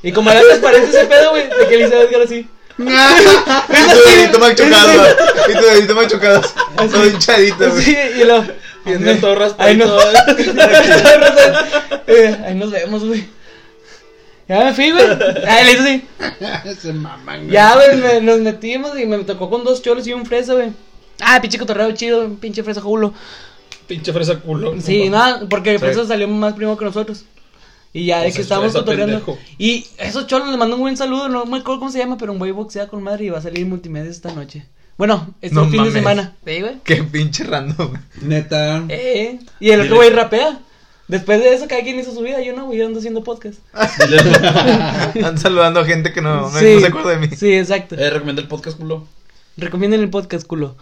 S1: y como era transparente ese pedo, güey, de que le hice a Edgar así.
S3: Y tu dedito machucado. güey. Y tu dedito machucado. Todo hinchadito, güey.
S1: Así, y lo.
S6: Y Edgar todo
S1: Ahí
S6: raspadito.
S1: nos, Eh, ahí nos vemos, güey. Ya me fui, güey. Ahí le hice así.
S5: Se maman, güey.
S1: Ya, güey, me- nos metimos y me tocó con dos cholos y un fresa, güey. Ah, pinche cotorreo chido, un pinche fresa julo.
S6: Pinche fresa culo.
S1: Sí,
S6: no.
S1: nada, porque el Fresa salió más primo que nosotros. Y ya de
S6: O sea,
S1: que estábamos
S6: Fresa,
S1: cotorreando.
S6: pendejo.
S1: Y esos cholos les mando un buen saludo, no me acuerdo cómo se llama, pero un güey boxea con madre y va a salir en multimedia esta noche. Bueno, este
S3: No
S1: fin
S3: mames.
S1: de semana. Sí, güey.
S3: Qué pinche random. güey.
S5: Neta.
S1: Eh, eh. Y el otro güey rapea. Después de eso, cada quien hizo su vida. Yo no, güey, yo ando haciendo podcast.
S3: Están saludando a gente que Ah, no, no-
S1: Sí.
S3: no se acuerda de mí.
S1: Sí, exacto.
S6: Eh, recomienda el podcast culo.
S1: Recomienden el podcast, culo.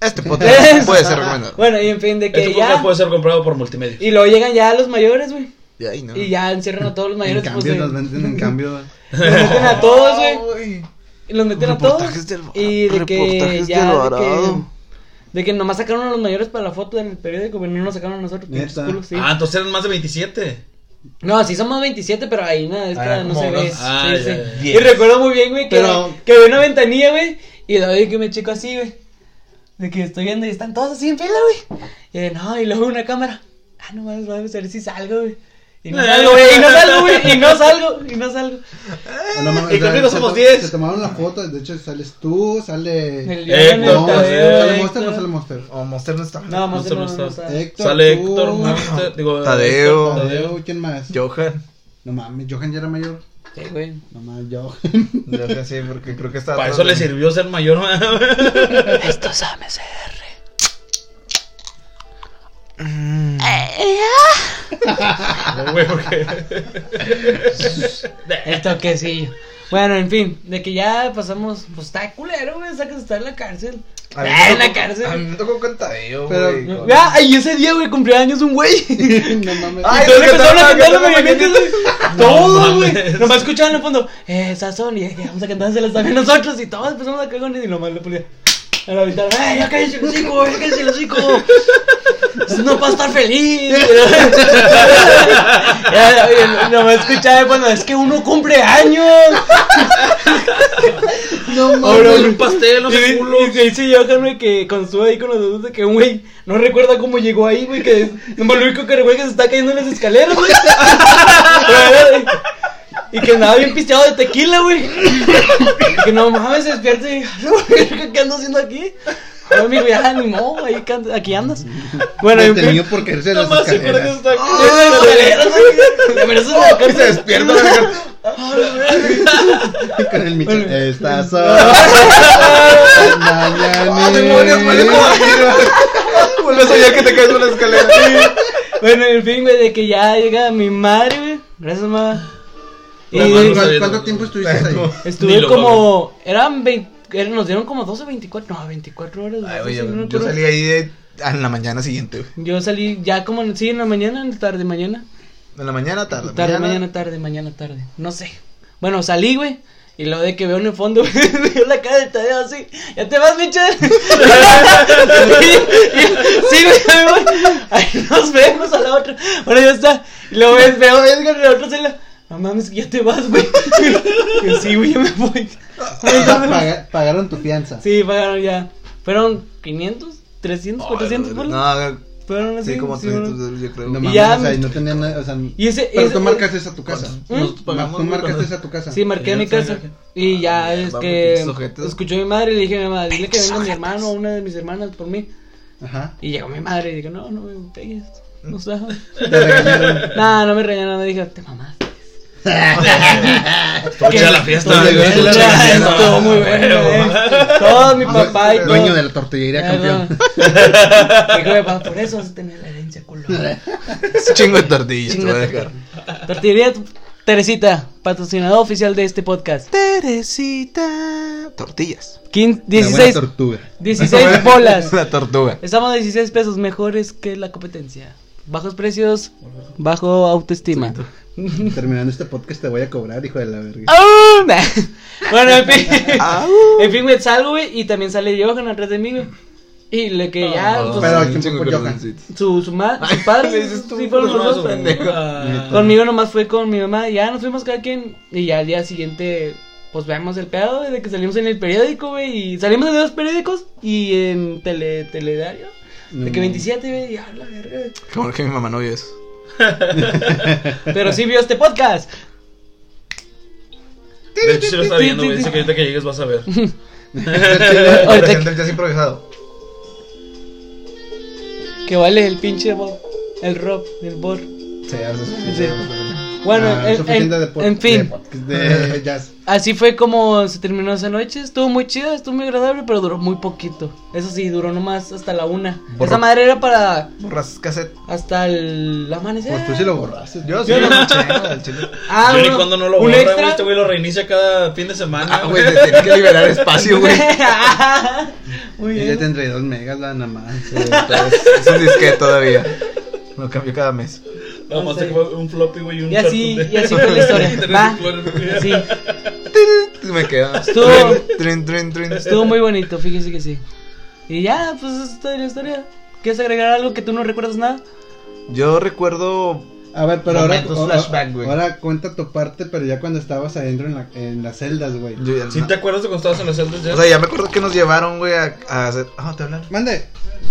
S3: Este podcast puede ser recomendado.
S1: Bueno, y en fin, de que
S6: Este
S1: ya.
S3: pues.
S6: podcast puede ser comprado por multimedia.
S1: Y luego llegan ya los mayores, güey.
S3: Y ahí, no.
S1: Y ya encierran a todos los
S5: En
S1: mayones.
S5: cambio,
S1: pues,
S5: nos
S1: eh,
S5: meten en cambio. Ah,
S1: los meten a todos, güey.
S3: güey.
S1: Y los meten a
S3: Reportajes
S1: todos.
S3: del-
S1: y de que
S3: reportajes
S1: ya.
S3: del
S1: De que,
S3: varado.
S1: de que nomás sacaron a los mayores para la foto del periódico, pero no nos sacaron a nosotros.
S5: Neta.
S1: pinches culos, sí.
S6: Ah, entonces eran más de 27.
S1: No, sí somos 27, pero ahí nada, es que
S5: Ah,
S1: no
S5: como
S1: se ve.
S5: unos-
S6: ah,
S1: Sí,
S6: ya,
S1: sí.
S6: ya,
S1: Y recuerdo muy bien, güey, que,
S5: Pero-
S1: que había una ventanilla, güey, y de ahí que me chico así, güey. De que estoy viendo y están todos así en fila, güey. Y de, no, y luego una cámara. Ah, no mames, vamos a ver si salgo, güey. Y no salgo, güey, y no salgo, güey, y no salgo, y no salgo.
S5: No, mames,
S6: y conmigo
S5: se
S6: somos
S5: to-
S6: 10.
S5: Se tomaron la foto, de hecho sales tú, sale.
S1: El Leonel,
S5: No,
S6: Héctor,
S5: sale
S1: Tadeo,
S5: Monster, no sale
S1: Héctor.
S5: Monster.
S3: O Monster no está.
S1: No, Monster no,
S6: Monster
S1: no
S6: no está.
S1: está.
S5: Héctor,
S6: Sale
S5: tú,
S6: Héctor, Monster, digo,
S3: Tadeo.
S6: Héctor,
S5: Tadeo, ¿quién más?
S3: Johan.
S5: No mames, Johan ya era mayor.
S1: Sí, güey.
S5: No mames, Johan.
S3: Johan sí, porque creo que estaba.
S6: Para eso
S3: atrás de
S6: le
S3: mí.
S6: sirvió ser mayor.
S1: Esto es AMCR.
S6: No, güey, porque-
S1: El toquecillo. Bueno, en fin, de que ya pasamos, pues está culero, güey, sacas estar en la cárcel.
S3: A mí
S1: Ah,
S3: me
S1: en la
S3: tocó- A mí
S1: cárcel.
S3: me tocó con Tadeo,
S5: Pero-
S3: güey. con-
S1: Ah, y ese día, güey, cumpleaños un güey. Y
S5: no mames.
S3: Ay,
S1: todos
S3: es que
S1: empezaron a cantar
S3: estaba
S1: los
S3: cantando
S1: mañanitas,
S3: mañanitas.
S1: güey. Todos,
S6: No
S1: güey.
S6: mames.
S1: Nomás escuchaban en el fondo, eh, Sazón, y dije, vamos a cantárselas también nosotros. Y todos empezamos a cagones y nomás le ponía. A la ventana, ¡eh, ya cállese el hocico, güey, ya cállese el hocico! Pues, ¡No para estar feliz! Ya, oye, nomás escuchaba cuando es que uno cumple años.
S5: No
S6: Ahora
S5: mames.
S6: un pastel, no
S1: Y di-
S6: sé culo.
S1: Y que dice Johan, güey, que cuando estuvo ahí con los dedos de que un güey no recuerda cómo llegó ahí, güey, que es, nomás lo único que recuerda es que se está cayendo en las escaleras, güey. y que andaba bien pisteado de tequila, güey. Y que no mames, se despierta y "Verga, ¿qué ando haciendo aquí? Yo me digo, ya ni modo, ahí can- aquí andas. Bueno, en
S5: Detenido
S1: fin.
S5: por caerse de las
S6: Nomás se acuerda que
S5: escaleras.
S6: está aquí.
S1: Te mereces la
S3: Y se
S1: cárcel.
S3: despierta. güey.
S5: Con el Michel.
S1: Bueno.
S5: Estas son.
S3: ¡Ah, demonios! Parece como
S5: Mañana.
S3: vampiro. No sabía que te caes de una escalera.
S1: Bueno, en fin, güey, de que ya llega mi madre, güey. Gracias, mamá. Y
S6: La mamá no sabía.
S5: ¿Cuánto tiempo estuviste ahí?
S6: Ni
S1: estuve
S6: lo
S1: como. Eran 20. eran- Nos dieron como 12, 24. No, 24 horas.
S3: Ay,
S1: no
S3: güey,
S1: sé, no me
S3: yo, yo
S1: acuerdo.
S3: salí ahí de, en la mañana siguiente, güey.
S1: Yo salí ya como. en- Sí, en la mañana, en la tarde, mañana.
S3: En la mañana, tarde.
S1: Tarde, mañana, tarde, mañana, tarde. No sé. Bueno, salí, güey. Y lo de que veo en el fondo, güey, veo la cara del Tadeo así. ¿Ya te vas, Michel? Y- y- sí, güey, ya me voy. Ahí nos vemos a la otra. Bueno, ya está. Y lo ves, veo a Edgar y la otra se la. No mames, que ya te vas, güey. Y yo, sí, güey, ya me voy.
S5: Paga- Pagaron tu fianza.
S1: Sí, pagaron ya. Fueron 500, 300, 400 por
S3: No,
S1: Fueron así.
S3: sí, como
S1: sí, fueron-
S3: 300 dólares, yo creo.
S5: No
S1: Y
S5: mames,
S1: ya-
S5: o sea, y no tenían nada, o sea,
S1: Y ese-
S5: pero
S1: ese- ¿Mm?
S5: tú marcaste esa a tu casa.
S6: Nos
S5: Ma-
S6: pagamos,
S5: Tú
S6: güey,
S5: marcaste
S6: cuando-
S5: esa a tu casa.
S1: Sí, marqué
S6: Y
S1: a mi
S6: ya
S1: casa.
S6: salga.
S1: Y ya es
S3: vamos,
S1: que
S3: pinches ojetes.
S1: escuchó mi madre y le dije a mi madre, dile que venga mi hermano o una de mis hermanas por mí.
S5: Ajá.
S1: Y llegó mi madre y dijo, no, no me pegues, no sabes.
S5: Te regañaron.
S1: no, no me regañó, me dijo, te mamaste.
S6: Estuvo chida la fiesta.
S5: Oye,
S6: güey.
S5: güey,
S6: Estuvo chida la
S5: la-
S6: fiesta.
S1: Estuvo muy bueno,
S6: Huevo.
S1: eh. Todo mi papá y todo.
S5: Dueño de la tortillería, campeón.
S1: Dijo mi papá, por eso vas a tener la herencia, culo.
S3: Es chingo de tortillas, te
S1: Chinga
S3: voy a
S1: tu-
S3: dejar.
S1: Tortillería Teresita, patrocinador oficial de este podcast.
S3: Teresita. Tortillas.
S1: Quin-
S5: La buena
S1: 16,
S5: tortuga.
S1: 16 bolas.
S3: La tortuga.
S1: Estamos a 16 pesos mejores que la competencia. Bajos precios, bajo autoestima.
S5: Terminando este podcast te voy a cobrar, hijo de la verga.
S1: ¡Ah! bueno, en fin.
S3: Au.
S1: en fin, me salgo, güey. Y también sale Johan atrás de mí, güey. Y le que ya, pues,
S5: Pero
S3: Un
S5: ¿quién fue
S3: chingo
S5: por
S3: de
S5: Johan?
S3: corazoncitos.
S1: su, su, ma- su
S3: le
S1: padre.
S3: dices tú,
S1: sí, fueron
S6: pues,
S1: los
S6: No, no,
S1: dos,
S6: eso,
S1: pendejo.
S6: güey. Ah,
S1: Conmigo nomás fue con mi mamá. Ya nos fuimos cada quien. Y ya al día siguiente, pues veamos el pedo, güey, de que salimos en el periódico, güey. Y salimos en dos periódicos y en tele, Teledario. De que 27, güey, ya la verga. güey.
S3: Como que mi mamá no vio eso.
S1: Pero sí vio este podcast.
S6: De hecho, sí lo está viendo, güey. Dice que ahorita que llegues vas a ver.
S3: Por
S1: Ahorita
S3: ejemplo, el jazz improvisado.
S1: que vale el pinche Bob. El Rob, el Bor.
S5: Sí, eso es-
S1: Sí. Bueno,
S5: Ah,
S1: en-
S5: suficiente
S1: en-
S5: de pod-
S1: en fin.
S5: De, de jazz.
S1: Así fue como se terminó esa noche. Estuvo muy chida, estuvo muy agradable, pero duró muy poquito. Eso sí, duró nomás hasta la una.
S3: Borró.
S1: Esa madre era para
S3: Borras cassette.
S1: hasta el amanecer.
S5: Pues tú sí lo borraste.
S3: Yo sí lo escuché, al chile.
S1: Ah,
S6: Yo ni
S1: bueno,
S6: cuando no lo
S1: un
S6: borra, güey,
S1: extra.
S6: este güey lo reinicia cada fin de semana.
S3: Ah, güey, te tenía que liberar espacio, güey.
S1: muy
S5: Yo ya
S1: bien.
S5: tendré dos megas la nada más.
S3: Es un disquete todavía. Lo cambio cada mes.
S6: Nada más
S1: No sé.
S6: te fue un floppy, güey, y un
S1: Y así,
S6: cartón de-
S1: y así fue la historia.
S6: Internet
S1: Va.
S6: Explorer.
S1: Sí,
S3: Me quedo.
S1: Estuvo-
S3: Trin, trin, trin.
S1: estuvo muy bonito, fíjese que sí. Y ya, pues esa es toda la historia. ¿Quieres agregar algo que tú no recuerdas nada?
S3: Yo recuerdo.
S5: A ver, pero ahora,
S3: Momentos
S5: ahora,
S3: flashback, güey.
S5: ahora cuenta tu parte, pero ya cuando estabas adentro en, la- en las celdas, güey.
S3: yo ya-
S6: ¿Sí te acuerdas de cuando estabas en las celdas ya?
S3: O sea, ya me acuerdo que nos llevaron, güey, a, a hacer. Ah, te hablan.
S5: Mande,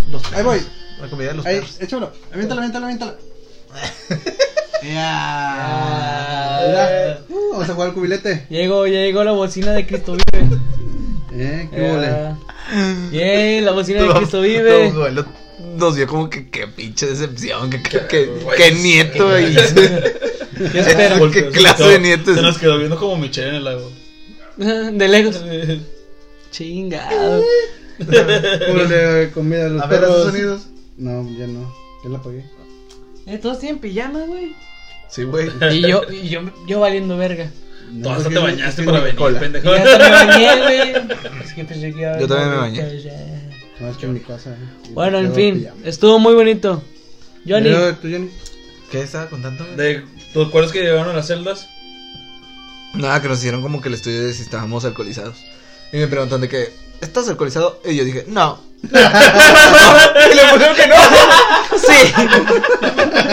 S3: Los
S5: ahí voy.
S3: La comida de los
S5: Ahí,
S3: perros.
S5: échamelo. Aviéntalo, aviéntalo, aviéntalo.
S4: Ya.
S5: Mira, uh, vamos a jugar al cubilete.
S1: Llegó, ya llegó la bocina de Cristo Vive.
S5: Eh, qué
S1: Eh,
S5: ole.
S1: Bien, la bocina de
S3: Tu-
S1: Cristo Vive.
S3: tu abuelo nos dio como que qué pinche decepción, que, que, que,
S6: Güey,
S3: que
S6: sí.
S3: nieto ahí.
S1: ¿Qué esperas?
S6: Golpe,
S3: ¿Qué
S6: se
S3: clase
S6: nos
S3: de
S6: quedó-
S3: nietos?
S6: Se nos quedó viendo como Michelle en el lago.
S1: De lejos. Chingado.
S5: Ole, comida de los
S3: A ver,
S5: perros.
S3: los sonidos.
S5: No, ya no. Ya la apagué.
S1: Eh, Todos tienen pijama, güey.
S3: Sí, güey.
S1: Y yo, y yo, yo valiendo verga.
S5: No,
S6: Tú hasta
S5: porque-
S6: te bañaste para venir,
S3: cola.
S1: Y
S6: pendejo.
S1: ya hasta me bañé, güey. Es que pues, pensé que iba
S3: Yo también me
S1: a-
S3: bañé.
S5: No, es que en mi casa. eh.
S1: Bueno, en
S5: Yo
S1: fin,
S5: pijama.
S1: estuvo muy bonito. Johnny,
S5: Pero, ¿Tú, Johnny?
S3: ¿Qué estaba contando? güey?
S6: De, ¿Te acuerdas que llegaron a las celdas?
S3: Nada, que nos hicieron como que el estudio de si estábamos alcoholizados. Y me preguntan de que, ¿estás alcoholizado? Y yo dije, no. y le pusieron que no. sí.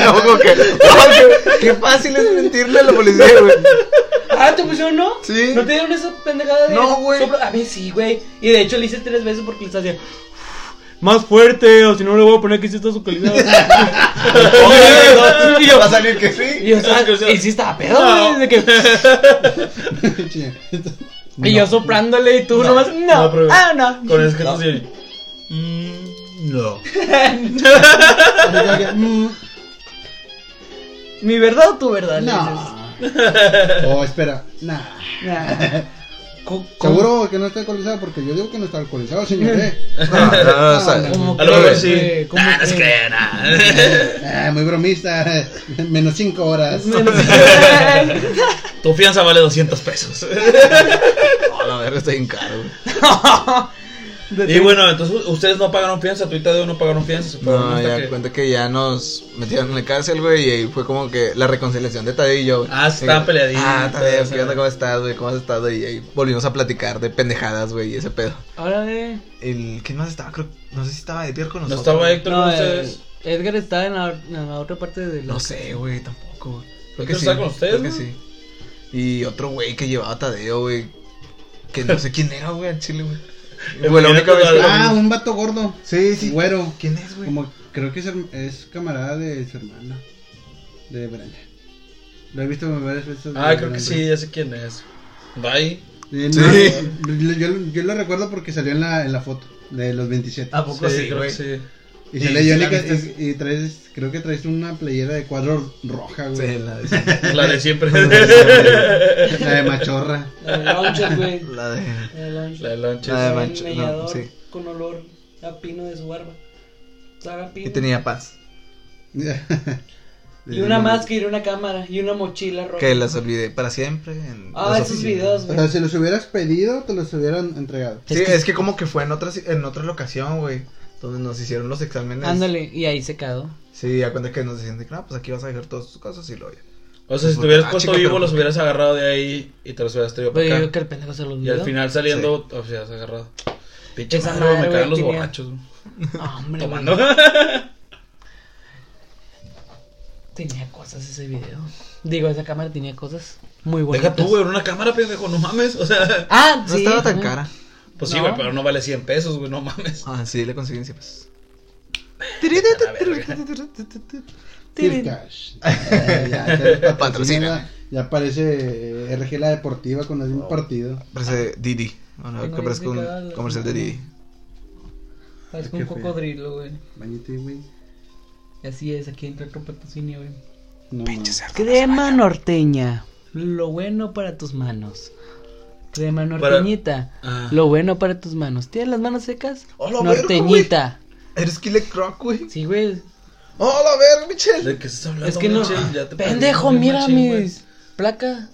S3: no, como que, no, que- qué fácil es mentirle a la policía, güey.
S1: ah, te pusieron no?
S3: Sí.
S1: ¿No te dieron esa pendejada de.?
S3: No, güey.
S1: soplo? A ver, sí, güey. Y de hecho le hice tres veces porque le estás haciendo. Más fuerte, o si no le voy a poner que sí está localizado. y yo,
S3: Va a salir que sí.
S1: y yo, ah, y sí estaba pedo, güey.
S6: No.
S1: de que- y yo soplándole y tú nomás, no,
S6: no, pero-
S1: ah, no.
S6: Con el que tú sí. No.
S5: Mm,
S1: Mi verdad o tu verdad, le dices.
S5: No. Oh, espera. Nah.
S1: Nah. Co- co-
S5: Seguro que no está alcoholizado porque yo digo que no está alcoholizado, señor. eh.
S3: No, no, no, o sea,
S1: ¿Cómo
S6: A lo mejor
S1: crees, güey?
S6: sí.
S1: ¿Cómo
S6: Nah, no es
S1: crees?
S6: que nada.
S5: Ah, muy bromista. Menos cinco horas.
S6: Tu fianza vale 200 pesos.
S3: no, la verga está bien caro, güey.
S6: Y bueno, entonces ustedes no pagaron fianza, tu y Tadeo no pagaron fianza. Se pagaron
S3: No,
S6: hasta
S3: ya
S6: que-
S3: cuenta que ya nos metieron en la cárcel, güey, y ahí fue como que la reconciliación de Tadeo y yo. güey.
S6: Ah, sí, estaban
S3: Dije,
S6: peleaditos,
S3: Ah, Tadeo, ¿qué
S6: ¿sabes?
S3: onda? ¿Cómo estás, güey? ¿Cómo has estado? Y ahí volvimos a platicar de pendejadas, güey, y ese pedo.
S1: Ahora ve.
S3: El, ¿Quién más estaba? Creo, no sé si estaba Edgar con
S6: No
S3: nosotros.
S6: estaba Héctor
S1: No,
S6: con
S1: eh,
S6: ustedes.
S1: Edgar está en la, en la otra parte de la.
S3: No sé, güey, tampoco. güey. Creo
S6: Héctor estaba con ustedes,
S3: creo que
S6: ¿no?
S3: sí. Y otro güey que llevaba a Tadeo, güey, que no sé quién era, güey, al chile, güey.
S6: El
S3: Fue la única vez
S6: primero
S3: que
S6: que-
S3: lo
S5: Ah,
S3: vimos.
S5: un vato gordo.
S3: Sí, sí.
S5: Güero.
S3: ¿Quién es, güey?
S5: Como creo que es, herm- es camarada de su hermana. De Brenda. Lo he visto varias veces.
S6: Ah,
S5: de
S6: creo que
S5: Brenda.
S6: sí, ya sé quién es. Bye.
S5: Eh, no,
S3: Sí.
S5: lo- yo, yo lo recuerdo porque salió en la, en la foto de los 27.
S6: Ah,
S3: ¿A poco sí,
S6: creo
S3: güey?
S6: que sí.
S5: y
S3: y
S5: sale
S3: sí
S5: Johnny
S3: la
S5: que-
S3: viste.
S5: y, y traes, creo que traes una playera de cuadro roja, güey.
S3: Sí, la de...
S6: La de siempre.
S5: La de machorra.
S1: La de lonchas, güey.
S3: La de...
S1: La de lonchas.
S6: La de lonche.
S3: La Ah, de
S1: Estaba en
S3: mancha- no,
S1: leñador
S3: sí.
S1: Con olor a pino de su barba. Estaba pino.
S3: Y tenía paz.
S1: Y una máscara y una cámara y una mochila roja.
S3: Que las olvidé para siempre en
S1: Ah,
S3: las
S1: esos
S3: oficinas.
S1: videos,
S5: O
S1: güey.
S5: sea, si los hubieras pedido, te los hubieran entregado.
S3: Sí, es que... como que fue en otra, en otra locación, güey. Donde nos hicieron los exámenes.
S1: Ándale, y ahí se quedó.
S3: Sí, a cuenta que nos decían de que, no, pues aquí vas a dejar todos tus casos y lo oye.
S6: O sea, si
S3: Ah,
S6: te hubieras
S3: chica,
S6: puesto
S3: pero-
S6: vivo, los hubieras agarrado de ahí y te los hubieras traído
S1: Pero yo
S6: para
S1: creo
S6: acá.
S1: que el pendejo se lo
S6: Y
S1: olvidó.
S6: al final saliendo, o sea, has agarrado. Pinche
S1: Esa
S6: madre, güey, me
S1: madre,
S6: cagan
S1: güey,
S6: los
S1: tenía-
S6: borrachos. güey.
S1: No, Ah, hombre,
S6: Tomando.
S1: güey, Tenía cosas ese video. Digo, esa cámara tenía cosas muy buenas.
S6: Deja tú, güey, una cámara, pendejo, no mames. O sea,
S1: Ah,
S3: No
S1: sí.
S3: estaba tan
S1: ajá.
S3: cara.
S6: pues sí,
S1: No.
S6: güey, pero no vale 100 pesos, güey, no mames.
S3: Ah, sí, la pues, conseguí en cien pesos.
S6: la verga.
S5: Tircash. Eh, ya, ya
S3: Patrocina.
S5: Ya parece eh, RG la deportiva con algún partido.
S3: Parece Didi. Bueno,
S1: Ah. Ay, no,
S3: que parezca
S1: yo me
S3: un
S1: cagaba la
S3: comercial de
S1: madre.
S3: Didi.
S1: Parece un
S5: Qué feo.
S1: cocodrilo, güey.
S5: Bañate, güey.
S1: Y así es, aquí entra otro patrocinio, güey.
S5: No,
S1: Crema norteña, lo bueno para tus manos. Crema norteñita,
S6: Ah.
S1: lo bueno para tus manos. ¿Tienes las manos secas?
S3: A la
S1: norteñita.
S3: Eres Killer Croc, güey.
S1: sí, güey.
S3: Hola, a ver, Michelle.
S6: ¿De qué estás hablando?
S1: Es que no.
S6: Michelle? Ya te perdí,
S1: Pendejo,
S6: güey,
S1: mira
S6: machín, güey.
S1: mis placa.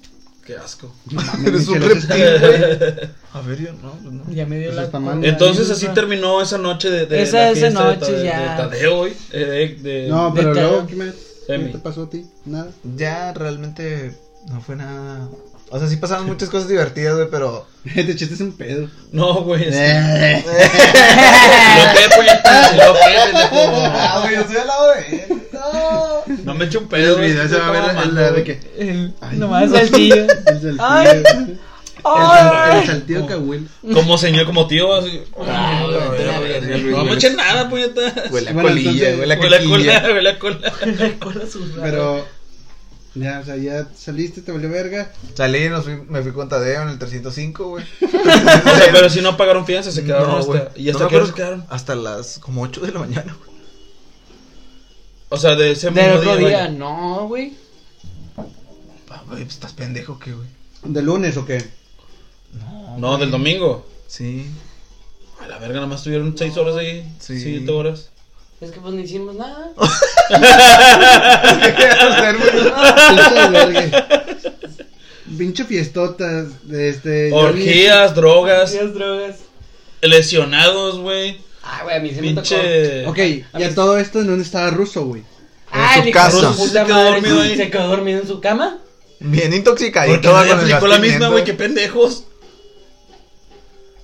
S6: Qué asco.
S5: mames,
S3: Eres un
S5: Michel, eso está-
S3: reptil, güey. A ver, yo no, pues no.
S1: Ya me dio
S5: Eso
S1: la.
S5: está
S1: cola,
S5: mal.
S1: la
S6: Entonces
S1: misma.
S6: así terminó esa noche de, de
S1: Esa-
S6: la
S1: esa
S6: fiesta de
S1: noche
S6: Tadeo-
S1: ya.
S6: de Tadeo, güey. eh, de- de-
S5: No, pero
S1: Neta.
S5: luego, ¿qué más?
S6: Temi.
S5: ¿Qué te pasó a ti? Nada.
S3: Ya realmente no fue nada. O sea, sí pasaron muchas cosas divertidas, güey, pero.
S5: te echaste un pedo.
S6: No, güey. es-
S5: Eh,
S6: Lo que, puñetas, lo que, pendejo.
S3: Ah, güey, yo estoy al lado de él. No.
S6: No me eche un
S5: Pero
S6: pedo.
S5: el
S6: güey,
S5: video se va a ver
S6: estaba
S5: en la de
S6: mamando,
S5: que.
S1: El-
S5: Ay,
S1: nomás
S5: no.
S1: saltillo.
S5: El del
S1: Ay.
S5: tío.
S1: Ay.
S5: El saltillo cahuel.
S6: güey. Como señor, como tío. así.
S3: Ah, güey,
S6: Ay,
S3: la
S6: güey,
S3: verga,
S6: No me
S3: güey.
S6: echen nada, puñetas.
S3: Huele a
S5: Bueno,
S3: colilla,
S5: entonces-
S3: huele a
S6: Huele a cola,
S3: colilla.
S6: huele a cola.
S5: Pero. Ya, o sea, ya saliste, te valió verga.
S3: Salí, nos fui- me fui con Tadeo en el 305, güey.
S6: O sea, pero si no pagaron fianza, se quedaron
S3: No, güey.
S6: hasta. ¿Y
S3: No
S6: hasta
S3: me
S6: qué hora
S3: acuerdo-
S6: se quedaron?
S3: Hasta las como 8 de la mañana, güey.
S6: O sea, de ese
S1: Del
S6: mismo
S1: otro
S6: día.
S1: día,
S6: vaya.
S1: no, güey.
S3: Ah, güey, pues, estás pendejo, ¿qué, güey?
S5: ¿De lunes o qué?
S6: No, del domingo.
S3: Sí.
S6: A la verga, nada más tuvieron 6 horas ahí.
S3: Sí.
S6: 7 horas.
S1: Es que pues no hicimos nada.
S3: ¿Qué querías hacer, güey?
S5: Pinche verga. Pinche fiestotas. de Este. yo ni-
S6: Orgías, drogas,
S1: Hacías drogas.
S6: lesionados, güey.
S1: Ah, güey, a mí se me tocó.
S6: Pinche.
S5: Ok, ya todo esto en dónde estaba ruso, güey.
S1: Ah,
S3: su
S1: el hijo de
S3: casa.
S1: su
S6: Ruso se
S1: puta
S6: quedó
S1: madre,
S6: dormido ahí.
S1: Se quedó dormido en su cama.
S3: Bien intoxicadito.
S6: Porque nadie
S3: con el
S6: aplicó la
S3: gas
S6: misma,
S3: pimienta.
S6: güey, qué pendejos.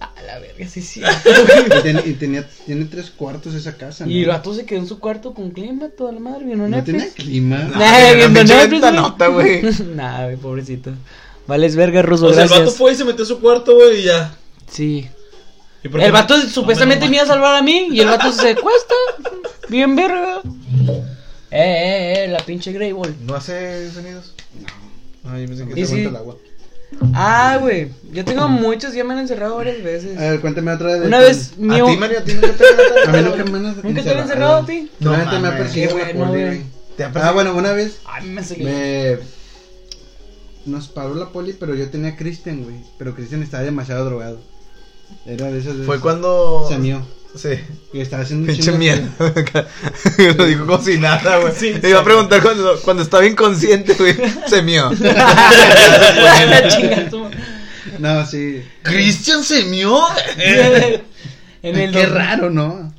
S1: A la verga, sí, sí.
S5: Y, ten- y tenía, tiene tres cuartos esa casa, ¿no?
S1: Y el vato se quedó en su cuarto con clima, toda la madre, viendo
S5: No tenía
S1: Netflix.
S5: clima.
S3: Nah,
S1: Nah,
S3: tenía
S1: viendo
S3: Ah, pinche
S1: Netflix, güey.
S3: ventanota, güey.
S1: Nah, güey, pobrecito. Vales verga, ruso,
S6: O sea, el
S1: gracias.
S6: vato fue y se metió a su cuarto, güey, y ya.
S1: Sí.
S6: ¿Y por qué
S1: El
S6: no?
S1: vato
S6: No,
S1: supuestamente
S6: no,
S1: me iba a
S6: no.
S1: salvar a mí y el vato se cuesta. Bien verga. Eh, eh, eh, la pinche Grey Ball.
S3: ¿No hace sonidos? No. Ay, yo pensé que
S1: Y
S3: se
S1: sí.
S3: aguanta el agua.
S1: Ah, güey. Yo tengo muchos, ya me han encerrado varias
S5: A
S1: veces.
S5: ver, cuéntame otra vez.
S1: Una vez,
S3: Eh, ¿A
S1: mío.
S3: ti, Mario? ¿A ti nunca te han
S5: A mí
S3: encerrado?
S5: nunca me han
S1: ¿Nunca te han encerrado a ti?
S5: No,
S3: No
S5: la neta me ha
S3: mames.
S5: perseguido
S1: Qué
S5: la
S1: bueno,
S5: poli,
S1: güey.
S5: güey.
S3: ¿Te ha
S5: Ah,
S3: pasado?
S5: bueno, una vez
S1: Ay, me salió.
S5: me... Nos paró la poli, pero yo tenía a Christian, güey. Pero Christian estaba demasiado drogado. Era de esas veces.
S3: Fue cuando...
S5: Se mió.
S3: Sí.
S5: Y estaba haciendo un
S3: Pinche
S5: chingo de-
S3: mierda. Lo digo como si nada, güey.
S6: Sí,
S3: Te iba a preguntar cuando, cuando estaba inconsciente, güey. Se mió.
S1: La chinga tu-
S5: No, sí.
S3: ¿Christian se mió?
S6: Eh.
S1: En el
S5: Qué
S1: dos-
S5: raro, ¿no?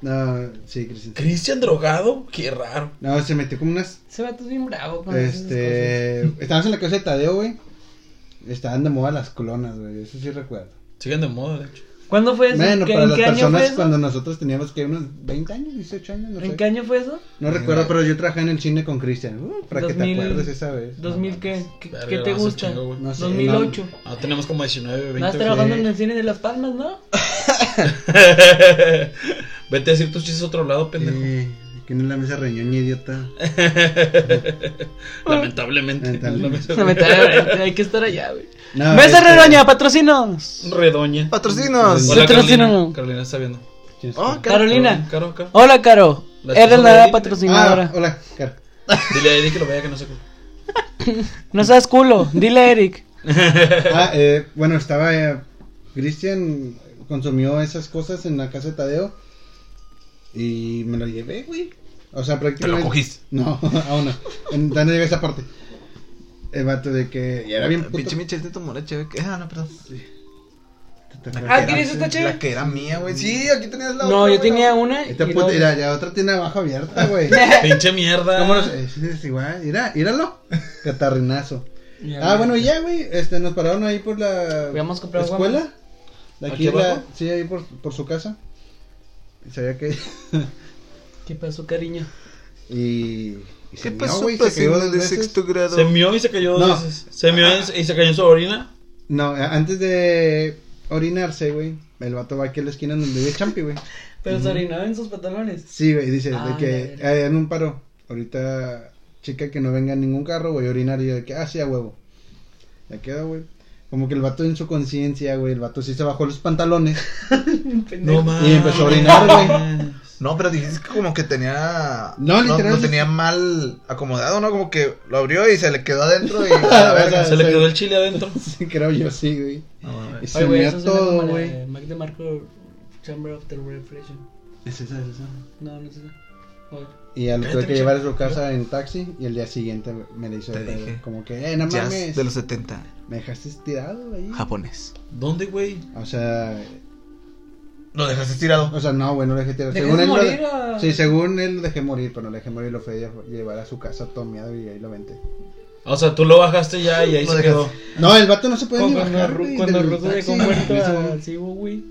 S5: No, sí, Christian.
S6: Cristian drogado, qué raro.
S5: No, se metió como unas
S1: Ese vato es bien bravo con esas
S5: Este. Estábamos en la casa de Tadeo, güey. Estaban de moda las colonas, güey. Eso sí recuerdo.
S6: Siguen de moda, de hecho.
S1: cosas. ¿Cuándo fue eso?
S5: Bueno,
S1: ¿Qué-
S5: para
S1: ¿En
S5: las
S1: qué año fue
S5: personas
S1: eso?
S5: cuando nosotros teníamos que unos 20 años, 18 años, no
S1: ¿En
S5: sé.
S1: qué año fue eso?
S5: No recuerdo, pero yo trabajé en el cine con Cristian. Uh, para que
S1: 2000,
S5: te acuerdes esa vez.
S1: ¿2000 qué? ¿Qué,
S6: Verga,
S1: qué
S6: no,
S1: te
S6: hace
S1: gusta?
S6: chingo, güey.
S5: No sé,
S1: 2008.
S5: no.
S6: Ah, tenemos como 19, 20.
S1: Estás trabajando en el cine de Las Palmas, ¿no?
S6: güey. Vete a decir tus chistes a otro lado, pendejo.
S5: Eh, aquí en la mesa reñoña, idiota.
S6: Lamentablemente.
S5: Lamentablemente.
S1: Lamentablemente, hay que estar allá, güey.
S5: No,
S1: ¡Mesa
S5: este,
S1: Redoña, patrocinos!
S6: Redoña.
S3: Patrocinos.
S6: Hola, Carolina.
S1: Patrocínalo.
S6: Carolina está viendo.
S5: ¿quién es?
S3: Oh, ca-
S1: Carolina.
S6: Caro, caro.
S1: Hola, Caro.
S6: La
S1: Eres la
S6: chica de-
S1: nueva
S5: Ah,
S1: patrocinadora.
S5: hola, Car.
S6: Dile a Eddie que lo vea que no se ocupe.
S1: No seas culo. Dile a Eric.
S5: Ah, eh, bueno, estaba. eh, Cristian consumió esas cosas en la casa de Tadeo. Y me lo llevé, güey. O sea,
S3: Te lo
S5: prácticamente.
S3: cogiste.
S5: No, aún no. En- Todavía no llegué a esa parte. El vato de que. Y era bien
S3: Ah,
S5: puto.
S3: Pinche Michel de tu moreche, güey. que- Ah, no, perdón.
S1: Ah, ¿quieres esta
S3: La
S1: chévere?
S3: que era mía,
S6: Mm.
S5: Pues
S3: güey. Sí, aquí tenías la
S1: No,
S3: otra,
S1: yo
S3: güey.
S1: tenía una. y
S5: Esta
S1: luego-
S5: puta, mira, ya otra tiene abajo abierta, güey.
S6: Pinche mierda.
S5: ¿Cómo los- es, es igual, mira, míralo. Catarrinazo.
S1: Ya,
S5: Ah,
S1: güey.
S5: bueno, y ya, güey. Este, nos pararon ahí por la
S1: Habíamos comprado
S5: escuela. De aquí,
S6: ¿Aquí
S5: la-
S6: abajo?
S5: sí, ahí por, por su casa. Y Sabía que.
S1: ¿Qué pasó, cariño?
S5: Mm. Y. y se
S3: ¿Qué
S5: meó,
S3: pasó, pues,
S5: güey, se cayó
S3: patrocino
S5: dos
S3: de
S5: veces.
S3: sexto grado?
S6: Se mió y se cayó dos
S5: No.
S6: veces. Se mió en- y se cayó en su orina.
S5: No, a- antes de orinarse, güey. El vato va aquí a la esquina donde vive Champi, güey.
S1: Pero se orinaba en sus pantalones.
S5: Sí, güey, dice,
S1: Ah,
S5: de que
S1: la
S5: eh, en un paro, ahorita chica que no venga en ningún carro, voy a orinar y yo de que, ah, sí, a huevo. Ya queda, güey. Como que el vato en su conciencia, güey, el vato sí se bajó los pantalones.
S6: No mames.
S5: Y empezó a orinar, güey.
S3: No, pero dijiste que como que tenía.
S5: No, literal,
S3: Lo
S5: sí.
S3: tenía mal acomodado, ¿no? Como que lo abrió y se le quedó adentro y.
S5: Ah, verga.
S6: Se le quedó el chile adentro.
S5: Sí, creo yo, sí, güey.
S3: No, mames.
S5: Y
S1: Ay,
S5: se
S1: güey,
S5: meó
S1: eso suena como
S5: todo,
S1: la
S5: güey.
S1: de Mac de Marco, Chamber of the Reflection.
S5: Es esa, es esa.
S1: No, no sé. Oye.
S5: Y ya lo tuve
S6: Cállate,
S5: que llevar a
S6: chica.
S5: su casa en taxi y el día siguiente güey, me le hizo
S3: Te
S5: de pedo,
S3: dije.
S5: güey. como que, eh, no
S3: Jazz
S5: mames,
S3: de los 70.
S5: me dejaste tirado ahí.
S3: Japonés.
S6: ¿Dónde, güey?
S5: O sea,
S7: Lo dejaste tirado.
S5: O sea, no, güey, no lo dejé tirar.
S1: ¿Dejaste
S5: Según él, lo
S1: morir
S5: de-
S1: a-
S5: Sí, según él lo dejé morir, pero no lo dejé morir, lo fui a lle- llevar a su casa todo miado y ahí lo venté.
S6: O sea, tú lo bajaste ya y ahí
S7: Lo
S6: se
S7: dejaste.
S6: quedó.
S5: No, el vato no se puede ni
S1: Cuando,
S5: bajar,
S1: Ru-
S5: güey,
S1: cuando
S5: del
S1: Rudo
S5: taxi,
S1: dejó
S5: güey,
S1: muerto
S5: en ese
S1: al
S5: momento.
S1: Cibo, güey.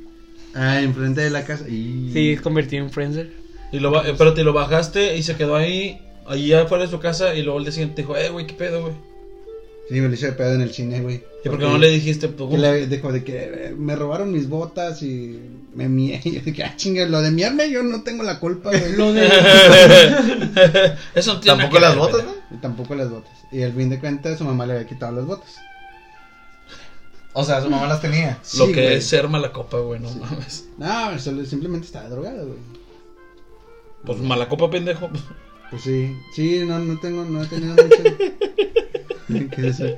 S5: Ah, enfrente de la casa. Y...
S1: Sí, convertido en Friendster.
S6: Y lo, ba- eh, espérate, y lo bajaste y se quedó ahí, ahí afuera de su casa. Y luego el día siguiente dijo, eh, güey, qué pedo, güey.
S5: Sí, me lo hice de pedo en el cine, güey.
S6: ¿Y por qué no le dijiste? Pues,
S5: Que le dijo de que eh, me robaron mis botas y me mié. Y yo de que, ah, chinga, lo de miarme yo no tengo la culpa, güey.
S1: Lo de.
S6: Eso no tiene
S7: Tampoco las
S6: nada que ver,
S7: botas,
S6: güey.
S7: ¿no?
S5: Y tampoco las botas. Y al fin de cuentas, su mamá le había quitado las botas.
S7: O sea, su mamá las tenía.
S6: Lo
S5: Sí,
S6: que
S5: güey.
S6: es ser mala copa, güey, no mames.
S5: No, solo- simplemente estaba drogado, güey.
S6: Pues mala copa, pendejo.
S5: Pues sí, sí, no, no tengo, no he tenido mucho. ¿Qué es eso?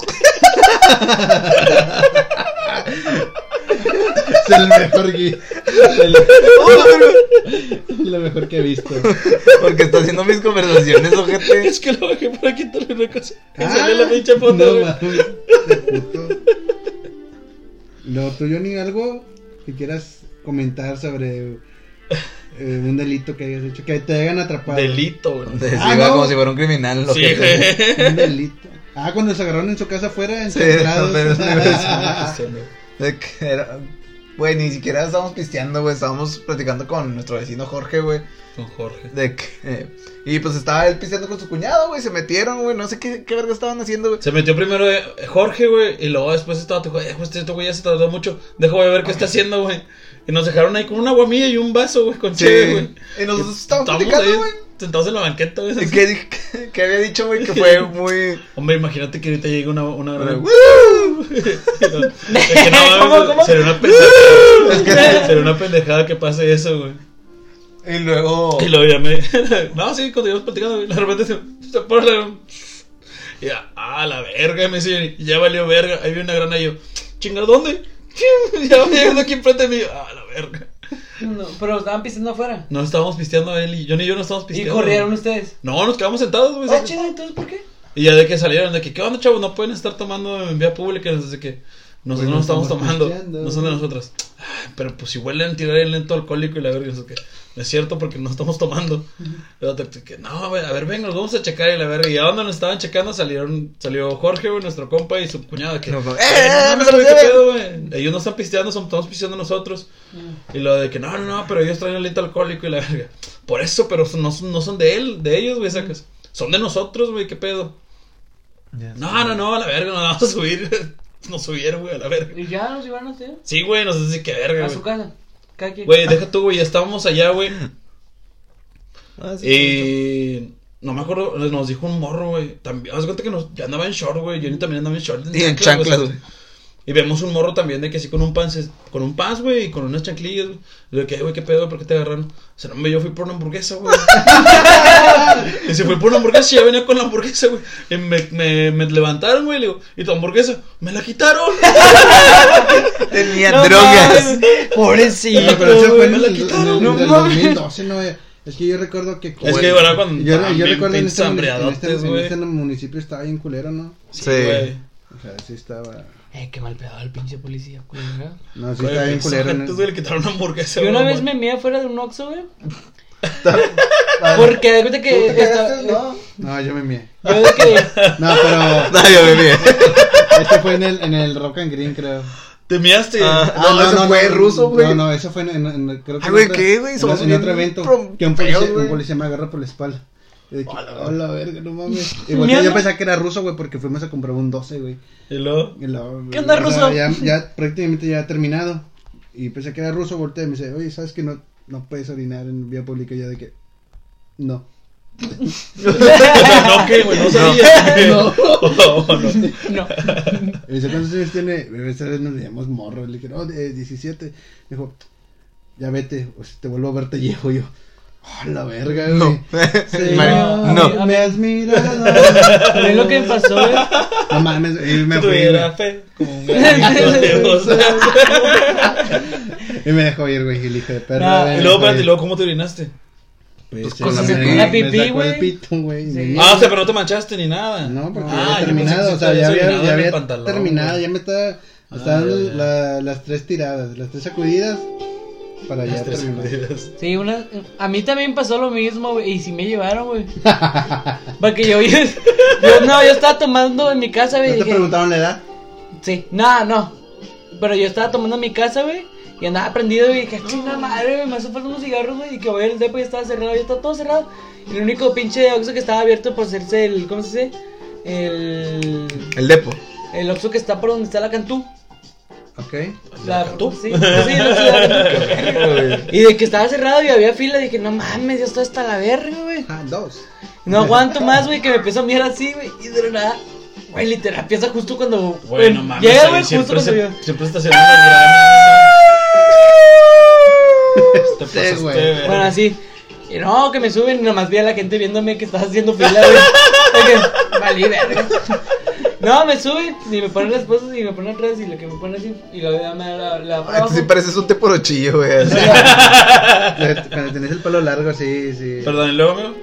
S5: es el mejor gui-
S1: Oh,
S5: el- Lo mejor que he visto.
S3: Porque está haciendo mis conversaciones, ojete.
S6: Es que lo bajé para quitarle una cosa. Y
S5: Ah,
S6: salió la pinche foto,
S5: No,
S6: güey.
S5: mames, este puto. No, tú, Johnny, algo que quieras comentar sobre eh, un delito que hayas hecho, que te hayan atrapado.
S6: Delito, güey.
S3: Se
S5: Ah,
S3: iba
S5: no.
S3: como si fuera un criminal, el
S6: Sí,
S3: ojete.
S6: güey.
S5: Un delito. Ah, cuando se agarraron en su casa afuera, Ah,
S3: Sí,
S5: encerrados.
S3: pero es una
S6: Sí, güey.
S3: De que era- Güey, ni siquiera estábamos pisteando, güey. Estábamos platicando con nuestro vecino Jorge, güey.
S6: Con Jorge.
S3: De que. eh, y pues estaba él pisteando con su cuñado, güey. Se metieron, güey. No sé qué, qué verga estaban haciendo, güey.
S6: Se metió primero eh, Jorge, güey, y luego después estaba, dijo, eh, este este güey ya se tardó mucho, déjame ver qué está haciendo, güey. Y nos dejaron ahí con una guamilla y un vaso, güey, con
S3: Sí.
S6: cheve, güey.
S3: Y nosotros estábamos
S6: Estábamos
S3: platicando,
S6: ahí
S3: güey.
S6: Sentados en la banqueta, güey.
S3: Y Que, di- que- que había dicho, güey, que fue muy.
S6: Hombre, imagínate que ahorita llegue una... una gran-
S3: ¡Woo!
S6: Es que no mames,
S1: ¿Cómo,
S6: güey,
S1: cómo?
S6: Sería una pendejada.
S3: Es que-
S6: Sería una pendejada que pase eso, güey.
S3: Y luego.
S6: Y luego ya me. no, sí, continuamos platicando, güey. De repente se, se pone la. Y ya, ah, la verga, me dice, y ya valió verga. Ahí viene una grana y yo, chinga, ¿dónde? ya va llegando aquí enfrente mío. Ah, la verga.
S1: No, pero estaban pisando afuera.
S6: No estábamos pisteando él y yo ni yo no
S1: Y
S6: estábamos pisteando. Pues
S1: corrieron ustedes.
S6: No, nos quedamos sentados, güey.
S1: Ah, chido, entonces, ¿por qué?
S6: Y ya de que salieron, de que, ¿qué onda, chavos? No pueden estar tomando en vía pública desde que
S5: Pues
S6: nosotros no
S5: no
S6: estamos
S5: estamos
S6: tomando.
S5: pisteando.
S6: No son de nosotras. Ay, Pero pues si huelen, tirar el lento alcohólico y la verga. Es, que, no es cierto porque no estamos tomando. Pero de que, no, a ver, a ver, venga, nos vamos a checar y la verga. Y a donde nos estaban checando salieron, salió Jorge, güey, nuestro compa y su cuñado. Que,
S3: No, como,
S6: "Eh,
S3: ¡eh,
S6: no,
S3: eh,
S6: no,
S3: me lo
S6: güey, qué
S3: llevé".
S6: pedo, güey. Ellos no están pisteando, son- estamos pisteando nosotros. Y lo de que, no, no, no, pero ellos traen aliento alcohólico y la verga. Por eso, pero no, son- no son de él, de ellos, güey, sacas. Son de nosotros, güey, qué pedo. No, no, no, a la verga, nos vamos a subir. Nos subieron, güey, a la verga.
S1: Y ya nos llevaron a ustedes.
S6: Sí, güey, no sé si qué verga,
S1: A su
S6: güey.
S1: casa. Cada quien.
S6: Güey, deja tú, güey, ya estábamos allá, güey.
S3: Ah, sí.
S6: Y. No me acuerdo, nos dijo un morro, güey. También, haz de cuenta que nos, yo andaba en short, güey. Yo también andaba en short.
S3: Y en chanclas,
S6: güey.
S3: güey.
S6: Y vemos un morro también de que así con un pan, con un paz, güey, y con unas chanclillas, güey. Le digo, ¿qué, güey? ¿Qué pedo? ¿Por qué te agarraron? O sea, no, hombre, yo fui por una hamburguesa, güey. y se fue por una hamburguesa y ya venía con la hamburguesa, güey. Y me, me, me levantaron, güey, y le digo, ¿y tu hamburguesa? ¡Me la quitaron!
S3: Tenía
S1: No
S3: drogas.
S1: Pobrecito.
S5: Pero, pero eso fue en
S6: me
S5: el,
S6: la
S5: en el-
S6: quitaron,
S5: en
S1: no
S5: el
S1: mames.
S5: 2012, no, eh. es que yo recuerdo que...
S6: es que, ¿verdad? Cuando
S5: Yo, yo
S6: también
S5: recuerdo en
S6: pinches
S5: este, muni- en,
S6: hambriadotes,
S5: este, en
S6: güey.
S5: este municipio estaba bien culero, ¿no?
S6: Sí,
S3: Sí.
S6: güey.
S5: O sea, sí estaba...
S1: Eh, qué mal pedo el pinche policía, culero.
S5: No, sí
S6: Güey,
S5: estaba bien
S6: esos
S5: culero.
S6: antes,
S5: ¿no?
S6: güey, le quitaron una hamburguesa.
S1: Yo una
S6: güey,
S1: vez me
S6: mamá.
S1: mié afuera de un Oxxo, güey.
S5: Ah,
S1: Porque de cuenta que. estaba-
S7: No.
S5: No, yo me mié.
S1: Yo de que.
S5: No, pero
S3: Nadie me mire.
S5: este fue en el, en el Rock and Green, creo.
S6: Te miaste.
S3: Ah.
S5: Ah,
S3: no, ese fue ruso, güey.
S5: No, no, eso fue en, en- en- creo que
S3: Ay,
S5: en
S3: güey,
S5: otra-
S3: ¿qué, güey?
S5: en-
S3: Somos
S5: en otro
S3: bien
S5: evento
S3: prom-
S5: que un policía,
S3: feos, güey.
S5: un policía me agarra por la espalda. Y de que, Hola, verga, no mames. Y
S1: Mi
S5: bueno, yo
S1: alma.
S5: pensaba que era ruso, güey, porque fuimos a comprar un 12, güey.
S6: Y luego.
S5: Y luego,
S1: ¿Qué onda,
S5: o sea,
S1: ruso?
S5: ya, ya prácticamente ya terminado. Y pensé que era ruso, volteé y me dice, oye, ¿sabes que no, no puedes orinar en vía pública? Y yo de que, no.
S6: no, ¿qué, güey? No sabía.
S5: No.
S6: Oh, no.
S1: No.
S5: Y me dice, ¿cuántos años tiene? Y Esta vez nos llamamos morro. Le dije, no, de 17. Me dijo, ya vete, o si te vuelvo a ver te llevo yo. Oh, la verga, güey.
S3: No.
S5: Sí,
S3: Mari-
S1: no.
S5: me has mirado.
S1: Pero es lo que me pasó, güey.
S5: No mames, y me fui.
S6: Tuviera
S5: güey.
S6: fe como un granito de mostaza.
S5: Y me dejó ir, güey, el hijo de perro.
S1: Ah,
S5: güey,
S6: Y luego, espérate,
S5: güey.
S6: ¿y luego cómo te orinaste?
S5: Pues,
S3: con
S5: sí,
S3: la
S5: me-
S3: pipí.
S5: me
S1: La pipí,
S5: sacó el
S1: güey.
S5: pito, güey. y
S1: Sí.
S5: me-
S6: Ah, o sea, pero no te manchaste ni nada.
S5: No, porque
S6: Ah,
S5: ya había
S6: yo pensé que
S5: terminado, o sea,
S6: sí
S5: ya
S6: te habías
S5: había,
S6: orinado
S5: ya
S6: en el
S5: había
S6: pantalón,
S5: terminado,
S6: güey. Ah,
S5: ya me estaba, estaban
S6: ya, ya.
S5: la- las tres tiradas, las tres sacudidas Para ya
S6: Las tres
S5: terminar.
S6: escondidas.
S1: Sí, una, a mí también pasó lo mismo, güey, y sí me llevaron, güey. Porque yo, yo, no, yo estaba tomando en mi casa, güey.
S5: ¿No
S1: y
S5: te
S1: dije,
S5: preguntaron la edad?
S1: Sí, no, no. Pero yo estaba tomando en mi casa, güey. Y andaba prendido, güey. Y dije, chinga madre, güey. Me hace falta unos cigarros, güey. Y que voy al depo y estaba cerrado. Ya estaba todo cerrado. Y el único pinche Oxxo que estaba abierto por hacerse el. ¿Cómo se dice? El.
S3: El depo.
S1: El Oxxo que está por donde está la Cantú.
S5: Ok.
S1: La Cantú, sí. Sí, no sé, la Cantú. Y de que estaba cerrado y había fila. Dije, no mames, ya estoy hasta la verga, güey.
S5: Ah, dos.
S1: No aguanto más, güey, que me empiezo a mirar así, güey. Y de la nada. Güey, literal, empieza justo cuando.
S6: Güey, no mames.
S1: Llega,
S6: ahí
S1: güey, justo
S6: siempre,
S1: cuando
S6: se,
S1: yo.
S6: siempre está haciendo las granas. Te pasaste,
S5: güey.
S6: güey.
S1: Bueno, así. Y no, que me suben y nomás vi a la gente viéndome que estaba haciendo fila, güey. Porque, valí, verga. No, me suben y me ponen las cosas y me ponen atrás y lo que me ponen así y lo veo me la,
S5: Ah,
S1: la para
S3: Ay, tú
S1: abajo.
S3: sí pareces un teporochillo, güey. así.
S5: Cuando tenés el pelo largo, sí, sí.
S6: Perdón, y luego, amigo.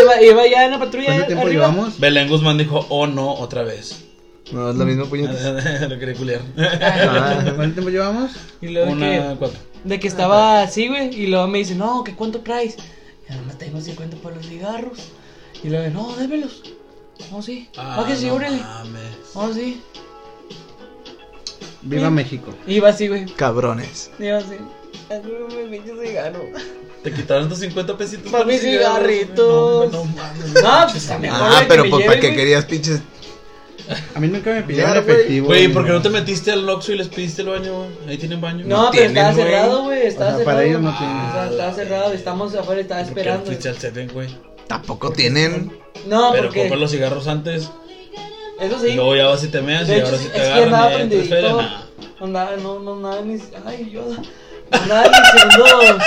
S1: Y va- y va ya en la patrulla
S5: ¿Cuánto tiempo
S1: arriba.
S5: llevamos?
S6: Belén Guzmán dijo, oh no, otra vez.
S3: No, es la misma puñeta.
S6: Lo quería culiar.
S3: Ah,
S5: ¿Cuánto tiempo llevamos?
S1: Y luego
S6: Una,
S1: que,
S6: cuatro.
S1: de que estaba así, güey, y luego me dice, no, que cuánto traes. Y nomás tengo 50 por los cigarros. Y luego, no, démelos. No, sí. Ah, que sí,
S6: no
S1: órale.
S6: mames.
S1: No, sí.
S5: Viva
S1: Sí.
S5: México.
S1: Y iba así, güey.
S3: Cabrones.
S1: Iba así. Hazme un pinche cigarro.
S6: Te quitaron tus 50 pesitos.
S1: Para
S6: por
S1: mis
S6: cigarros, güey.
S1: cigarritos.
S6: No, no mames.
S1: No, pues está mejor. güey,
S3: Ah,
S1: que
S3: pero
S1: me
S3: pues
S1: lleven,
S3: para qué
S1: güey.
S3: querías pinches.
S5: A mí nunca me pillaron
S3: Ya, güey.
S5: efectivo.
S6: Güey, ¿por qué no te metiste al Oxxo y les pediste el baño? güey? Ahí tienen baño.
S1: No, pero
S3: tienen,
S1: estaba
S3: güey.
S1: cerrado, güey. Estaba
S5: O sea,
S1: cerrado.
S5: para ellos no tienen.
S1: O sea, estaba cerrado. Estamos afuera, estaba
S6: ¿Por qué no
S1: esperando.
S6: fuiste al Seven, güey?
S3: Tampoco tienen.
S1: No,
S6: Pero
S1: porque.
S6: compras los cigarros antes.
S1: Eso
S6: Y
S1: sí.
S6: luego ya vas y te meas y
S1: De hecho,
S6: ahora
S1: sí,
S6: sí
S1: es
S6: te
S1: que andaba
S6: agarran. y ya te esperan, ah.
S1: prendidito.
S6: nah.
S1: Andaba, no, no, nada ni. Ay, yo. No, nada ni segundo.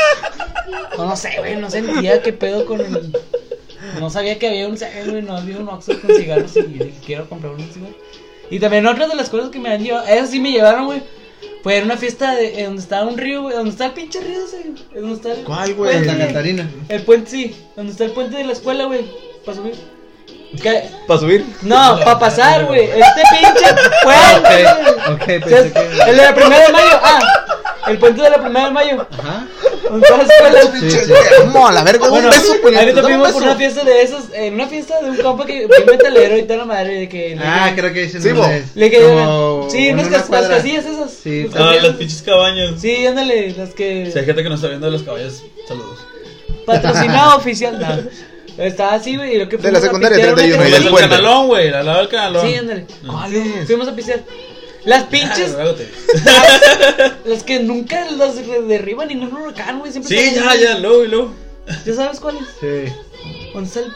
S1: No, no sé, güey. No sentía qué pedo con el. No sabía que había un. Seven, güey, No había un Oxxo con cigarros y dije, quiero comprar un cigarro. Y también otra de las cosas que me han llevado. Eso sí me llevaron, güey. Fue en una fiesta de, en donde estaba un río, güey. Donde está el pinche río ese. güey, en Donde está el.
S3: ¿Cuál,
S1: güey?
S5: La Catarina.
S1: El puente, sí. Donde está el puente de la escuela, güey. Para subir. ¿Qué?
S3: ¿Para subir?
S1: No, para pasar, güey. Este pinche puente. güey.
S5: Ah, Ok,
S1: O sea,
S5: pensé que.
S1: El de la primera de mayo. Ah, el puente de la primera de mayo.
S5: Ajá.
S1: Donde está la escuela.
S5: Sí, sí.
S3: No, a la verga, un
S1: Bueno,
S3: beso, puñetas,
S1: ahorita
S3: dame un
S1: fuimos por
S3: beso.
S1: una fiesta de esas. En una fiesta de un compa que fue metalero y toda la madre. De que le-
S5: Ah, creo que dicen.
S3: Sí, bo.
S5: nombres.
S1: Le que
S5: Como
S1: Sí,
S5: en
S1: unas
S5: una
S1: cas- las
S5: cuadra.
S1: casillas esas.
S5: Sí,
S1: Las
S5: también.
S6: Ah,
S1: casillas
S6: las
S1: esas.
S6: pinches cabañas.
S1: Sí, ándale, las
S6: Si hay
S1: que.
S6: gente que no está viendo de las cabañas, saludos.
S1: Patrocinado oficial. No. Estaba así, güey. y lo que
S3: De la
S1: fuimos a
S3: secundaria
S1: pistear, una
S3: 31
S1: que-
S3: y
S6: Ahí
S3: del
S6: está el
S3: puente.
S6: canalón, güey, al lado del canalón.
S1: Sí, ándale.
S3: ¿Cuál es?
S1: Fuimos a pistear. Las
S6: Ah,
S1: pinches,
S6: regálate.
S1: las que nunca las re- derriba ningún huracán, güey. Siempre
S6: Sí,
S1: están
S6: ya,
S1: ahí.
S6: ya, luego y luego.
S1: ¿Ya sabes cuál es?
S5: Sí.
S1: ¿Dónde está el-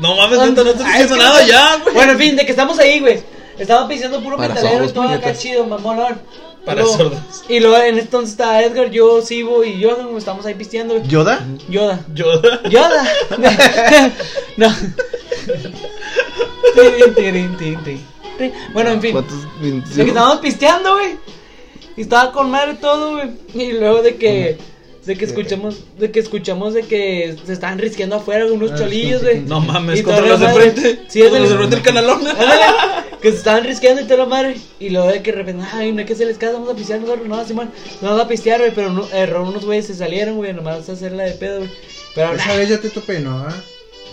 S6: No mames, neta, pues, no estoy
S1: Ah, es
S6: diciendo
S1: que
S6: nada
S1: no sé.
S6: ya, güey.
S1: Bueno, en fin, de que estamos ahí, güey. Estaba pisando puro
S3: Para
S1: metalero y
S3: sordos,
S1: todo acá
S3: puñetas.
S1: chido, mamón.
S6: Para sordos.
S1: Y luego en entonces estaba Edgar, yo, Sibo y yo, como estamos ahí pisteando, güey.
S5: ¿Yoda?
S1: Yoda.
S6: Yoda.
S1: Yoda. no. Tin, tin, tin, tin, tin. Bueno, en fin.
S3: ¿Cuántos minutos?
S1: De que estábamos pisteando, güey. Y estaba con madre todo, güey. Y luego de que. De que escuchamos, de que escuchamos de que se estaban risqueando afuera unos
S5: Ah,
S1: cholillos,
S5: sí,
S1: güey.
S6: No mames,
S1: Y
S6: contra
S1: toda
S6: los de
S1: la madre.
S6: frente.
S1: Sí, es
S6: Contra los de
S1: del-
S6: frente del canalón.
S1: Ándale, que se estaban risqueando y toda la madre. Y luego de que de repente, ay, no hay que se les casa, vamos a pistear nosotros. No, Simón, no vamos a pistear, güey. Pero no, error, unos güeyes se salieron, güey, nomás a hacerla de pedo, güey. Pero
S5: Esa
S1: nah,
S5: vez yo te topé, ¿no? Ah,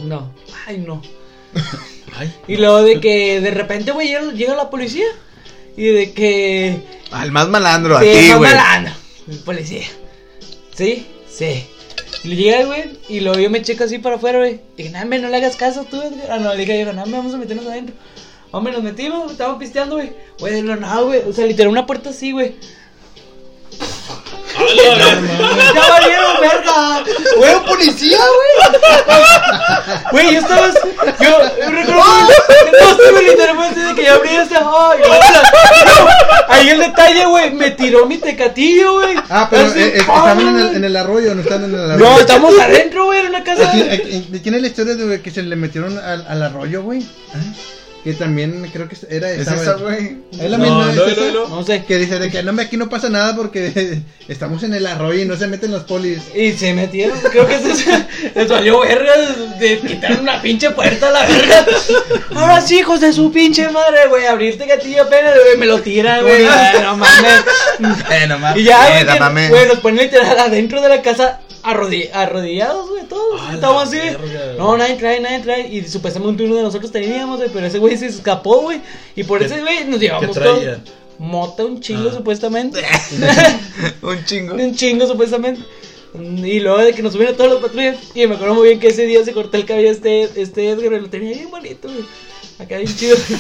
S1: no, ay, no.
S6: Ay.
S1: Y luego de que de repente, güey, llega, llega la policía. Y de que.
S3: Al más malandro, a
S1: sí,
S3: ti,
S1: más
S3: güey.
S1: malandro, el policía. Sí, sí. Y le llega, güey, y luego yo me checo así para afuera, güey. Y dije, no, hombre, no le hagas caso tú. Edgar". Ah, no, le dije, yo, no, hombre, vamos a meternos adentro. Hombre, nos metimos, estábamos pisteando, güey. Güey, no, no, güey. O sea, literal, una puerta así, güey. ¡Ya valieron, verga!
S3: Güey, un policía,
S1: Güey, yo estaba. así- Yo, yo recuerdo.
S5: ¡Ah!
S1: que- No, estuve literalmente de que yo abrí este. ¡Ay, hola! No, Ahí el detalle, güey. Me tiró mi tecatillo, güey.
S5: Ah, pero
S1: Así,
S5: eh, eh,
S1: ¡ay,
S5: estaban en
S1: güey!
S5: el, en el arroyo, no estaban en el arroyo.
S1: No, estamos adentro, güey, en una casa.
S5: eh, Aquí- aquí- ¿Tiene la historia de que se le metieron al, al arroyo, güey? Ah, Que también creo que era
S7: Es
S5: esa,
S7: esa,
S5: güey.
S7: güey.
S5: Es la
S6: No,
S5: misma.
S6: no,
S5: es
S6: no,
S5: esa?
S6: no.
S1: No sé.
S5: Que dice de que no, hombre, aquí no pasa nada porque estamos en el arroyo y no se meten los polis.
S1: Y se metieron, creo que se, se salió verga de quitar una pinche puerta a la verga. Ahora sí, hijos de su pinche madre, güey, abrirte gatillo apenas, güey, me lo tiran, güey, ay, no mames.
S7: Eh, no mames.
S1: Y ya,
S7: Eh,
S1: güey,
S7: no
S1: que-
S7: mames.
S1: güey, nos ponen literal adentro de la casa arrodi- arrodillados, güey, todos,
S6: A
S1: estamos así.
S6: Ah, la verga, güey.
S1: no, nadie trae, nadie trae, y supuestamente uno de nosotros teníamos, güey, pero ese güey se escapó, güey, y por
S6: ¿Qué-
S1: ese güey nos llevamos
S6: traía?
S1: todo. Mota un chingo,
S6: Ah.
S1: supuestamente.
S3: Un chingo.
S1: De un chingo supuestamente. Mm, Y luego de que nos subieron todos los patrullas. Y me acuerdo muy bien que ese día se cortó el cabello este, este Edgar, pero lo tenía bien bonito, güey. Acá bien chido. Sí,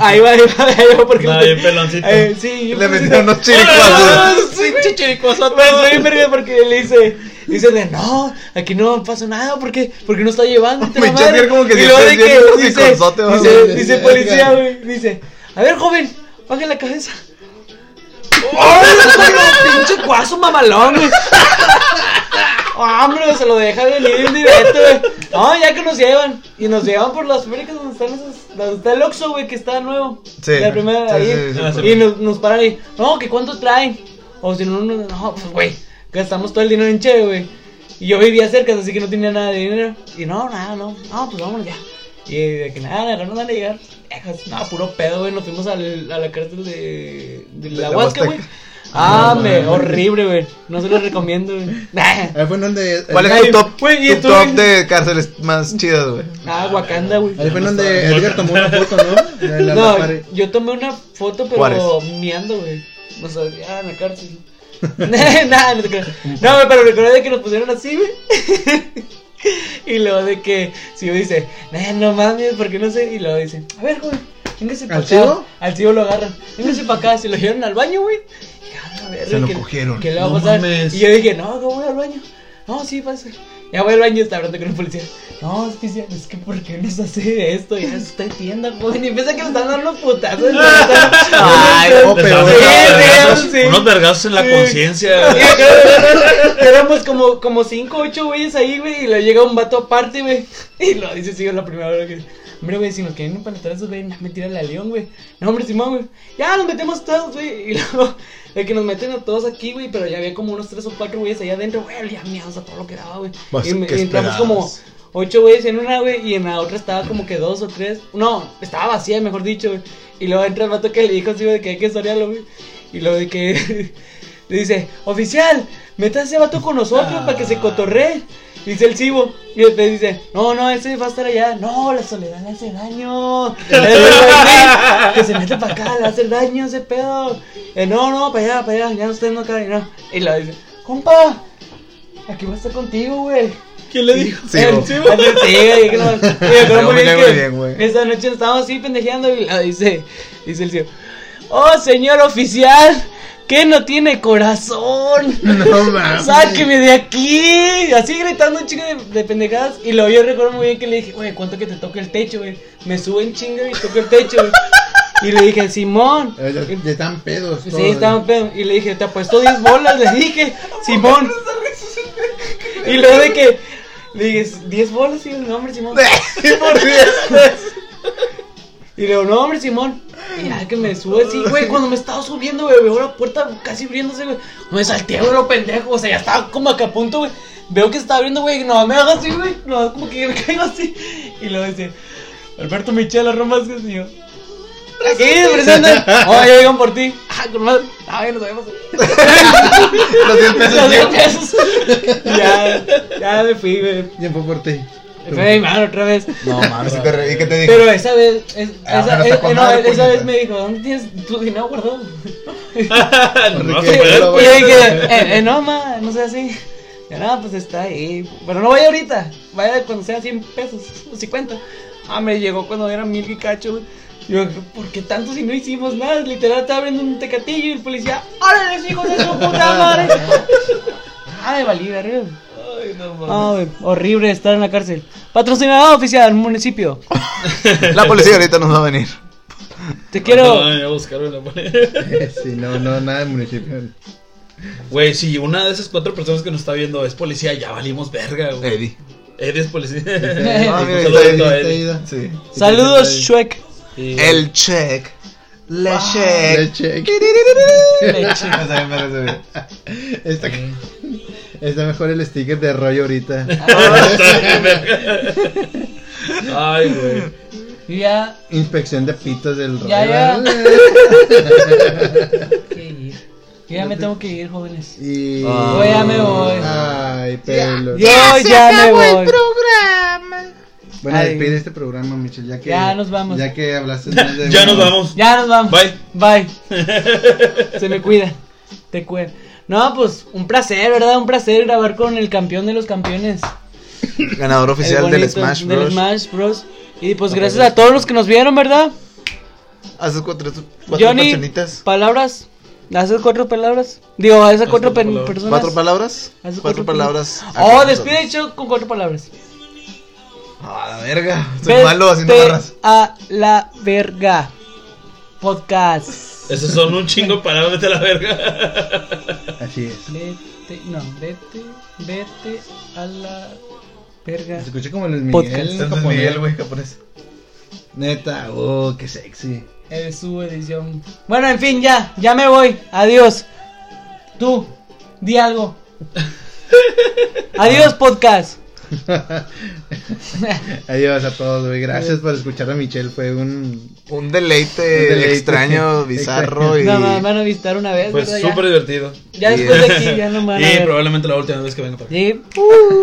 S1: ahí va, ahí va, ahí va, porque.
S6: No, bien peloncito.
S1: Eh, sí, yo
S3: Le
S1: pensé-
S3: metieron unos chiricuazos.
S1: Sí, Pues, chichiricuazotes, güey, verga, porque le dice. Dice de no, aquí no pasa nada, porque, porque no está llevando. esta
S3: Me echó a
S1: madre".
S3: reír como que
S1: Y
S3: se
S1: luego de
S3: ofendió
S1: que
S3: el
S1: dice,
S3: psiconzote, va,
S1: dice-
S5: güey.
S1: dice policía, güey, dice, a ver, joven, baje la cabeza. ¡Oh, pinche cuazo mamalón, güey! Ah, Hombre, se lo deja venir en directo, güey. No, ya que nos llevan. Y nos llevan por las fábricas donde están esas. Donde está el Oxxo, güey, que está nuevo.
S3: Sí.
S1: La primera,
S3: Sí,
S1: ahí.
S3: sí, sí,
S6: Ah,
S3: sí.
S1: Y nos, nos paran y, no, que cuánto traen. O si no, no, no, pues güey, gastamos todo el dinero en cheve, güey. Y yo vivía cerca, así que no tenía nada de dinero. Y no, nada, no, no, pues vámonos ya. Y de que nada, no nos van a llegar. Ejas, No, puro pedo, güey. Nos fuimos al- a la cárcel de, de la
S3: la
S1: Huasca, güey.
S3: Huasteca.
S1: Ah, me, horrible, güey. No se lo recomiendo, güey.
S5: Ahí fue en donde. eh,
S3: ¿Cuál es
S5: ahí-
S3: tu top,
S1: güey, y
S3: tu
S1: estuve
S3: top
S1: en-
S3: de cárceles más chidas, güey?
S1: Ah, Wakanda, güey.
S5: Ahí fue en donde Edgar tomó una foto, ¿no? De la
S1: No,
S5: pared.
S1: yo tomé una foto, pero
S3: ¿Cuáles?
S1: miando, güey. O sea, ah, en la cárcel. Nada, no te creas. No, güey, pero recuerda de que nos pusieron así, güey. y luego de que, si yo dice, "Nah, no mames, porque no sé. Y luego dice, a ver, güey, véngase para
S5: ¿Al
S1: acá.
S5: chivo?
S1: Al tío lo agarran. Véngase para acá, se lo llevaron al baño, güey. Y, a la verga,
S7: Se lo
S1: ¿qué-
S7: cogieron.
S1: ¿Qué le va a
S6: No
S1: pasar?
S6: mames.
S1: Y yo dije, no, que voy al baño. No, sí, pasa. Ya voy al baño y está hablando con el policía. No, es que, sí, es que ¿por qué nos hace esto? Ya se está tienda, joven. Y piensa que le están dando putazos. en la cara.
S3: Ay,
S5: no,
S6: Te
S5: pero-
S6: estaban
S1: Sí,
S6: dando
S1: sí,
S6: vergazos,
S1: sí.
S6: Unos vergazos en la
S1: Sí.
S6: conciencia. güey.
S1: Éramos como, como cinco, ocho güeyes ahí, güey. Y le llega un vato aparte, güey. Y lo dice, sí, la primera hora que. Hombre, güey, si nos quieren empanetrar esos, güey, no, mentira la león, güey. No, hombre, Simón, güey. Ya nos metemos todos, güey. Y luego, de que nos meten a todos aquí, güey. Pero ya había como unos tres o cuatro güeyes allá adentro, güey. Ya miedos a todo lo que daba, güey.
S7: Pues,
S1: Y, me-
S7: ¿qué
S1: y entramos
S7: esperabas?
S1: como ocho güeyes en una, güey. Y en la otra estaba como que dos o tres. No, estaba vacía, mejor dicho, güey. Y luego entra el vato que le dijo así, güey, de que hay que historiarlo, güey. Y luego de que. Le dice, oficial, meta a ese vato con nosotros para que se cotorree. Dice el cibo. Y después dice, no, no, ese va a estar allá. No, la soledad le hace daño. que se mete para acá, le hace daño ese pedo. Eh, no, no, para allá, para allá, ya ustedes no caben, no. Y la dice, compa, aquí voy a estar contigo, güey.
S6: ¿Quién le dijo?
S3: Sí,
S1: El
S3: güey.
S1: chivo. Ah, no, sí, güey, que no- me acuerdo
S3: No,
S1: muy
S3: me
S1: bien
S3: cae muy
S1: que
S3: bien, güey.
S1: Esa noche estábamos así pendejeando y ah, dice, dice el tío, oh señor oficial, que no tiene corazón.
S5: No mames.
S1: Sáqueme de aquí. Así gritando un chingo de, de pendejadas. Y luego yo recuerdo muy bien que le dije, güey, ¿cuánto que te toque el techo, güey? Me subo en chinga y toco el techo, güey. Y le dije, Simón.
S5: Eh, Ya ya estaban pedos. ¿eh?
S1: Sí,
S5: todos.
S1: estaban pedo. Y le dije, te apuesto 10 bolas, le dije, Simón. Y luego de que, le dije, 10 bolas, y el nombre, Simón.
S3: Y por diez.
S1: Y le digo, no, hombre, Simón. Y ya que me sube así, güey. Cuando me estaba subiendo, güey, veo la puerta casi abriéndose, güey. Me salté, güey, lo pendejo. O sea, ya estaba como acá a punto, güey. Veo que se está abriendo, güey. No, me hago así, güey. No, como que me caigo así. Y luego dice, Alberto Michel, Roma es que señor. Aquí, presente. Oh, ya llegan por ti. Ah, con madre. Ah, ya nos vemos.
S3: Los diez
S1: Los
S3: pesos.
S1: diez
S3: tío.
S1: pesos. ya, ya me fui, güey.
S5: Ya fue por ti.
S1: Me fui a mi mano otra vez.
S7: No mames. ¿y te- ¿Y qué te dijo?
S1: Pero esa vez, es-
S7: Ah,
S1: esa,
S7: pero está
S1: eh,
S7: con
S1: no,
S7: madre,
S1: esa vez
S7: puñeta.
S1: me dijo, ¿dónde tienes tu dinero guardado?
S6: No vas a
S5: Enrique,
S1: Y
S6: poder,
S5: lo-
S6: güey.
S1: le dije, eh, eh, no, ma, no sea así. Ya nada, pues está ahí. Pero no vaya ahorita, vaya cuando sea 100 pesos o 50. Ah, me llegó cuando era mil y cacho, güey. Yo, ¿por qué tanto si no hicimos nada? Literal, estaba abriendo un tecatillo y el policía, ¡órale, hijos de su puta madre! Ah, me valí, verga.
S6: Ay, no mames.
S1: Ah, güey, horrible estar en la cárcel. Patrocinador oficial del municipio.
S3: La policía ahorita nos va a venir.
S1: Te quiero.
S6: No, Ah, ya buscaron la pone-
S5: Sí, no, no, nada de municipio.
S6: Güey, si una de esas cuatro personas que nos está viendo es policía, ya valimos verga, güey. Eh,
S3: Eddie.
S6: Eddie es policía.
S5: Sí, sí,
S3: Ah, mira,
S5: sí,
S3: está
S5: sí,
S3: ahí,
S5: sí,
S6: está
S5: sí,
S6: ahí.
S5: sí, sí, sí,
S1: Saludos,
S5: sí.
S1: Shrek.
S6: Y-
S3: El check.
S1: Ah,
S3: Le check.
S7: Leche.
S1: Leche.
S7: Esa me parece bien. Está, está mejor el sticker de rollo ahorita.
S6: Ay, güey.
S1: Y ya.
S7: Inspección de pitos del rollo.
S1: Ya, ya. que ir. Yo ya me tengo que ir, jóvenes.
S7: Y...
S1: Ah.
S3: Voy, ya me
S1: Pues voy.
S7: Ay, pelo.
S1: Yo ya me voy.
S5: Bueno,
S1: Ay.
S5: despide este programa, Michelle, ya que...
S1: Ya nos vamos.
S5: Ya que hablaste más de...
S6: Ya nos vamos.
S1: Ya nos vamos.
S6: Bye.
S1: Bye. Se me cuida. Te cuida. No, pues un placer, ¿verdad? Un placer grabar con el campeón de los campeones.
S3: Ganador
S1: el
S3: oficial del
S1: bonito,
S3: Smash
S1: del
S3: Bros.
S1: Smash Bros. Y pues gracias a todos los que nos vieron, ¿verdad?
S3: A esas cuatro, cuatro
S1: Johnny,
S3: personitas.
S1: palabras. ¿A esas cuatro palabras? Digo, a esas
S6: Las
S1: cuatro, pe-
S6: cuatro palabras.
S1: personas.
S3: ¿Cuatro palabras?
S1: A esas
S3: Cuatro palabras. a
S1: Oh,
S3: cuatro
S1: despide
S3: personas.
S1: hecho con cuatro palabras.
S3: A la verga. Soy malo haciendo
S1: Vete
S3: barras.
S1: A la verga. Podcast.
S6: Esos son un chingo de palabras de la verga.
S7: Así es.
S1: Vete, no, vete, vete a la
S7: Se
S1: verga.
S7: escucha como Luis
S1: Podcast.
S7: Miguel.
S3: Este es Luis
S7: japonés.
S3: Miguel, güey, japonés.
S7: Neta, oh, qué sexy.
S1: Es su edición. Bueno, en fin, ya, ya me voy. Adiós. Tú, di algo. Adiós, podcast.
S7: Adiós a todos, güey. Gracias por escuchar a Michelle. Fue un.
S3: Un deleite,
S7: deleite.
S3: extraño, bizarro y.
S1: Nada más me van a visitar una vez.
S6: Pues
S1: ¿verdad? Ya-
S6: súper divertido.
S1: Ya,
S3: Sí.
S1: después de aquí, ya no me van a
S6: Y
S1: ver.
S6: probablemente la última vez que venga para acá.
S1: Sí. Uh.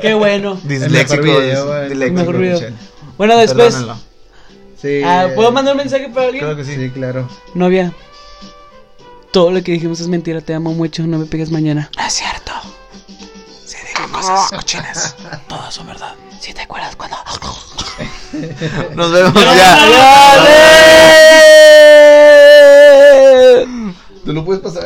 S1: Qué bueno.
S3: Disléxico.
S7: El mejor video,
S3: dis-
S7: el
S3: disléxico,
S1: mejor video.
S3: Michelle.
S1: Bueno, después.
S3: Perdónenlo.
S7: Sí.
S1: ah,
S7: eh,
S1: ¿Puedo mandar un mensaje para alguien?
S3: Claro que
S7: Sí,
S3: sí.
S7: claro.
S1: Novia, todo lo que dijimos es mentira, te amo mucho, no me pegues mañana. No es cierto. Se digo cosas cochinas. Todas son verdad. Si te acuerdas cuando.
S3: Nos vemos ya.
S1: ¡Dale!
S7: Tú lo puedes pasar.